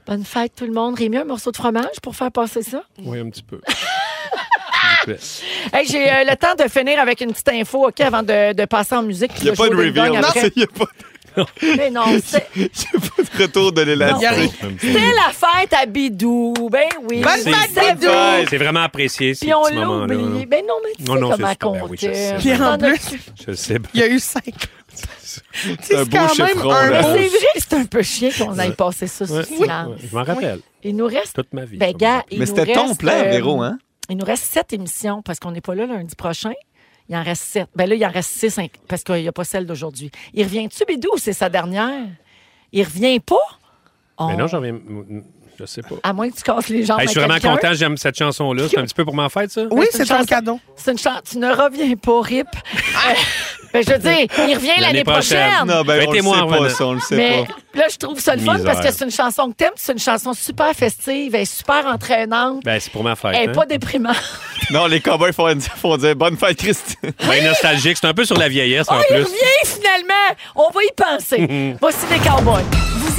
S3: Bonne fête, tout le monde. Rémi, un morceau de fromage pour faire passer ça?
S5: Oui, un petit peu.
S3: Hey, J'ai euh, le temps de finir avec une petite info, OK, avant de, de passer en musique. puis
S4: Il n'y a
S3: le
S4: pas
S3: show
S4: de
S3: des
S4: reveal.
S3: gognes
S4: Non,
S3: après.
S4: c'est- il n'y a pas
S3: Mais non, c'est-
S4: de retour de l'élastique.
S3: c'est la fête à Bidou. Ben oui.
S5: C'est-
S3: C'est-
S5: C'est vraiment apprécié, ces
S3: Puis on
S5: petits
S3: l'a
S5: moments-là.
S3: oublié. Ben non, mais tu
S5: Non,
S3: sais comment
S5: non, c'est super.
S3: qu'on
S5: Ben oui, je sais.
S3: t'aime.
S5: Puis en
S3: T'en as-
S2: plus-
S5: Je sais bien.
S2: Il y a eu 50.
S5: C'est un
S2: C'est quand
S5: beau
S2: même
S5: chiffron,
S2: un
S5: là.
S2: beau.
S3: C'est vrai, c'est un peu chiant qu'on aille
S5: Ouais.
S3: passer ça sous
S5: Ouais.
S3: silence.
S5: Ouais, je m'en rappelle.
S3: Il nous reste.
S5: Toute ma vie,
S3: Ben,
S5: ça me
S3: gars,
S5: rappelle.
S3: il
S4: Mais
S3: nous
S4: c'était ton
S3: reste,
S4: plan,
S3: euh,
S4: Véro, hein?
S3: Il nous reste sept émissions parce qu'on n'est pas là lundi prochain. Il en reste sept. Ben là, il en reste six hein, parce qu'il n'y a pas celle d'aujourd'hui. Il revient-tu, Bidou, ou c'est sa dernière? Il revient pas?
S5: Mais Ben non, j'en viens. Je sais pas.
S3: À moins que tu casses les jambes.
S5: Hey, je suis
S3: à
S5: vraiment
S3: Ah, quelqu'un.
S5: content, j'aime cette chanson-là. C'est un petit peu pour m'en fête, ça?
S3: Ben, une chanson- C'est une chanson. Tu ne reviens pas, Rip. Euh, ben, je veux dire, il revient l'année prochaine.
S4: Non, ben, on le
S5: Mettez-moi
S4: sait
S5: en
S4: pas,
S5: revenant.
S4: ça, on le sait
S3: Mais
S4: pas.
S3: là, je trouve ça le fun
S5: Misère.
S3: parce que c'est une chanson que t'aimes, c'est une chanson super festive, elle est super entraînante,
S5: Ben, c'est pour ma fête.
S3: elle est
S5: hein?
S3: pas déprimante.
S4: Non, les cowboys font, font dire bonne fête, Christine.
S5: Ben, nostalgique, c'est un peu sur la vieillesse en
S3: Oh, il
S5: plus.
S3: revient finalement! On va y penser. Voici les cowboys.
S1: Vous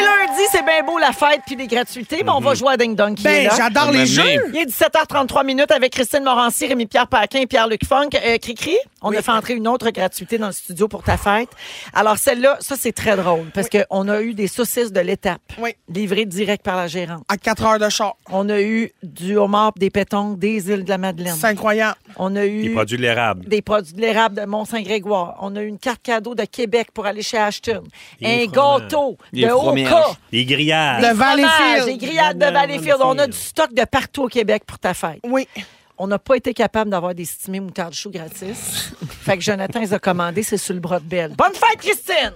S3: lundi, c'est bien beau la fête puis les gratuités, mais on
S5: Mhm.
S3: va jouer à Ding Dong qui
S2: Ben,
S3: est là.
S2: j'adore les jeux.
S3: Il est 17h33 minutes avec Christine Morancy, Rémi-Pierre Paquin et Pierre-Luc Funk. Euh, Cricri, on a fait entrer une autre gratuité dans le studio pour ta fête. Alors celle-là, ça c'est très drôle parce qu'on a eu des saucisses de l'étape
S2: Oui.
S3: livrées direct par la gérante.
S2: À 4 heures de char.
S3: On a eu du homard, des pétons, des îles de la Madeleine.
S2: C'est incroyable.
S3: On a
S5: Il
S3: eu
S5: produit de l'érable.
S3: des produits de l'érable de Mont-Saint-Grégoire. On a eu une carte cadeau de Québec pour aller chez Ashton.
S5: Des
S3: Un
S5: fromages.
S3: gâteau
S5: Des
S3: de Oka.
S5: fromages. Des
S3: Ah.
S5: grillages.
S2: Le Valleyfield.
S3: Des grillades de Valleyfield. On a du stock de partout au Québec pour ta fête.
S2: Oui.
S3: On n'a pas été capable d'avoir des stimés moutarde chou gratis. fait que Jonathan les a commandés, c'est sur le bras de Belle. Bonne fête, Christine!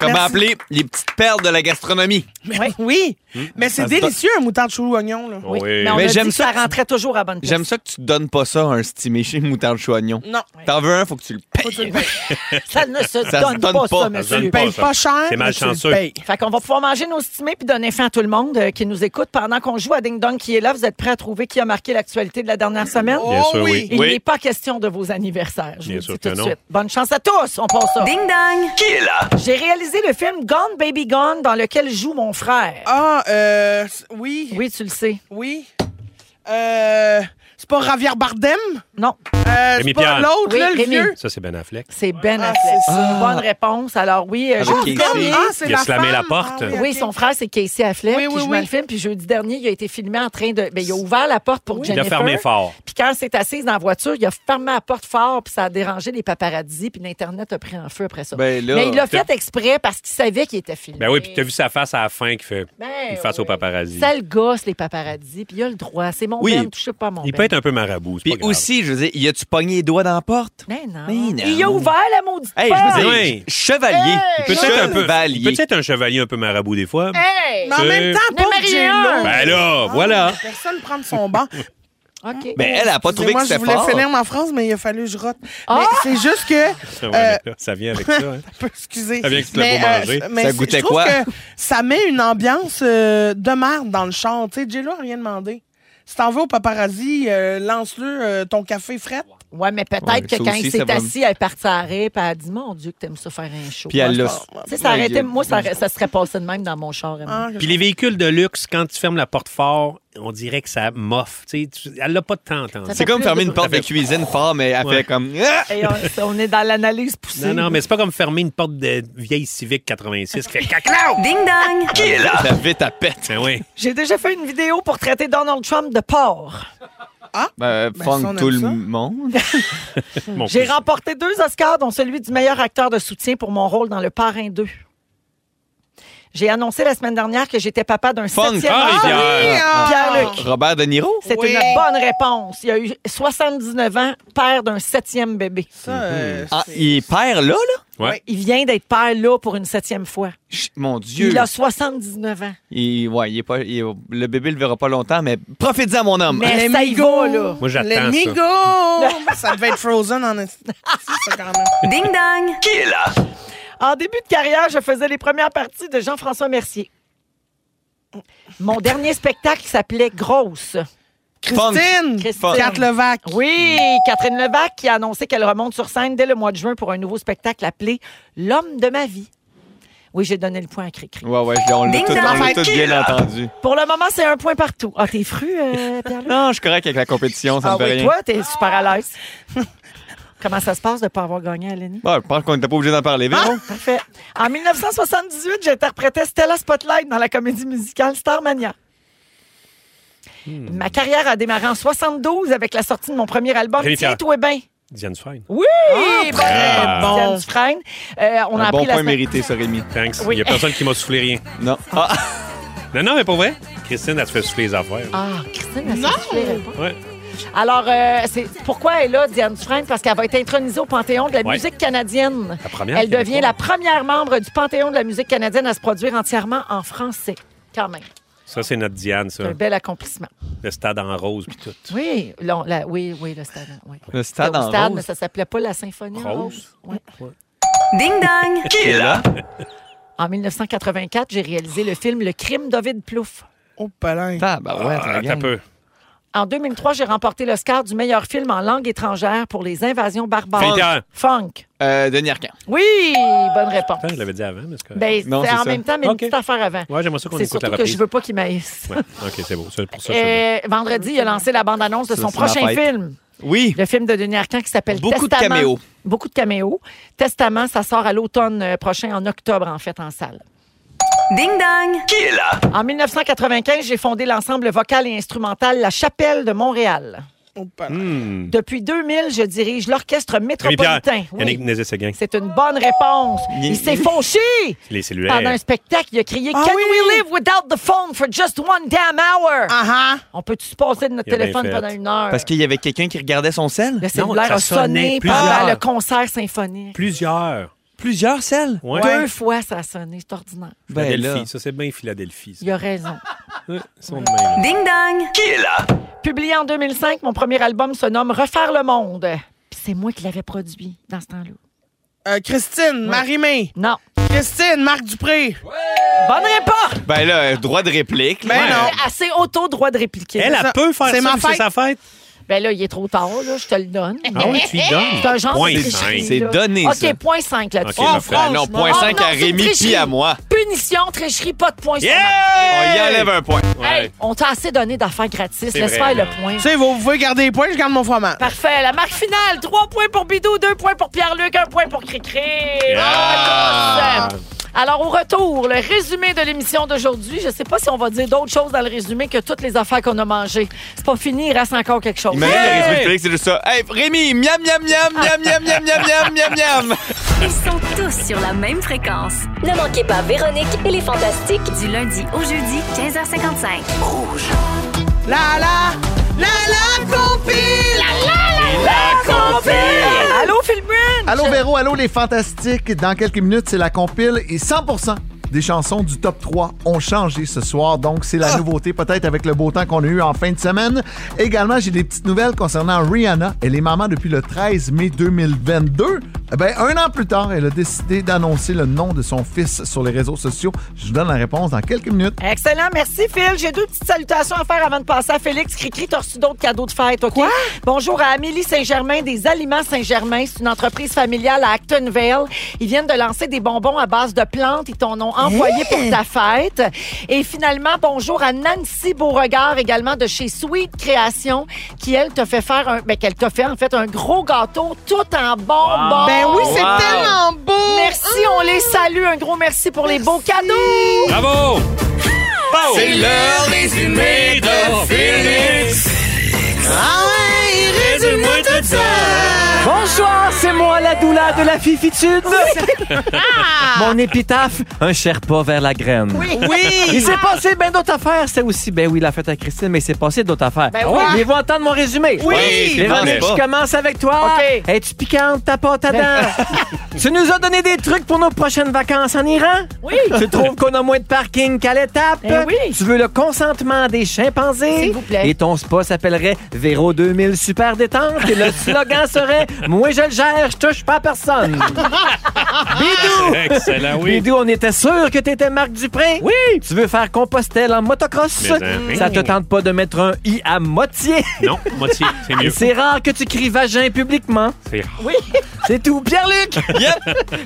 S4: Comment
S2: Merci.
S4: appeler les petites perles de la gastronomie?
S3: Oui.
S2: Oui.
S5: Hmm.
S2: Mais c'est
S4: ça se donne.
S2: délicieux, un moutarde chou oignon, là.
S5: Ah Oui.
S3: Mais on
S4: Mais
S3: a
S4: j'aime
S3: dit que ça,
S4: ça que-
S3: rentrait toujours à bonne place.
S4: J'aime ça que tu donnes pas ça à un stimé chez Moutarde Choignon.
S2: Non.
S4: T'en veux un, faut que tu le payes.
S3: Ça ne se,
S4: Ça se
S3: donne,
S4: donne
S3: pas,
S4: pas.
S3: ça,
S5: Ça
S3: monsieur.
S5: donne
S2: payes
S5: ça.
S2: pas cher,
S5: C'est
S2: mais tu le
S5: malchanceux.
S2: payes.
S3: Fait qu'on va pouvoir manger nos stimés puis donner fin à tout le monde euh, qui nous écoute. Pendant qu'on joue à Ding Dong qui est là, vous êtes prêts à trouver qui a marqué l'actualité de la dernière semaine?
S5: Bien sûr, oui.
S3: Il n'est pas question de vos anniversaires, je vous
S5: Bien
S3: le
S5: sûr
S3: dis tout
S5: que
S3: de
S5: non.
S3: suite. Bonne chance à tous, on pense ça.
S1: Ding dong!
S9: Qui est là?
S3: J'ai réalisé le film Gone Baby Gone dans lequel joue mon frère.
S2: Ah, euh, c- oui. Oui.
S3: Oui, tu le sais.
S2: Euh, c'est pas Javier Bardem?
S3: Non,
S2: Euh, c'est
S5: Rémi
S2: pas
S5: Pierre.
S2: l'autre,
S3: Oui,
S2: là, le
S3: Rémi.
S2: vieux?
S5: Ça, c'est Ben Affleck.
S3: c'est Ben
S2: Ah,
S3: Affleck.
S2: c'est ça.
S3: Bonne réponse. Alors oui, euh,
S4: Avec
S3: jeudi
S4: Casey.
S3: dernier-
S2: Ah, c'est
S5: Il a
S2: la
S5: slamé
S2: femme.
S5: la porte.
S2: Ah,
S3: Oui,
S2: ok.
S3: son frère, c'est Casey Affleck
S2: Oui,
S3: qui
S2: oui,
S3: joue
S2: oui.
S3: dans le film. Puis jeudi dernier, il a été filmé en train de... Ben, il a ouvert la porte pour
S5: Il a
S3: Jennifer.
S5: fermé fort.
S3: Puis quand elle s'est assise dans la voiture, il a fermé la porte fort, puis ça a dérangé les paparazzis, puis l'Internet a pris en feu après ça.
S5: Ben là,
S3: Mais il l'a fait
S5: t'as-
S3: exprès parce qu'il savait qu'il était filmé.
S5: Ben oui, puis t'as vu sa face à la fin qui fait
S3: Ben
S5: une face au paparazzi.
S3: Ça le gosse, les paparazzis, puis il a le droit. C'est mon
S5: Oui,
S3: ben, touchez pas à mon
S5: Il
S3: ben.
S5: peut être un peu marabout.
S4: Puis aussi, je veux dire, y a-tu pogné les doigts dans la porte?
S3: Mais Ben non.
S4: non.
S3: Il a ouvert la maudite
S4: Hey,
S3: porte.
S4: je veux dire, chevalier.
S5: Il peut être un peu, il peut être un chevalier un peu marabout des fois.
S3: Hey!
S2: Mais en
S5: Tu sais.
S2: même temps,
S3: Mais
S2: pas
S3: Marie,
S2: que j'ai
S3: un.
S2: l'eau.
S5: Ben là,
S2: Ah,
S5: voilà.
S2: Personne prend de son banc.
S3: OK.
S4: Ben, elle a pas trouvé que
S2: Moi, je
S4: c'était
S2: voulais
S4: fort.
S2: finir ma phrase, mais il a fallu que je rote.
S3: Ah!
S2: Mais c'est juste que.
S5: Ça, ouais,
S2: euh,
S5: mais là, ça vient avec ça. hein.
S2: peu, excusez.
S5: Ça vient que tu l'as
S2: Mais,
S5: pas mangé.
S2: mais
S5: Ça
S2: c'est-
S5: goûtait
S2: je trouve
S5: quoi?
S2: que ça met une ambiance euh, de merde dans le char. Tu sais, J-Lo a rien demandé. Si t'en veux au paparazzi, euh, lance-le euh, ton café frais.
S3: Ouais, mais peut-être
S4: Ouais,
S3: que
S4: ça
S3: quand
S4: aussi,
S3: il
S4: ça
S3: s'est
S4: va-
S3: assis, elle est partie à rire, puis elle a dit Mon Dieu, que t'aimes ça faire un show.
S5: Puis elle
S3: Moi,
S5: l'a-
S3: je pense- Tu sais, ça aurait été- Moi, ça, aurait- ça serait passé de même dans mon char.
S2: Ah,
S3: Emma.
S5: Puis les véhicules de luxe, quand tu fermes la porte fort, on dirait que ça moffe. Tu sais, tu- elle n'a pas de temps. à entendre.
S4: C'est comme fermer une porte de cuisine fort, mais elle
S5: Ouais.
S4: fait comme. Ah,
S3: Et Ah, on, on est dans l'analyse poussée.
S5: Non, non, mais c'est pas comme fermer une porte de vieille Civic 86 qui fait caca.
S3: Ding dong!
S5: Qui est là?
S4: La vite à pète.
S5: Ben oui.
S3: J'ai déjà fait une vidéo pour traiter Donald Trump de porc.
S4: Ben,
S3: Ben,
S4: funk
S3: ça, on aime
S4: tout le
S3: ça.
S4: monde.
S3: J'ai remporté deux Oscars, dont celui du meilleur acteur de soutien pour mon rôle dans Le Parrain 2. J'ai annoncé la semaine dernière que j'étais papa d'un
S4: Funk.
S3: septième...
S4: Ah,
S3: Ah,
S4: Pierre.
S3: oui, hein.
S5: Ah.
S3: Pierre-Luc.
S4: Robert De Niro.
S3: C'est une bonne réponse. Il a eu 79 ans, père d'un septième bébé.
S2: euh,
S4: Ah, il est père là, là?
S5: Ouais.
S3: Il vient d'être père là pour une septième fois.
S4: Mon Dieu.
S3: Il a 79 ans.
S4: Il- ouais, il est pas, il- le bébé le verra pas longtemps, mais profitez-en, mon homme.
S3: Mais ça y va, là.
S4: Moi, j'attends ça.
S2: Les migos! ça devait être Frozen en esti, ça, quand même.
S3: Ding dong!
S4: Qui est là?
S3: En début de carrière, je faisais les premières parties de Jean-François Mercier. Mon dernier spectacle s'appelait Grosse.
S2: Christine!
S3: Christine.
S2: Kat Levac.
S3: Oui, Catherine Levac qui a annoncé qu'elle remonte sur scène dès le mois de juin pour un nouveau spectacle appelé L'homme de ma vie. Oui, j'ai donné le point à Cricri.
S4: Ouais, ouais, je- on l'a
S3: Ding
S4: tout, on
S3: dong.
S4: l'a tout
S3: Qui est
S4: bien
S3: là?
S4: entendu.
S3: Pour le moment, c'est un point partout. Ah, t'es fru, euh, Pierre-Luc?
S4: Non, je suis correct avec la compétition, ça
S3: Ah
S4: me fait
S3: oui,
S4: rien.
S3: toi, t'es super à l'aise. Comment ça se passe de ne pas avoir gagné à l'année?
S4: Bon, je pense qu'on n'était pas obligé d'en parler, Véro.
S3: Ah, Parfait. En 1978, j'interprétais Stella Spotlight dans la comédie musicale Starmania.
S4: Hmm.
S3: Ma carrière a démarré en 72 avec la sortie de mon premier album.
S5: Rémi Pierre.
S3: Tiens-toi bien.
S5: Diane Dufresne.
S3: Oui, bon,
S5: Ah, bon.
S3: Diane Dufresne. Euh, on a
S5: Un
S3: appris
S5: bon
S3: la
S5: point
S3: semaine-
S5: mérité,
S4: ça, Rémi.
S5: Thanks. Il
S3: Oui.
S5: n'y a personne qui m'a soufflé rien.
S4: Non. Ah,
S5: Non, non, mais pour vrai, Christine, elle se fait souffler les affaires.
S3: Ah, Christine, elle
S9: Non.
S3: se soufflait pas.
S5: Ouais.
S3: Alors, euh, c'est pourquoi elle est là, Diane Dufresne? Parce qu'elle va être intronisée au Panthéon de la
S5: Ouais.
S3: musique canadienne.
S5: première
S3: elle devient
S5: Québécoise.
S3: la première membre du Panthéon de la musique canadienne à se produire entièrement en français. Quand même.
S5: Ça, c'est notre Diane, ça.
S3: C'est un bel accomplissement.
S5: Le stade en rose, puis tout.
S3: Oui, l'on- la- oui, oui, le stade. Oui.
S5: Le
S3: Au stade, mais ça s'appelait pas la symphonie en
S5: Rose.
S3: rose. Ouais. Ding dong!
S5: Qui est là?
S3: En 1984, j'ai réalisé le film Le crime d'Ovid Plouffe.
S2: Oh, palin.
S4: Ah, ben ouais,
S5: Ah, t'as peu.
S3: En 2003, j'ai remporté l'Oscar du meilleur film en langue étrangère pour les invasions barbares.
S5: Peter.
S3: Funk.
S4: Euh, Denis Arcand.
S3: Oui, bonne réponse.
S5: Putain, je l'avais dit avant, mais c'est correct.
S3: Ben,
S5: Non,
S3: c'est
S5: c'est
S3: en
S5: ça.
S3: même temps, mais
S5: OK.
S3: une petite affaire avant.
S5: Ouais, j'aimerais ça qu'on
S3: C'est
S5: écoute la
S3: surtout que
S5: reprise.
S3: je veux pas qu'il m'haïsse.
S5: Ouais. OK, c'est beau. C'est pour ça. c'est
S3: Ben. Euh, vendredi, il a lancé la bande-annonce de
S5: Ça,
S3: son
S5: c'est ma
S3: prochain
S5: fête.
S3: film.
S4: Oui.
S3: Le film de Denis Arcand qui s'appelle
S4: Beaucoup de
S3: Testament.
S4: caméos.
S3: Beaucoup de caméos. Testament, ça sort à l'automne euh, prochain, en octobre, en fait, en salle. Ding dong!
S9: Qui est là?
S3: En 1995, j'ai fondé l'ensemble vocal et instrumental La Chapelle de Montréal.
S5: Hmm.
S3: Depuis 2000, je dirige l'orchestre
S5: Rémi Pierre,
S3: métropolitain. Oui.
S5: Yannick Nézet-Séguin.
S3: C'est une bonne réponse.
S5: Il-
S3: Il s'est fauché
S5: Les cellulaires.
S3: pendant un spectacle. Il a crié Can we live without the phone for just one damn hour? On peut-tu se passer de notre
S4: Il a bien
S3: téléphone
S4: fait.
S3: pendant une heure?
S4: Parce qu'il y avait quelqu'un qui regardait son sel?
S3: Le cellulaire a sonné pendant le concert symphonique.
S5: Plusieurs.
S4: Plusieurs Ben selles?
S5: Ouais.
S3: Deux fois, ça a sonné. C'est ordinaire.
S5: Philadelphie. Ça, c'est bien Philadelphie. ça.
S3: Il a raison.
S5: Euh, ils sont de même.
S3: Ding dong!
S5: Qui est là?
S3: Publié en 2005, mon premier album se nomme Refaire le monde. Puis c'est moi qui l'avais produit dans ce temps-là.
S2: Euh, Christine, Marie-May.
S3: Non.
S2: Christine, Marc Dupré.
S3: Bonne réponse!
S4: Ben là, euh, droit de réplique. là.
S3: Elle a Assez auto droit de répliquer.
S4: Elle, elle
S3: Ça,
S4: peut faire
S3: c'est
S4: ça,
S3: ma
S4: puis c'est
S3: fête.
S4: sa fête.
S3: Ben là, il est trop tard, là, je te le donne.
S4: Ah oui, tu lui donnes?
S3: C'est un genre
S4: Point
S3: de tricherie,
S4: cinq. C'est
S3: là.
S4: donné, ça.
S3: OK, point 5 là-dessus.
S4: Ok, Oh, parfait. Ah non,
S3: franchement.
S4: point
S3: Ah
S4: cinq
S3: non,
S4: à
S3: c'est une
S4: Rémi, puis
S3: tricherie.
S4: à moi.
S3: Punition, tricherie, pas de point sur
S4: On
S3: ma-
S4: y enlève un point.
S3: Hey, on t'a assez donné d'affaires gratis.
S4: C'est
S3: Laisse
S4: vrai.
S3: faire le point.
S2: Tu sais, vous vous pouvez garder les points, je garde mon fromage.
S3: Parfait. La marque finale, 3 points pour Bidou, 2 points pour Pierre-Luc, 1 point pour Cricri.
S2: Yeah.
S3: Bravo à tous. Ah, Alors, au retour, le résumé de l'émission d'aujourd'hui. Je ne sais pas si on va dire d'autres choses dans le résumé que toutes les affaires qu'on a mangées. C'est pas fini, il reste encore quelque chose.
S4: Imagine le résumé du public, c'est juste ça. Hey, Rémi, miam, miam, miam, miam, miam, miam, miam, miam, miam, miam.
S1: Ils sont tous sur la même fréquence. Ne manquez pas Véronique et les Fantastiques du lundi au jeudi 15h55. Rouge.
S2: La la la la compile. La
S3: Allô, Phil Brand!
S16: Allô, Véro, allô, les fantastiques. Dans quelques minutes, c'est la compile et 100 des chansons du top 3 ont changé ce soir, donc c'est la nouveauté peut-être avec le beau temps qu'on a eu en fin de semaine. Également, j'ai des petites nouvelles concernant Rihanna. Elle est maman depuis le 13 mai 2022. Eh Ben, un an plus tard, elle a décidé d'annoncer le nom de son fils sur les réseaux sociaux. Je vous donne la réponse dans quelques minutes.
S3: Excellent, merci Phil. J'ai deux petites salutations à faire avant de passer à Félix. Cricri, t'as reçu d'autres cadeaux de fête, OK? Bonjour à Amélie Saint-Germain des Aliments Saint-Germain. C'est une entreprise familiale à Actonville. Ils viennent de lancer des bonbons à base de plantes. Ils t'en ont envoyé
S17: Hey!
S3: pour ta fête. Et finalement, bonjour à Nancy Beauregard également de chez Sweet Création qui, elle, te fait faire un, ben, qu'elle t'a fait en fait un gros gâteau tout en bonbons.
S2: Ben oui, c'est Wow. tellement beau!
S3: Merci, on les salue. Un gros merci pour les beaux cadeaux.
S5: Bravo!
S9: C'est le résumé de Félix.
S2: Ah ouais, résume-moi tout ça.
S13: Bonsoir, c'est moi la doula de la fifitude. Mon épitaphe, un Sherpa vers la graine.
S9: Oui. Oui.
S13: Il s'est passé bien d'autres affaires. C'est aussi, ben oui, la fête à Christine, mais il s'est passé d'autres affaires.
S9: Ben oui.
S13: Ils vont entendre mon résumé.
S9: Oui.
S13: Véronique,
S9: Oui.
S13: je commence avec toi.
S9: OK.
S13: Es-tu piquante, ta pâte à
S3: Ben.
S13: dents? tu nous as donné des trucs pour nos prochaines vacances en Iran?
S9: Oui.
S13: Tu trouves qu'on a moins de parking qu'à l'étape?
S9: Ben oui.
S13: Tu veux le consentement des chimpanzés?
S9: S'il vous plaît.
S13: Et ton spa s'appellerait Véro 2000 Super Détente. Et le slogan serait Moi, je le gère, je touche pas à personne. Bidou!
S9: Excellent, oui.
S13: Bidou, on était sûr que t'étais Marc Dupré. Oui! Tu veux faire Compostelle en motocross?
S5: Mais en fait.
S13: Ça te tente pas de mettre un i à moitié?
S5: Non, moitié, c'est mieux.
S13: Et C'est rare que tu cries vagin publiquement.
S5: C'est
S13: Oui. C'est tout. Pierre-Luc!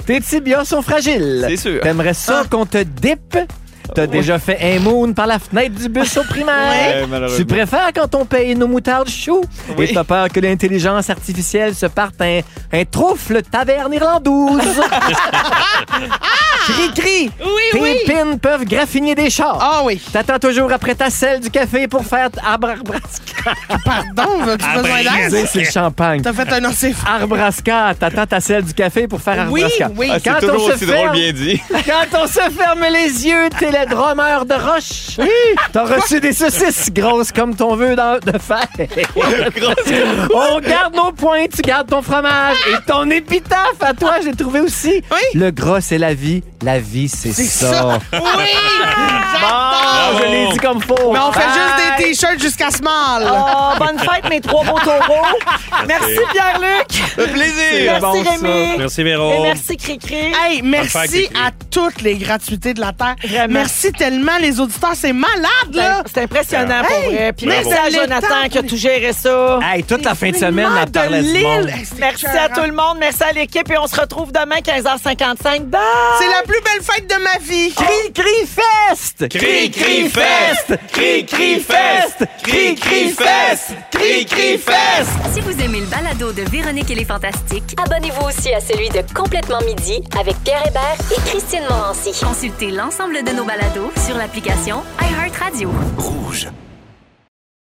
S13: Tes tibias sont fragiles.
S4: C'est sûr.
S13: T'aimerais ça qu'on te dippe? T'as déjà fait un moon par la fenêtre du bus au
S4: Ouais,
S13: primaire.
S4: Euh, malheureusement.
S13: tu préfères quand on paye nos moutardes choux.
S4: Oui.
S13: Et t'as peur que l'intelligence artificielle se parte un, un troufle taverne irlandoise. Cri-cri! Tes pins peuvent graffiner des chars. Ah oui! T'attends toujours après ta selle du café pour faire t- arbre arbrasca.
S2: Pardon, as-tu Ah, besoin ben, d'aide?
S13: C'est le champagne.
S2: T'as fait un encif.
S13: Arbrasca. T'attends ta selle du café pour faire
S2: Oui,
S13: arbrasca.
S2: oui. Ah, c'est
S13: Quand
S4: toujours
S13: on se
S4: aussi drôle,
S13: ferme-
S4: bien dit.
S13: Quand on se ferme les yeux, t'es le drummer de roche. Oui! T'as reçu des saucisses grosses comme ton vœu dans- de faire. on garde nos points, tu gardes ton fromage. Et ton épitaphe à toi, j'ai trouvé aussi. Le gras, c'est la vie. La vie, c'est ça.
S2: Oui!
S13: Ah,
S2: J'adore!
S13: je l'ai dit comme faux.
S2: Mais on fait
S13: Bye.
S2: juste des t-shirts jusqu'à ce mal.
S3: Oh, bonne fête, mes trois beaux taureaux. Merci, Pierre-Luc. Merci, Rémi.
S5: Merci, Véro.
S3: Et merci, Cricri.
S2: Hey,
S5: Bonne fête,
S2: merci
S5: Kiki.
S2: à toutes les gratuités de la Terre. Merci tellement, les auditeurs. C'est malade, là.
S3: C'est impressionnant, pour vrai. Puis merci à Jonathan qui a tout géré ça.
S2: Ah,
S13: Hey, toute la fin de semaine,
S3: Vraiment
S13: elle parlait
S3: de
S13: du monde.
S3: Lille. Ben, Merci à tout le monde. Merci à l'équipe. Et on se retrouve demain, 15h55. Bye!
S2: hein. C'est la plus belle fête de ma vie.
S3: Oh,
S13: Cri, cri, fest!
S9: Cri, cri, fest! Cri, cri, fest! Cri, cri, fest! Cri, cri, fest!
S1: Si vous aimez le balado de Véronique et les Fantastiques,
S11: Abonnez-vous aussi à celui de Complètement Midi avec Pierre Hébert et Christine Morancy.
S1: consultez l'ensemble de nos balados sur l'application iHeartRadio.
S10: Rouge.